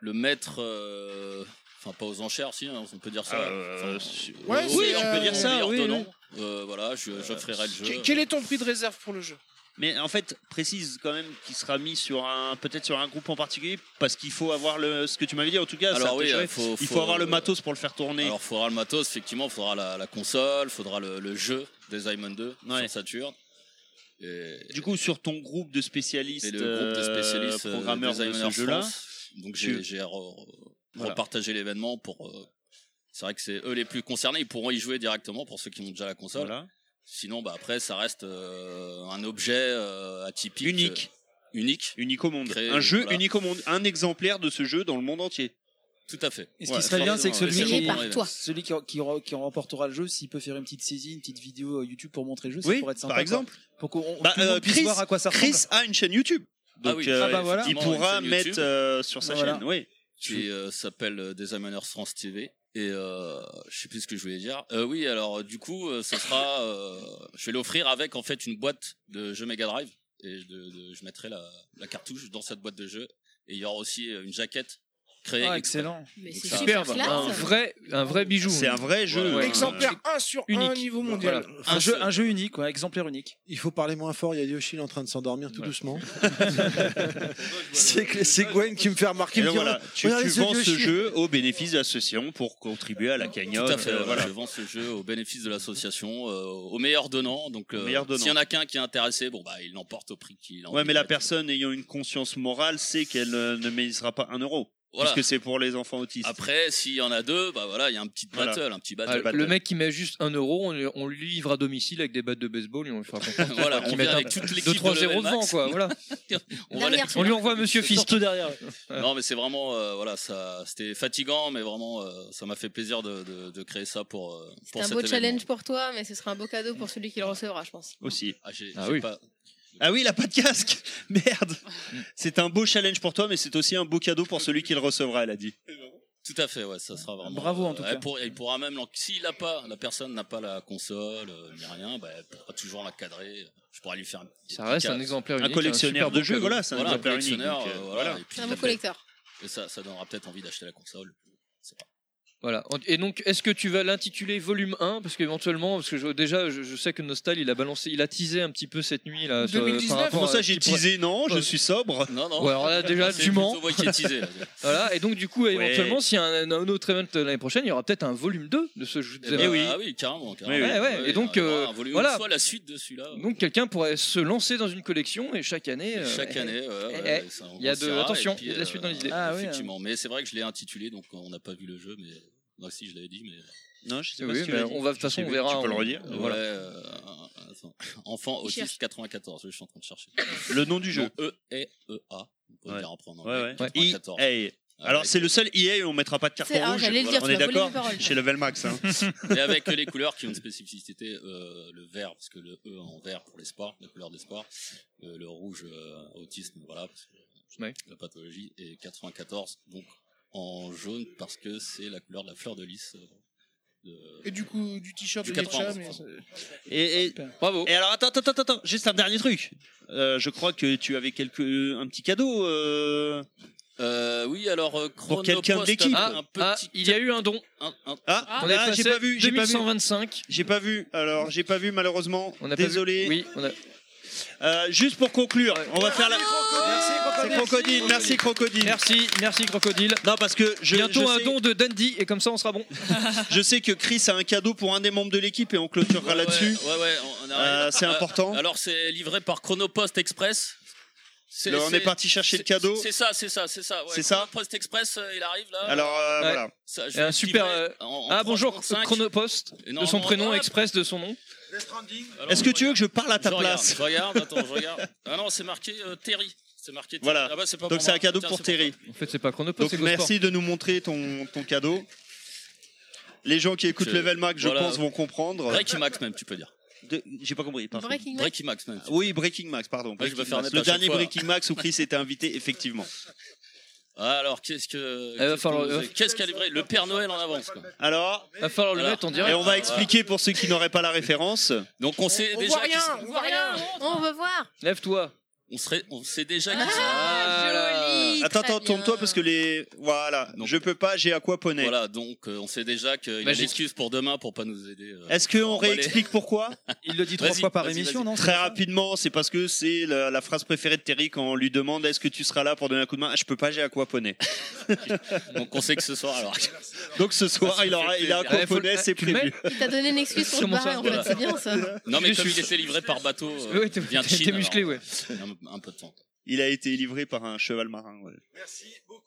M: le mettre. euh, Enfin, pas aux enchères, si, hein, on peut dire ça.
D: Euh,
M: Enfin,
E: ouais,
M: aux-
E: c'est,
M: aux-
E: euh,
M: on peut dire ça.
E: oui,
M: ordonnant. Euh, voilà, je- j'offrirai le jeu.
E: Que- Quel est ton prix de réserve pour le jeu
D: Mais en fait, précise quand même qu'il sera mis sur un, peut-être sur un groupe en particulier, parce qu'il faut avoir le, ce que tu m'avais dit en tout cas. ça
M: Alors oui,
D: t'intéresse.
M: euh, faut-
D: il faut,
M: faut-
D: avoir le matos pour le faire tourner.
M: Alors, faudra le matos, effectivement, faudra la, la console, faudra le, le jeu des Iron 2 sur Saturn. Et,
D: du coup, sur ton groupe de spécialistes,
M: et le groupe de spécialistes
D: euh,
M: euh,
D: programmeurs de
M: Designers
D: ce jeu-là,
M: France. Donc
D: tu-
M: j'ai j'ai re- re-
D: Voilà.
M: repartagé l'événement pour. euh, c'est vrai que c'est eux les plus concernés. Ils pourront y jouer directement pour ceux qui ont déjà la console.
D: Voilà.
M: Sinon, bah après, ça reste euh, un objet euh, atypique,
D: Unique.
M: euh, unique,
D: unique au monde.
M: Créé,
D: un jeu
M: voilà.
D: unique au monde, un exemplaire de ce jeu dans le monde entier.
M: Tout à fait.
H: Et ce qui serait bien, c'est que celui qui,
M: toi.
H: celui qui, qui, qui remportera le jeu, s'il peut faire une petite saisie, une petite vidéo euh, YouTube pour montrer le jeu, ça
D: Oui,
H: pourrait être sympa.
D: par exemple.
H: quoi. Pour qu'on
D: Bah,
H: tout le monde
D: euh,
H: puisse
D: Chris-
H: voir à quoi ça ressemble.
D: Chris a une chaîne YouTube. Donc,
M: oui,
D: euh,
M: ah bah voilà.
D: il pourra
M: Effectivement, une chaîne
D: mettre
M: YouTube. Bah
D: euh, sur sa
M: Voilà.
D: chaîne. Oui.
M: qui euh, s'appelle euh, Designers France TV. Et euh, je sais plus ce que je voulais dire. Euh, oui, alors euh, du coup, euh, ce sera, euh, je vais l'offrir avec en fait une boîte de jeux Mega Drive et de- de- je mettrai la, la cartouche dans cette boîte de jeu. Et il y aura aussi euh, une jaquette créée.
H: Ah,
M: exprès.
H: excellent.
M: Donc
H: c'est
M: ça-
H: superbe,
M: ça-
C: un vrai, un vrai bijou.
D: C'est un vrai jeu.
M: Ouais, ouais.
E: Exemplaire 1 sur 1 niveau mondial.
A: Voilà.
H: Un jeu, un jeu unique, quoi, exemplaire unique.
A: Il faut parler moins fort, il y a Yoshi il est en train de s'endormir tout
D: <laughs>
A: doucement. <laughs> c'est que- c'est Gwen qui me fait remarquer.
D: Et donc
A: me dit,
D: voilà,
A: oh,
D: tu,
A: regarde
D: tu
A: les yeux de
D: vends ce
A: Yoshi.
D: jeu au bénéfice de l'association pour contribuer à la
M: Tout
D: cagnotte.
M: à fait.
D: euh,
M: voilà.
D: voilà.
M: Je vends ce jeu au bénéfice de l'association, euh, au meilleur donnant. Donc, euh,
D: meilleur donnant.
M: s'il y en a qu'un qui est intéressé, bon bah, il l'emporte au prix qu'il en.
D: Ouais, mais la personne ayant une conscience morale sait qu'elle euh, ne méritera pas un euro.
M: Voilà.
D: Puisque c'est pour les enfants autistes.
M: Après, s'il y en a deux, bah voilà, il y a un petit battle,
D: Voilà.
M: un petit
C: Ah,
M: battle.
C: le mec qui met juste 1 euro, on, lui- on lui livre à domicile avec des battes de baseball et on lui fera confiance.
M: <laughs> Voilà,
C: Qu'il
M: on
C: mette un-
M: vient avec toute l'équipe
C: deux, trois
M: de
C: zéros
M: Level
C: devant,
M: Max.
C: quoi. Voilà.
M: <laughs> on, va
C: Derrière,
M: la-
C: c'est On lui là. envoie Monsieur Fist.
L: Surtout derrière.
M: Non, mais c'est vraiment, euh, voilà, ça, c'était fatigant, mais vraiment, euh, ça m'a fait plaisir de, de- de créer ça pour. euh,
F: C'est
M: pour
F: un
M: cet
F: beau
M: événement.
F: challenge pour toi, mais ce sera un beau cadeau pour celui qui le recevra, je pense.
D: Aussi.
M: Ah, j'ai-
D: Ah
M: j'ai
D: oui.
M: pas-
D: Ah oui, il a pas de casque <laughs> Merde
M: Mm.
D: C'est un beau challenge pour toi, mais c'est aussi un beau cadeau pour celui qui le recevra, elle a dit.
M: Tout à fait, ouais, ça sera vraiment.
D: Bravo, en tout
M: ouais,
D: cas.
M: pour- il pourra même, l'en- s'il n'a pas, la personne n'a pas la console, euh, ni rien, bah, elle pourra toujours la cadrer. Je pourrais lui faire. un petit
C: Ça reste
M: cas-
C: un exemplaire
D: Un
C: unique.
D: collectionneur
C: super
D: de
C: beau
D: jeux,
C: cadeau.
D: voilà, c'est un exemplaire unique,
M: collectionneur,
D: donc, euh,
M: euh, voilà.
D: voilà.
M: Et puis,
F: C'est un bon collecteur.
M: Et ça, ça donnera peut-être envie d'acheter la console. Je sais pas.
C: Voilà. Et donc, est-ce que tu vas l'intituler volume 1 Parce qu'éventuellement, parce que je- déjà, je, je sais que Nostal, il a balancé, il a teasé un petit peu cette nuit. Là, Euh, sur- par rapport
D: Comment
C: à-
D: ça j'ai
C: qui pourrait-
D: teasé Non, je
C: Ouais.
D: suis sobre.
M: Non,
C: Ouais, alors
M: <laughs>
C: là, déjà, tu mens. <laughs> voilà. Et donc, du coup, éventuellement, s'il y a un, un autre event l'année prochaine, il y aura peut-être un volume 2 de ce jeu de
M: Eh ben,
C: zéro.
M: Ah oui, carrément. carrément.
C: Ouais, ouais. Et donc,
M: il y aura
C: euh,
M: un volume,
C: voilà.
M: soit la suite de celui-là.
C: Donc, quelqu'un pourrait se lancer dans une collection et chaque année. euh,
M: Chaque
C: eh,
M: année, ouais,
C: eh,
M: ouais,
C: eh,
M: ça, on
C: il y a de.
M: grossira,
C: Attention,
M: et puis,
C: il y a de la suite dans Ah
M: euh,
C: les idées.
D: Ah
M: effectivement, mais c'est vrai que je l'ai intitulé, donc euh, on n'a pas vu le jeu, mais non, si je l'avais dit, mais
D: non, je
C: sais pas Oui, si tu mais l'as dit. on va- de toute façon, on verra, on-
M: Ouais,
C: voilà.
M: euh, attends. <laughs> enfant
F: Il cherche.
M: autiste 94, je suis en train de chercher.
D: Le nom du jeu.
M: E E A. On peut
D: Ouais.
M: le dire en prendre.
D: Ouais, ouais. EA.
M: Avec-
D: Alors c'est le seul EA où on mettra pas de carton
F: C'est- ah,
D: rouge.
F: j'allais le dire,
D: on
F: tu
D: est
F: m'as volé
D: d'accord
F: mes paroles.
D: chez Level
M: <laughs>
D: Max. hein.
M: Mais avec les couleurs qui ont une spécificité, euh, le vert, parce que le E en vert pour l'espoir, la couleur d'espoir, euh, le rouge euh, autisme, voilà, parce que
C: Ouais.
M: la pathologie, et 94, donc en jaune, parce que c'est la couleur de la fleur de lys. euh, de-
E: Et du coup, du t-shirt
M: Du
E: de Yetcha,
M: 91,
E: mais
M: pardon.
D: Et, et- Et alors attends, attends, attends, attends, juste un dernier truc. Euh, je crois que tu avais quelque un petit cadeau. euh,
M: Euh, oui, alors euh,
D: hein. Pour quelqu'un
M: Chronopost,
D: d'équipe.
M: un- un
C: Ah,
M: petit-
C: il y a eu un don.
M: un- un-
D: Ah,
C: On est
D: ah,
C: passé
D: j'ai pas vu, j'ai pas vu.
C: 2125.
D: J'ai pas vu. Alors j'ai pas vu malheureusement.
C: On a pas vu.
D: Désolé.
C: Oui, on a-
D: Euh, juste pour conclure, on va faire la. C'est Crocodile, merci Crocodile.
C: Merci, merci Crocodile.
D: Non parce que je,
C: Bientôt
D: je
C: un
D: sais,
C: don de Dandy et comme ça on sera bon.
D: <laughs> je sais que Chris a un cadeau pour un des membres de l'équipe et on clôturera
M: Ouais,
D: là-dessus.
M: ouais, ouais, ouais, on- on arrive.
D: Euh, c'est
M: Euh,
D: important.
M: Alors, c'est livré par Chronopost Express. C'est-
D: Là, on
M: c'est-
D: est parti chercher le
M: c'est-
D: cadeau.
M: C'est ça, c'est ça, c'est ça. ouais.
D: C'est ça
M: Chronopost Express, euh, il arrive là.
D: Alors euh,
C: Ouais.
D: voilà.
M: Ça, je
C: Et un
M: vais
C: super.
M: livrer
C: euh,
M: en- en
C: Ah
M: 3,35.
C: bonjour, Chronopost,
M: Et
C: de son
M: normalement,
C: prénom,
M: hop.
C: Express de son nom.
M: Alors,
D: Est-ce que
M: je
D: tu veux que je parle à ta
M: regarde,
D: place
M: Je regarde, attends, je regarde. Ah non, c'est marqué euh, Terry. C'est marqué Terry.
D: Voilà.
M: Ah bah, c'est pas
D: Donc
M: pour
D: c'est
M: moi.
D: un cadeau
M: Tiens,
D: pour
M: c'est
D: Terry.
C: En fait, c'est pas Chronopost,
D: Donc
C: c'est Gosport.
D: merci de nous montrer ton, ton cadeau. Les gens qui écoutent
M: Je-
D: Level Max, je
M: voilà.
D: pense, vont comprendre.
M: Breaking Max, même, tu peux dire.
D: De- J'ai pas compris. pardon.
F: Breaking Max.
M: Breaking Max, même.
D: Oui, Breaking Max, pardon.
M: Ouais, je vais
D: Breaking
M: faire
D: Max.
M: mettre
D: Le
M: à chaque
D: dernier
M: fois.
D: Breaking Max où Chris était invité, effectivement.
M: Alors, qu'est-ce que.
C: va
M: qu'est-ce
C: falloir-
M: qu'on faisait Qu'est-ce qu'a livré Le Père Noël en avance, quoi.
D: Alors,
C: Va falloir le
M: Alors.
C: mettre en
D: et
C: direct.
D: on va expliquer pour ceux qui n'auraient pas la référence.
M: Donc, on sait
F: On
M: déjà.
F: voit
M: qui
F: rien,
M: c'est-
F: on voit rien. On veut voir.
C: Lève-toi.
M: On, serait... on sait déjà qui c'est.
F: Ah, joli.
D: Attends,
F: très
D: attends, tourne-toi
F: bien.
D: parce que les. Voilà,
M: Donc-
D: je peux pas, j'ai aquaponé.
M: Voilà, donc euh, on sait déjà qu'il a
C: Magique.
M: l'excuse pour demain pour pas nous aider. euh.
D: Est-ce qu'on
M: Bon, bah,
D: réexplique pourquoi
H: Il le dit trois
M: Vas-y,
H: fois par
M: vas-y,
H: émission,
M: vas-y.
H: non
D: Très rapidement, c'est parce que c'est la, la phrase préférée de Terry quand on lui demande est-ce que tu seras là pour donner un coup de main. Ah, Je peux pas, j'ai aquaponé.
M: <laughs> <laughs> Donc on sait que ce soir, alors.
D: Donc ce soir, il aura, il a
C: plaisir.
D: aquaponé,
C: Ouais, faut-
D: c'est
C: Ah, tu le
D: prévu.
F: Il t'a donné une <laughs> excuse pour te
C: Comment ça,
F: barrer, en
C: voilà.
F: fait, c'est bien ça.
M: Non, mais
C: Je
M: comme
C: suis-
M: il était livré par bateau, euh,
C: Oui, t'es
M: vient de Chine,
C: t'es musclé,
M: alors,
C: ouais.
M: un, un peu de temps.
D: Il a été livré par un cheval marin. ouais.
A: Merci beaucoup.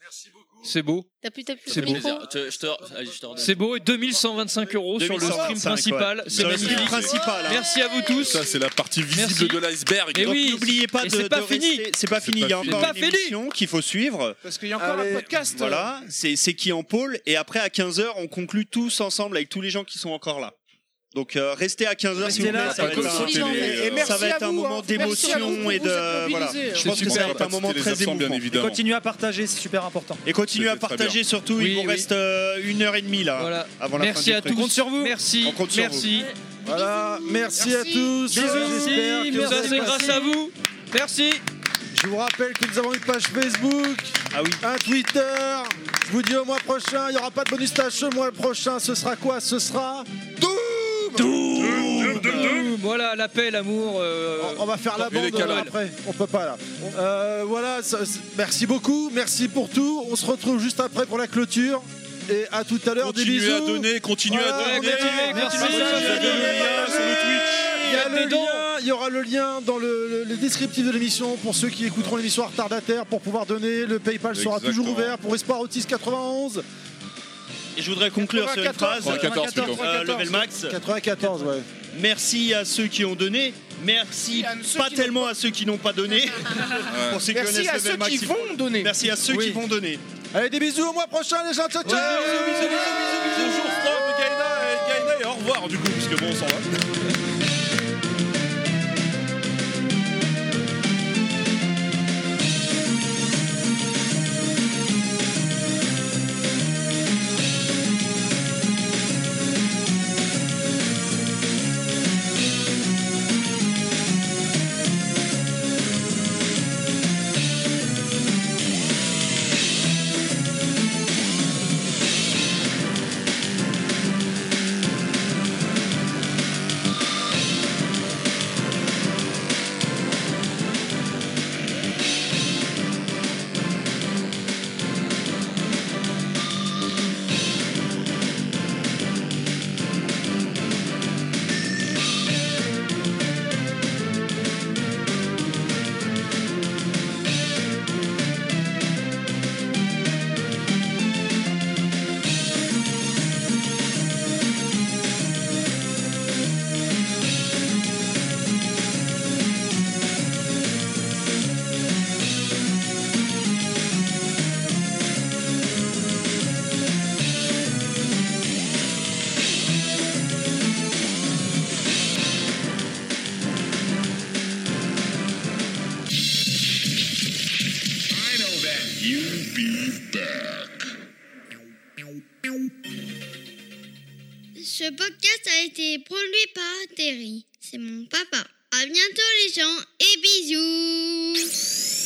A: Merci beaucoup.
C: C'est beau.
F: T'as plus, t'as plus
C: C'est
F: le
C: beau.
F: micro.
M: Plaisir. Te- je te- allez, je te redonne.
C: C'est beau et 2125 euros sur le
D: 2125,
C: stream principal.
D: ouais.
C: C'est
D: Sur le stream
C: magnifique.
D: principal. hein.
C: Merci à vous tous.
G: Ça, c'est la partie visible
C: Merci.
G: de l'iceberg.
C: Et
G: Donc,
C: oui,
D: N'oubliez pas
C: et
D: de.
C: c'est pas
D: de
C: fini.
D: rester- C'est pas
G: C'est
D: fini.
G: pas
D: Il y a
G: fini.
D: encore
C: C'est pas
D: une
C: fini.
D: émission qu'il faut suivre. Euh,
E: Parce qu'il y a encore
A: Allez,
E: un podcast.
D: Voilà, c'est c'est qui en pôle. Et après, à 15h, on conclut tous ensemble avec tous les gens qui sont encore là. Donc, euh, restez à 15h si vous
E: Restez là,
D: voulez. Ça
E: ça
D: va
E: va
D: être
E: être
D: un- euh,
F: souriant, mais-
D: ça
E: merci
D: va être
E: à
D: un
E: vous,
D: moment
E: hein. Merci à vous,
D: d'émotion et
E: vous êtes
D: de. Voilà.
E: mobilisés.
D: Je
G: C'est
D: pense que ça va
G: super.
D: être un moment
G: C'était les
D: très
G: absents, bien
D: émouvant.
H: Et
G: évidemment.
H: continuez à partager, c'est super important.
D: Et continuez à
G: C'était très
D: partager surtout.
C: Oui,
D: il vous
C: oui.
D: reste euh, une heure et demie là.
C: Voilà.
D: Avant la
C: Merci
D: fin
C: à
D: du truc.
C: tous. Merci.
D: On compte sur
C: Merci.
A: Voilà, merci, à tous.
C: Merci.
A: J'espère que
C: Tout
A: vous
C: ça,
A: avez
C: c'est
A: passé-
C: grâce à vous. Merci.
A: Je vous rappelle que nous avons une page Facebook,
D: Ah oui.
A: un Twitter. Je vous dis au mois prochain, il n'y aura pas de bonus tâche. Le mois prochain, ce sera quoi Ce sera.
C: Voilà, la paix, l'amour. euh,
A: On- on va faire la
G: Vu les
A: bande euh,
G: canards.
A: après. On peut pas là. Euh, voilà, ça- c'est- merci beaucoup. Merci pour tout. On se retrouve juste après pour la clôture. Et à tout à l'heure. Des
G: Continuez
A: bisous.
G: à donner, continuez à
A: Voilà,
G: donner.
C: continuez,
G: Merci
A: continuez.
G: beaucoup. Vous avez le lien sur le Twitch.
A: Il y, a le
C: Mettez donc.
A: lien, il y aura le lien dans le, le- le descriptif de l'émission pour ceux qui écouteront l'émission en retardataire pour pouvoir donner. Le PayPal sera
G: Exactement.
A: toujours ouvert pour Espoir Autis 91.
D: Et je voudrais conclure sur une phrase.
G: 94, plutôt.
D: euh, level max.
A: 94, ouais.
D: Merci à ceux qui ont donné. Merci
E: Merci à ceux
D: pas
E: qui
D: tellement à ceux qui n'ont pas
E: <laughs>
D: donné. Pour ceux qui
E: Merci
D: connaissent
E: à
D: Level
E: ceux
D: Max,
E: qui
D: ils-
E: vont donner.
D: Merci à ceux
A: Oui.
D: qui vont donner.
A: Allez, des bisous au mois prochain, les gens. Ciao, ciao.
G: Bonjour Fran, Gaïna, et- Gaïna et au revoir du coup, parce que bon, on s'en va.
K: Thank
N: Ce podcast a été produit par Terry. C'est mon papa. À bientôt les gens et bisous.